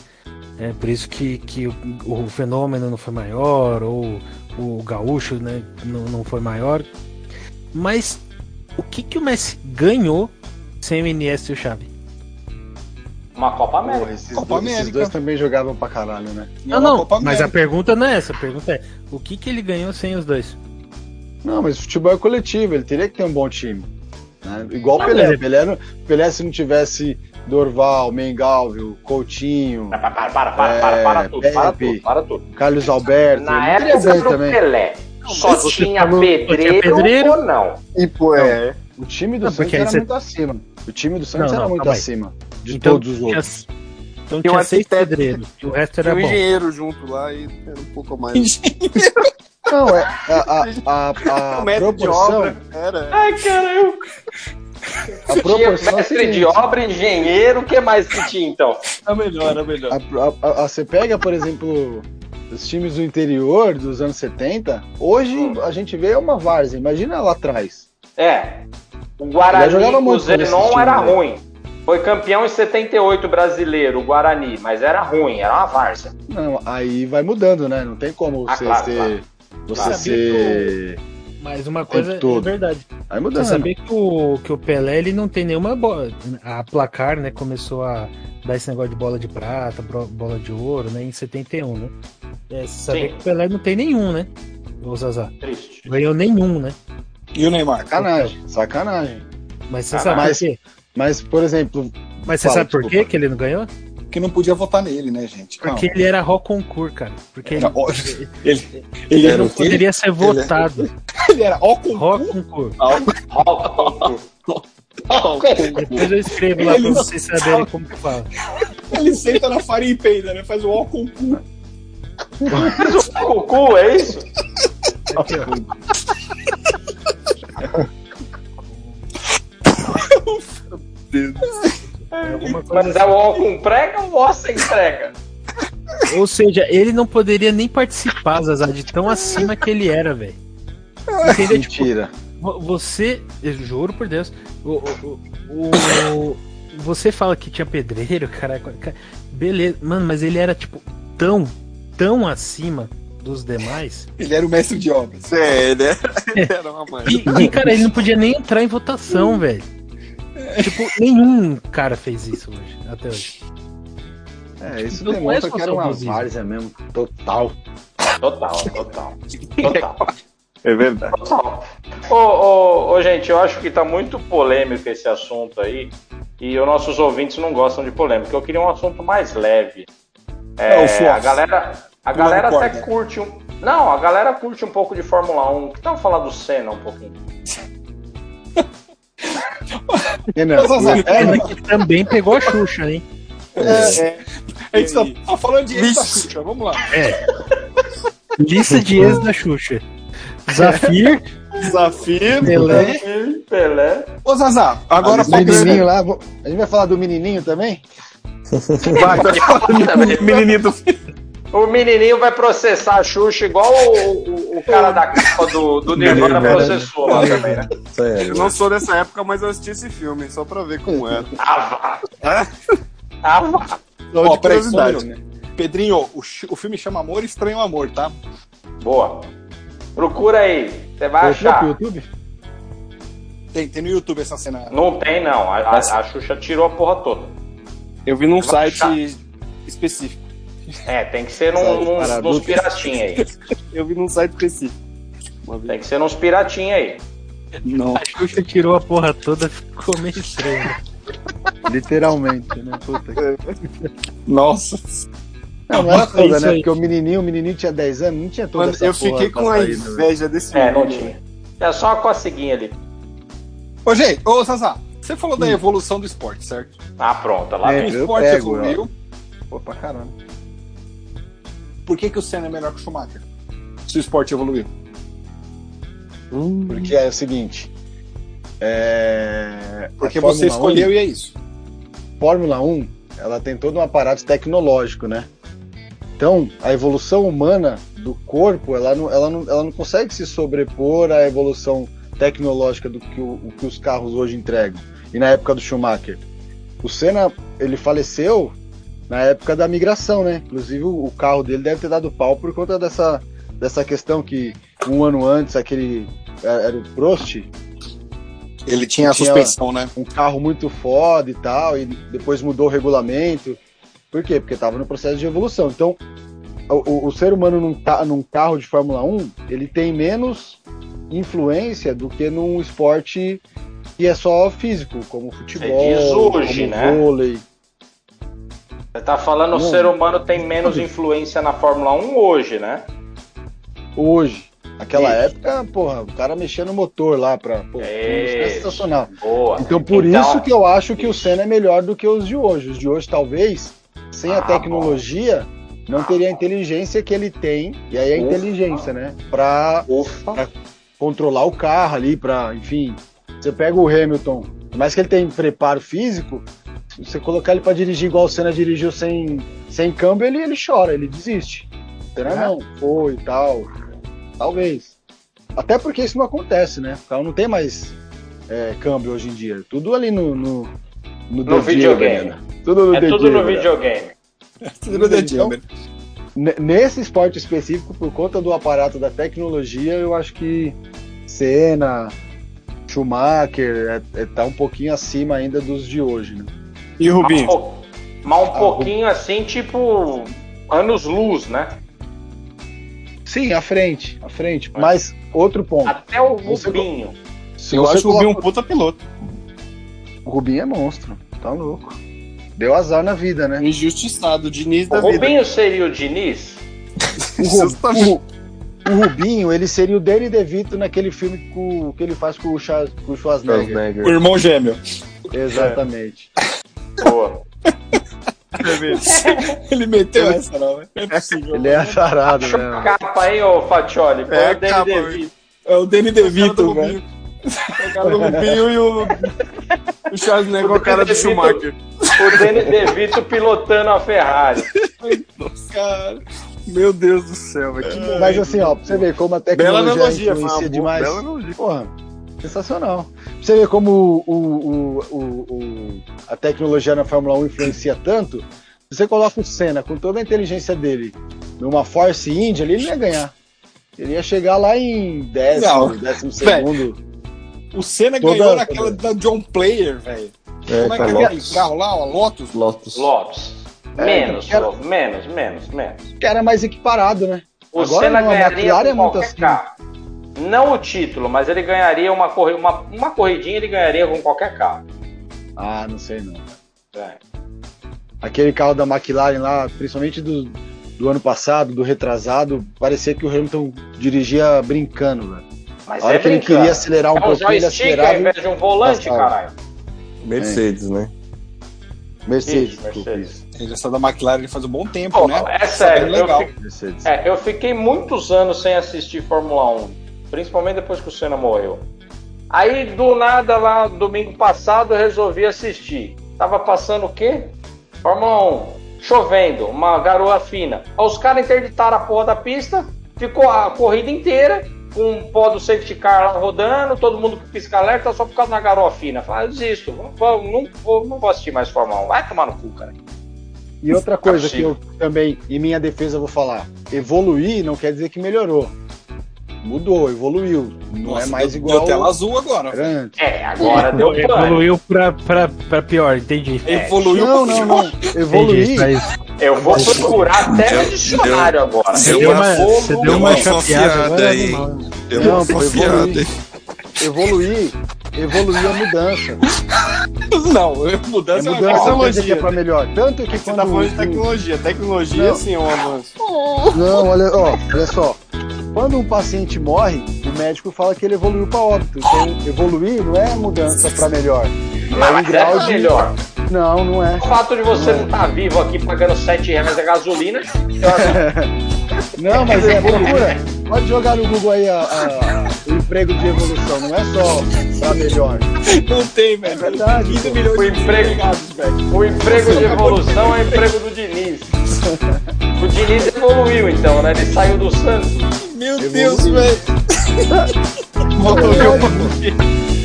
[SPEAKER 3] É por isso que, que o, o fenômeno não foi maior, ou o gaúcho né, não, não foi maior. Mas o que, que o Messi ganhou sem o Iniesta e o Xavi?
[SPEAKER 4] uma Copa América.
[SPEAKER 5] Porra, esses,
[SPEAKER 1] Copa
[SPEAKER 5] dois, esses
[SPEAKER 1] América.
[SPEAKER 5] dois também jogavam pra caralho, né?
[SPEAKER 3] Ah,
[SPEAKER 1] Não, Copa
[SPEAKER 3] mas
[SPEAKER 1] América.
[SPEAKER 3] a pergunta não é essa, a pergunta é o que, que ele ganhou sem os dois?
[SPEAKER 5] Não, mas futebol é coletivo, ele teria que ter um bom time. né? Igual o
[SPEAKER 3] Não,
[SPEAKER 5] Pelé.
[SPEAKER 3] mas- é-
[SPEAKER 5] Pelé, não- Pelé, se não tivesse Dorval, Mengalvio, Coutinho,
[SPEAKER 4] Para, para, para, para, para, para
[SPEAKER 5] É,
[SPEAKER 4] tudo, para
[SPEAKER 5] Pepe.
[SPEAKER 4] tudo, para tudo.
[SPEAKER 5] Carlos Alberto,
[SPEAKER 4] Na
[SPEAKER 5] ele não
[SPEAKER 4] época
[SPEAKER 5] teria ganho
[SPEAKER 4] do
[SPEAKER 5] também.
[SPEAKER 4] Pelé, só
[SPEAKER 3] mas você
[SPEAKER 4] tinha
[SPEAKER 5] tá
[SPEAKER 3] falou-
[SPEAKER 4] pedreiro,
[SPEAKER 3] tinha pedreiro?
[SPEAKER 4] ou não?
[SPEAKER 6] E, pô, é.
[SPEAKER 5] O time do
[SPEAKER 3] Não,
[SPEAKER 5] Santos
[SPEAKER 3] porque aí
[SPEAKER 5] era
[SPEAKER 3] você-
[SPEAKER 5] muito acima. O time do Santos
[SPEAKER 3] Não,
[SPEAKER 5] era
[SPEAKER 3] não,
[SPEAKER 5] muito
[SPEAKER 3] calma aí.
[SPEAKER 5] acima de
[SPEAKER 3] Então,
[SPEAKER 5] todos os
[SPEAKER 3] tinha-
[SPEAKER 5] outros.
[SPEAKER 3] Então
[SPEAKER 6] Tem um
[SPEAKER 3] tinha seis
[SPEAKER 6] arquiteto.
[SPEAKER 3] pedreiros, e o resto
[SPEAKER 6] Tinha
[SPEAKER 3] era
[SPEAKER 6] um
[SPEAKER 3] bom.
[SPEAKER 6] engenheiro junto lá e era um pouco mais.
[SPEAKER 5] Não, é a, a, a,
[SPEAKER 6] Um
[SPEAKER 5] a
[SPEAKER 6] metro de
[SPEAKER 5] proporção.
[SPEAKER 6] obra. Era.
[SPEAKER 4] Ai, cara, eu...
[SPEAKER 5] A
[SPEAKER 4] Tinha
[SPEAKER 5] proporção é a
[SPEAKER 4] mestre de
[SPEAKER 5] seguinte.
[SPEAKER 4] obra, engenheiro, o que mais que tinha, então?
[SPEAKER 6] Era melhor, era melhor.
[SPEAKER 5] A- a- a- você pega, por exemplo, os times do interior dos anos 70, hoje
[SPEAKER 3] Hum.
[SPEAKER 5] a gente vê uma várzea, imagina lá atrás.
[SPEAKER 4] É, o
[SPEAKER 5] Ele
[SPEAKER 4] Guarani,
[SPEAKER 5] jogava
[SPEAKER 4] o
[SPEAKER 5] muito quando
[SPEAKER 4] Zenon
[SPEAKER 5] assistia,
[SPEAKER 4] era
[SPEAKER 5] né?
[SPEAKER 4] ruim. Foi campeão em 78 brasileiro, o Guarani, mas era ruim, era uma várzea.
[SPEAKER 5] Não, aí vai mudando, né? Não tem como
[SPEAKER 4] Ah,
[SPEAKER 5] você
[SPEAKER 4] claro,
[SPEAKER 5] ser. Você
[SPEAKER 4] Claro.
[SPEAKER 5] ser.
[SPEAKER 3] Mas uma coisa é
[SPEAKER 5] todo.
[SPEAKER 3] verdade.
[SPEAKER 5] Aí
[SPEAKER 3] Você
[SPEAKER 5] mudando.
[SPEAKER 3] saber que o, que o Pelé ele não tem nenhuma bola. A placar, né? Começou a dar esse negócio de bola de prata, bro- bola de ouro, né? Em 71, né? É, você saber
[SPEAKER 4] Sim.
[SPEAKER 3] que o Pelé não tem nenhum, né? O Zazá.
[SPEAKER 4] Triste.
[SPEAKER 3] Ganhou nenhum, né?
[SPEAKER 1] E o Neymar?
[SPEAKER 5] Sacanagem, sacanagem.
[SPEAKER 3] Mas você
[SPEAKER 4] Ah,
[SPEAKER 3] sabe
[SPEAKER 5] mas-
[SPEAKER 3] por quê?
[SPEAKER 5] Mas, por exemplo,
[SPEAKER 3] Mas você
[SPEAKER 5] fala,
[SPEAKER 3] sabe por quê
[SPEAKER 5] desculpa.
[SPEAKER 3] que ele não ganhou?
[SPEAKER 1] Porque não podia votar nele, né, gente?
[SPEAKER 3] Porque ele era Roconcourt, cara. Porque ele,
[SPEAKER 1] Não, ó, ele,
[SPEAKER 3] ele
[SPEAKER 1] era,
[SPEAKER 3] não poderia ser votado.
[SPEAKER 1] ele era ó com
[SPEAKER 3] Roconcourt.
[SPEAKER 1] ó,
[SPEAKER 3] Depois eu escrevo lá pra
[SPEAKER 1] Ele
[SPEAKER 3] vocês saberem como que fala.
[SPEAKER 1] Ele senta na farinha e peida, né? Faz o ó com cu.
[SPEAKER 4] O cu, é isso?
[SPEAKER 3] Aqui, ó. É alguma coisa
[SPEAKER 4] Mas é o ó com prega ou o ó sem prega?
[SPEAKER 3] Ou seja, ele não poderia nem participar, Zazar, de tão acima que ele era, velho. Entendeu? Tipo,
[SPEAKER 5] mentira.
[SPEAKER 3] vo- você, eu juro por Deus, o, o- o- o- você fala que tinha pedreiro, caraca, cara, beleza, mano, mas ele era, tipo, tão, tão acima dos demais
[SPEAKER 1] Ele era o mestre de obras.
[SPEAKER 6] É, ele era, ele era uma mãe.
[SPEAKER 3] que, que, cara, ele não podia nem entrar em votação, velho. Tipo, nenhum cara fez isso hoje, até hoje.
[SPEAKER 5] É, isso
[SPEAKER 3] não
[SPEAKER 5] demonstra
[SPEAKER 3] é
[SPEAKER 5] que era uma
[SPEAKER 3] exclusão do
[SPEAKER 5] várzea mesmo, total.
[SPEAKER 4] Total, total. Total.
[SPEAKER 6] É verdade.
[SPEAKER 4] Ô, ô, ô, gente, eu acho que tá muito polêmico esse assunto aí. E os nossos ouvintes não gostam de polêmica. Eu queria um assunto mais leve. É,
[SPEAKER 1] É, o Fox.
[SPEAKER 4] a galera, a
[SPEAKER 1] Não
[SPEAKER 4] galera até
[SPEAKER 1] concorda.
[SPEAKER 4] curte um. Não, a galera curte um pouco de Fórmula 1. Que tal falar do Senna um pouquinho?
[SPEAKER 5] Renan,
[SPEAKER 1] Mas, Zazá,
[SPEAKER 5] é,
[SPEAKER 1] é,
[SPEAKER 3] Pena que também pegou a Xuxa, hein?
[SPEAKER 8] É
[SPEAKER 1] a gente tá, tá falando de ex da Xuxa, vamos lá.
[SPEAKER 3] Lista de ex da Xuxa. Zafir,
[SPEAKER 6] Desafio.
[SPEAKER 5] Então,
[SPEAKER 3] Pelé,
[SPEAKER 4] Pelé.
[SPEAKER 1] Ô, Zazá,
[SPEAKER 6] né?
[SPEAKER 1] agora
[SPEAKER 5] o
[SPEAKER 1] foca em-
[SPEAKER 5] menininho lá, vo- a gente vai falar do menininho também?
[SPEAKER 6] Vai, vai. Menininho do
[SPEAKER 4] O menininho vai processar a Xuxa igual o, o- o cara da capa do, do Nirvana
[SPEAKER 1] né?
[SPEAKER 8] Nirvana.
[SPEAKER 4] processou lá também. né?
[SPEAKER 6] Eu
[SPEAKER 8] Sério.
[SPEAKER 6] não sou dessa época, mas eu assisti esse filme, só pra ver como era.
[SPEAKER 4] Ah, vá. Ah, vá.
[SPEAKER 6] Só
[SPEAKER 1] Ó,
[SPEAKER 6] de
[SPEAKER 1] peraí, só um
[SPEAKER 6] curiosidade.
[SPEAKER 1] minuto. Pedrinho, o, chi- o filme chama Amor Estranho Amor, tá?
[SPEAKER 4] Boa. Procura aí. Você vai achar.
[SPEAKER 5] pro YouTube?
[SPEAKER 1] Tem, tem no YouTube essa cena.
[SPEAKER 4] Não tem, não. A, a, a Xuxa tirou a porra toda.
[SPEAKER 6] Eu vi num
[SPEAKER 4] Vai
[SPEAKER 6] site
[SPEAKER 4] achar.
[SPEAKER 6] específico.
[SPEAKER 4] É, tem que ser num, num- nos piratinha aí.
[SPEAKER 6] Eu vi num site específico. Uma vez.
[SPEAKER 4] Tem que ser nos piratinha aí.
[SPEAKER 6] Não.
[SPEAKER 3] a Xuxa tirou a porra toda, ficou meio estranho.
[SPEAKER 5] Literalmente, né? Puta que-
[SPEAKER 1] Nossa.
[SPEAKER 5] Não, não
[SPEAKER 6] Bota
[SPEAKER 5] era toda,
[SPEAKER 6] isso
[SPEAKER 5] né?
[SPEAKER 6] aí.
[SPEAKER 5] Porque o menininho, o menininho tinha 10 anos, não tinha toda
[SPEAKER 6] Mano,
[SPEAKER 5] essa
[SPEAKER 6] eu
[SPEAKER 5] porra
[SPEAKER 6] fiquei com a
[SPEAKER 5] passada aí, né?
[SPEAKER 6] inveja desse
[SPEAKER 4] É, não
[SPEAKER 6] menino.
[SPEAKER 4] tinha. É só uma coceguinha ali.
[SPEAKER 1] Ô, gente, ô, Sassá, você falou da evolução do esporte, certo?
[SPEAKER 4] Ah, pronto, lá
[SPEAKER 1] É,
[SPEAKER 4] vem.
[SPEAKER 1] o esporte evoluiu. Pô, pra caramba. Por que, que o Senna é melhor que o Schumacher? Se o esporte evoluiu.
[SPEAKER 5] Porque é o seguinte. É...
[SPEAKER 1] Porque
[SPEAKER 5] a
[SPEAKER 1] você
[SPEAKER 5] Fórmula
[SPEAKER 1] escolheu
[SPEAKER 5] 1,
[SPEAKER 1] e é isso.
[SPEAKER 5] Fórmula 1, ela tem todo um aparato tecnológico, né? Então, a evolução humana do corpo, ela não, ela não, ela não consegue se sobrepor à evolução tecnológica do que, o, o que os carros hoje entregam. E na época do Schumacher. O Senna, ele faleceu na época da migração, né? Inclusive, o, o carro dele deve ter dado pau por conta dessa, dessa questão que um ano antes, aquele... Era era o Prost,
[SPEAKER 1] Ele tinha a
[SPEAKER 5] Tinha-
[SPEAKER 1] suspensão, né?
[SPEAKER 5] um carro muito foda e tal, e depois mudou o regulamento. Por quê? Porque estava no processo de evolução. Então, o, o- o ser humano num, ca- num carro de Fórmula 1, ele tem menos influência do que num esporte que é só físico, como futebol,
[SPEAKER 4] diz hoje,
[SPEAKER 5] como
[SPEAKER 4] né?
[SPEAKER 5] vôlei.
[SPEAKER 4] Você tá falando o
[SPEAKER 5] Não.
[SPEAKER 4] ser humano tem menos influência na Fórmula 1 hoje, né?
[SPEAKER 5] Hoje. Aquela
[SPEAKER 4] Isso.
[SPEAKER 5] época, porra, o cara mexia no motor lá pra. Pô, é
[SPEAKER 4] Isso.
[SPEAKER 5] sensacional.
[SPEAKER 4] Boa.
[SPEAKER 5] Então por
[SPEAKER 4] Então,
[SPEAKER 5] isso que eu acho que o Senna é melhor do que os de hoje. Os de hoje, talvez, sem a
[SPEAKER 4] Ah,
[SPEAKER 5] tecnologia, não teria a inteligência que ele tem, e aí é a
[SPEAKER 4] Ufa.
[SPEAKER 5] inteligência, né? Pra
[SPEAKER 4] Ufa.
[SPEAKER 5] controlar o carro ali, pra, enfim. Você pega o Hamilton, por mais que ele tenha preparo físico, se você colocar ele pra dirigir igual o Senna dirigiu sem, sem câmbio, ele, ele chora, ele desiste. Será não? Foi e tal. Talvez. Até porque isso não acontece, né? O carro não tem mais é, câmbio hoje em dia. Tudo ali no. No, no dedinho,
[SPEAKER 4] videogame.
[SPEAKER 5] né? Tudo no
[SPEAKER 4] É tudo
[SPEAKER 5] dedinho,
[SPEAKER 4] no
[SPEAKER 5] né?
[SPEAKER 4] videogame.
[SPEAKER 5] Então, ne- nesse esporte específico, por conta do aparato da tecnologia, eu acho que Senna, Schumacher, é, é, tá um pouquinho acima ainda dos de hoje, né?
[SPEAKER 6] E o
[SPEAKER 4] Mas um
[SPEAKER 6] Rubinho?
[SPEAKER 4] po-
[SPEAKER 5] Ah,
[SPEAKER 4] mas um pouquinho assim, tipo, anos-luz, né?
[SPEAKER 5] Sim, à frente, à frente. Mas outro ponto.
[SPEAKER 4] Até o
[SPEAKER 5] Você-
[SPEAKER 4] Rubinho.
[SPEAKER 5] Se
[SPEAKER 6] Eu
[SPEAKER 5] você
[SPEAKER 6] acho o
[SPEAKER 5] coloca-
[SPEAKER 6] Rubinho um puta piloto.
[SPEAKER 5] O Rubinho é monstro, tá louco. Deu azar na vida, né?
[SPEAKER 6] um Injustiçado, Diniz
[SPEAKER 4] O
[SPEAKER 6] da vida. tá
[SPEAKER 4] Rubinho seria o Diniz?
[SPEAKER 5] O, Ru- o Ru- o Rubinho, ele seria o Danny DeVito naquele filme com- que ele faz com o, Cha- com o Schwarzenegger.
[SPEAKER 8] Né,
[SPEAKER 1] O irmão gêmeo.
[SPEAKER 5] Exatamente.
[SPEAKER 4] Boa.
[SPEAKER 1] Ele meteu essa, não, né? É possível.
[SPEAKER 5] Ele é azarado,
[SPEAKER 4] Chupa a
[SPEAKER 5] né?
[SPEAKER 4] capa aí, ô Fatioli. Põe
[SPEAKER 6] É,
[SPEAKER 4] o Danny
[SPEAKER 6] capa,
[SPEAKER 4] DeVito.
[SPEAKER 1] É o Danny
[SPEAKER 6] cara do
[SPEAKER 1] DeVito, velho.
[SPEAKER 6] Rubinho. O cara do Rubinho e o. O Charles negou o cara do Schumacher.
[SPEAKER 4] O Danny DeVito pilotando a Ferrari.
[SPEAKER 1] Cara,
[SPEAKER 6] Meu Deus do céu, velho. que momento.
[SPEAKER 5] Mas assim, ó, pra você ver como a
[SPEAKER 6] Bela
[SPEAKER 5] tecnologia
[SPEAKER 6] analogia, foi uma
[SPEAKER 5] influencia
[SPEAKER 6] boa-
[SPEAKER 5] demais.
[SPEAKER 6] Bela analogia.
[SPEAKER 5] Porra, sensacional. Pra você ver como o- o- o- o- o- a tecnologia na Fórmula 1 influencia tanto, se você coloca o Senna com toda a inteligência dele numa Force India, ali, ele ia ganhar. Ele ia chegar lá em décimo,
[SPEAKER 1] Não.
[SPEAKER 5] décimo segundo.
[SPEAKER 1] o Senna
[SPEAKER 5] Toda-
[SPEAKER 1] ganhou naquela da John Player, velho.
[SPEAKER 8] É,
[SPEAKER 1] Como é
[SPEAKER 8] tá
[SPEAKER 1] que é
[SPEAKER 8] Lotus.
[SPEAKER 1] aquele carro lá, ó, Lotus?
[SPEAKER 8] Lotus.
[SPEAKER 4] Lopes.
[SPEAKER 5] É,
[SPEAKER 4] Menos,
[SPEAKER 5] quero-
[SPEAKER 4] Lopes, menos, menos, menos.
[SPEAKER 5] Que era mais equiparado, né?
[SPEAKER 4] O
[SPEAKER 5] Agora
[SPEAKER 4] Senna
[SPEAKER 5] não, a
[SPEAKER 4] ganharia
[SPEAKER 5] McLaren é
[SPEAKER 4] com
[SPEAKER 5] muito
[SPEAKER 4] qualquer
[SPEAKER 5] assim.
[SPEAKER 4] carro. Não o título, mas ele ganharia uma, corri uma, uma corridinha, ele ganharia com qualquer carro.
[SPEAKER 5] Ah, não sei não.
[SPEAKER 4] É.
[SPEAKER 5] Aquele carro da McLaren lá, principalmente do, do ano passado, do retrasado, parecia que o Hamilton dirigia brincando, velho.
[SPEAKER 4] Mas
[SPEAKER 5] A hora
[SPEAKER 4] é
[SPEAKER 5] que ele
[SPEAKER 4] brincando.
[SPEAKER 5] queria acelerar um
[SPEAKER 4] é um
[SPEAKER 5] pouquinho, ele
[SPEAKER 4] joystick ao
[SPEAKER 5] acelerava.
[SPEAKER 4] invés
[SPEAKER 5] e-
[SPEAKER 4] de um volante,
[SPEAKER 5] Passava.
[SPEAKER 4] caralho.
[SPEAKER 8] Mercedes, né?
[SPEAKER 5] Mercedes,
[SPEAKER 4] Isso,
[SPEAKER 5] desculpa,
[SPEAKER 4] Mercedes.
[SPEAKER 5] isso.
[SPEAKER 1] Essa da McLaren faz um bom tempo,
[SPEAKER 4] Pô,
[SPEAKER 1] né?
[SPEAKER 4] é sério,
[SPEAKER 1] bem legal.
[SPEAKER 4] eu, fi-
[SPEAKER 5] Mercedes.
[SPEAKER 4] é, eu fiquei muitos anos sem assistir Fórmula 1, principalmente depois que o Senna morreu. Aí, do nada, lá, domingo passado, eu resolvi assistir. Tava passando o quê? Fórmula 1, chovendo, uma garoa fina. Aí Os caras interditaram a porra da pista, ficou a corrida inteira, com um pó do safety car lá rodando, todo mundo com pisca alerta só por causa da garoa fina. Fala, eu desisto, não vou, não vou- não vou assistir mais Fórmula 1, vai tomar no cu, cara.
[SPEAKER 5] E outra coisa que
[SPEAKER 4] possível.
[SPEAKER 5] eu também, em minha defesa, eu vou falar: evoluir não quer dizer que melhorou. Mudou, evoluiu. Não
[SPEAKER 1] Nossa,
[SPEAKER 5] é mais
[SPEAKER 1] deu-
[SPEAKER 5] igual.
[SPEAKER 1] Deu tela azul agora.
[SPEAKER 5] era antes.
[SPEAKER 4] É, agora deu pano.
[SPEAKER 3] Evoluiu pra, pra, pra pior, entendi.
[SPEAKER 1] Evoluiu
[SPEAKER 5] Não, não, não.
[SPEAKER 3] Entendi,
[SPEAKER 5] Evoluir.
[SPEAKER 3] tá isso.
[SPEAKER 4] Eu vou procurar até no
[SPEAKER 10] Deu-
[SPEAKER 4] dicionário agora.
[SPEAKER 10] Deu
[SPEAKER 3] Você deu
[SPEAKER 10] uma-
[SPEAKER 3] uma, você deu
[SPEAKER 10] deu
[SPEAKER 3] uma
[SPEAKER 10] uma
[SPEAKER 3] chapeada,
[SPEAKER 10] fofiada
[SPEAKER 3] agora é
[SPEAKER 10] aí.
[SPEAKER 3] animal.
[SPEAKER 10] Deu
[SPEAKER 5] Não,
[SPEAKER 10] uma
[SPEAKER 5] foi
[SPEAKER 10] fofiada,
[SPEAKER 5] evoluir.
[SPEAKER 10] hein?
[SPEAKER 5] evoluir evoluiu a mudança.
[SPEAKER 6] Não, eu- mudança é, uma
[SPEAKER 5] mudança não quer dizer que
[SPEAKER 6] tecnologia.
[SPEAKER 5] é pra melhor. Tanto que
[SPEAKER 6] Você
[SPEAKER 5] quando um
[SPEAKER 6] tá falando
[SPEAKER 5] o-
[SPEAKER 6] de tecnologia. Tecnologia,
[SPEAKER 5] Não.
[SPEAKER 6] sim, é um avanço.
[SPEAKER 5] Não, olha, ó, olha só. Quando um paciente morre, o médico fala que ele evoluiu para óbito. Então, evoluir não é mudança para melhor. É um
[SPEAKER 4] Mas é
[SPEAKER 5] grau
[SPEAKER 4] pra
[SPEAKER 5] de...
[SPEAKER 4] melhor.
[SPEAKER 5] Não, não é.
[SPEAKER 4] O fato de você não estar vivo aqui pagando 7 reais a gasolina.
[SPEAKER 5] Não, mas é, procura. Pode jogar no Google aí a- a- a- o emprego de evolução. Não é só para melhor. É
[SPEAKER 6] Não tem, velho.
[SPEAKER 5] verdade,
[SPEAKER 6] 15 milhões
[SPEAKER 4] O
[SPEAKER 6] de
[SPEAKER 4] emprego-
[SPEAKER 6] empregados, velho.
[SPEAKER 4] O emprego de evolução é o emprego do Diniz. O Diniz evoluiu então, né? Ele saiu do Santos.
[SPEAKER 6] Meu Deus, velho. Voltou, meu.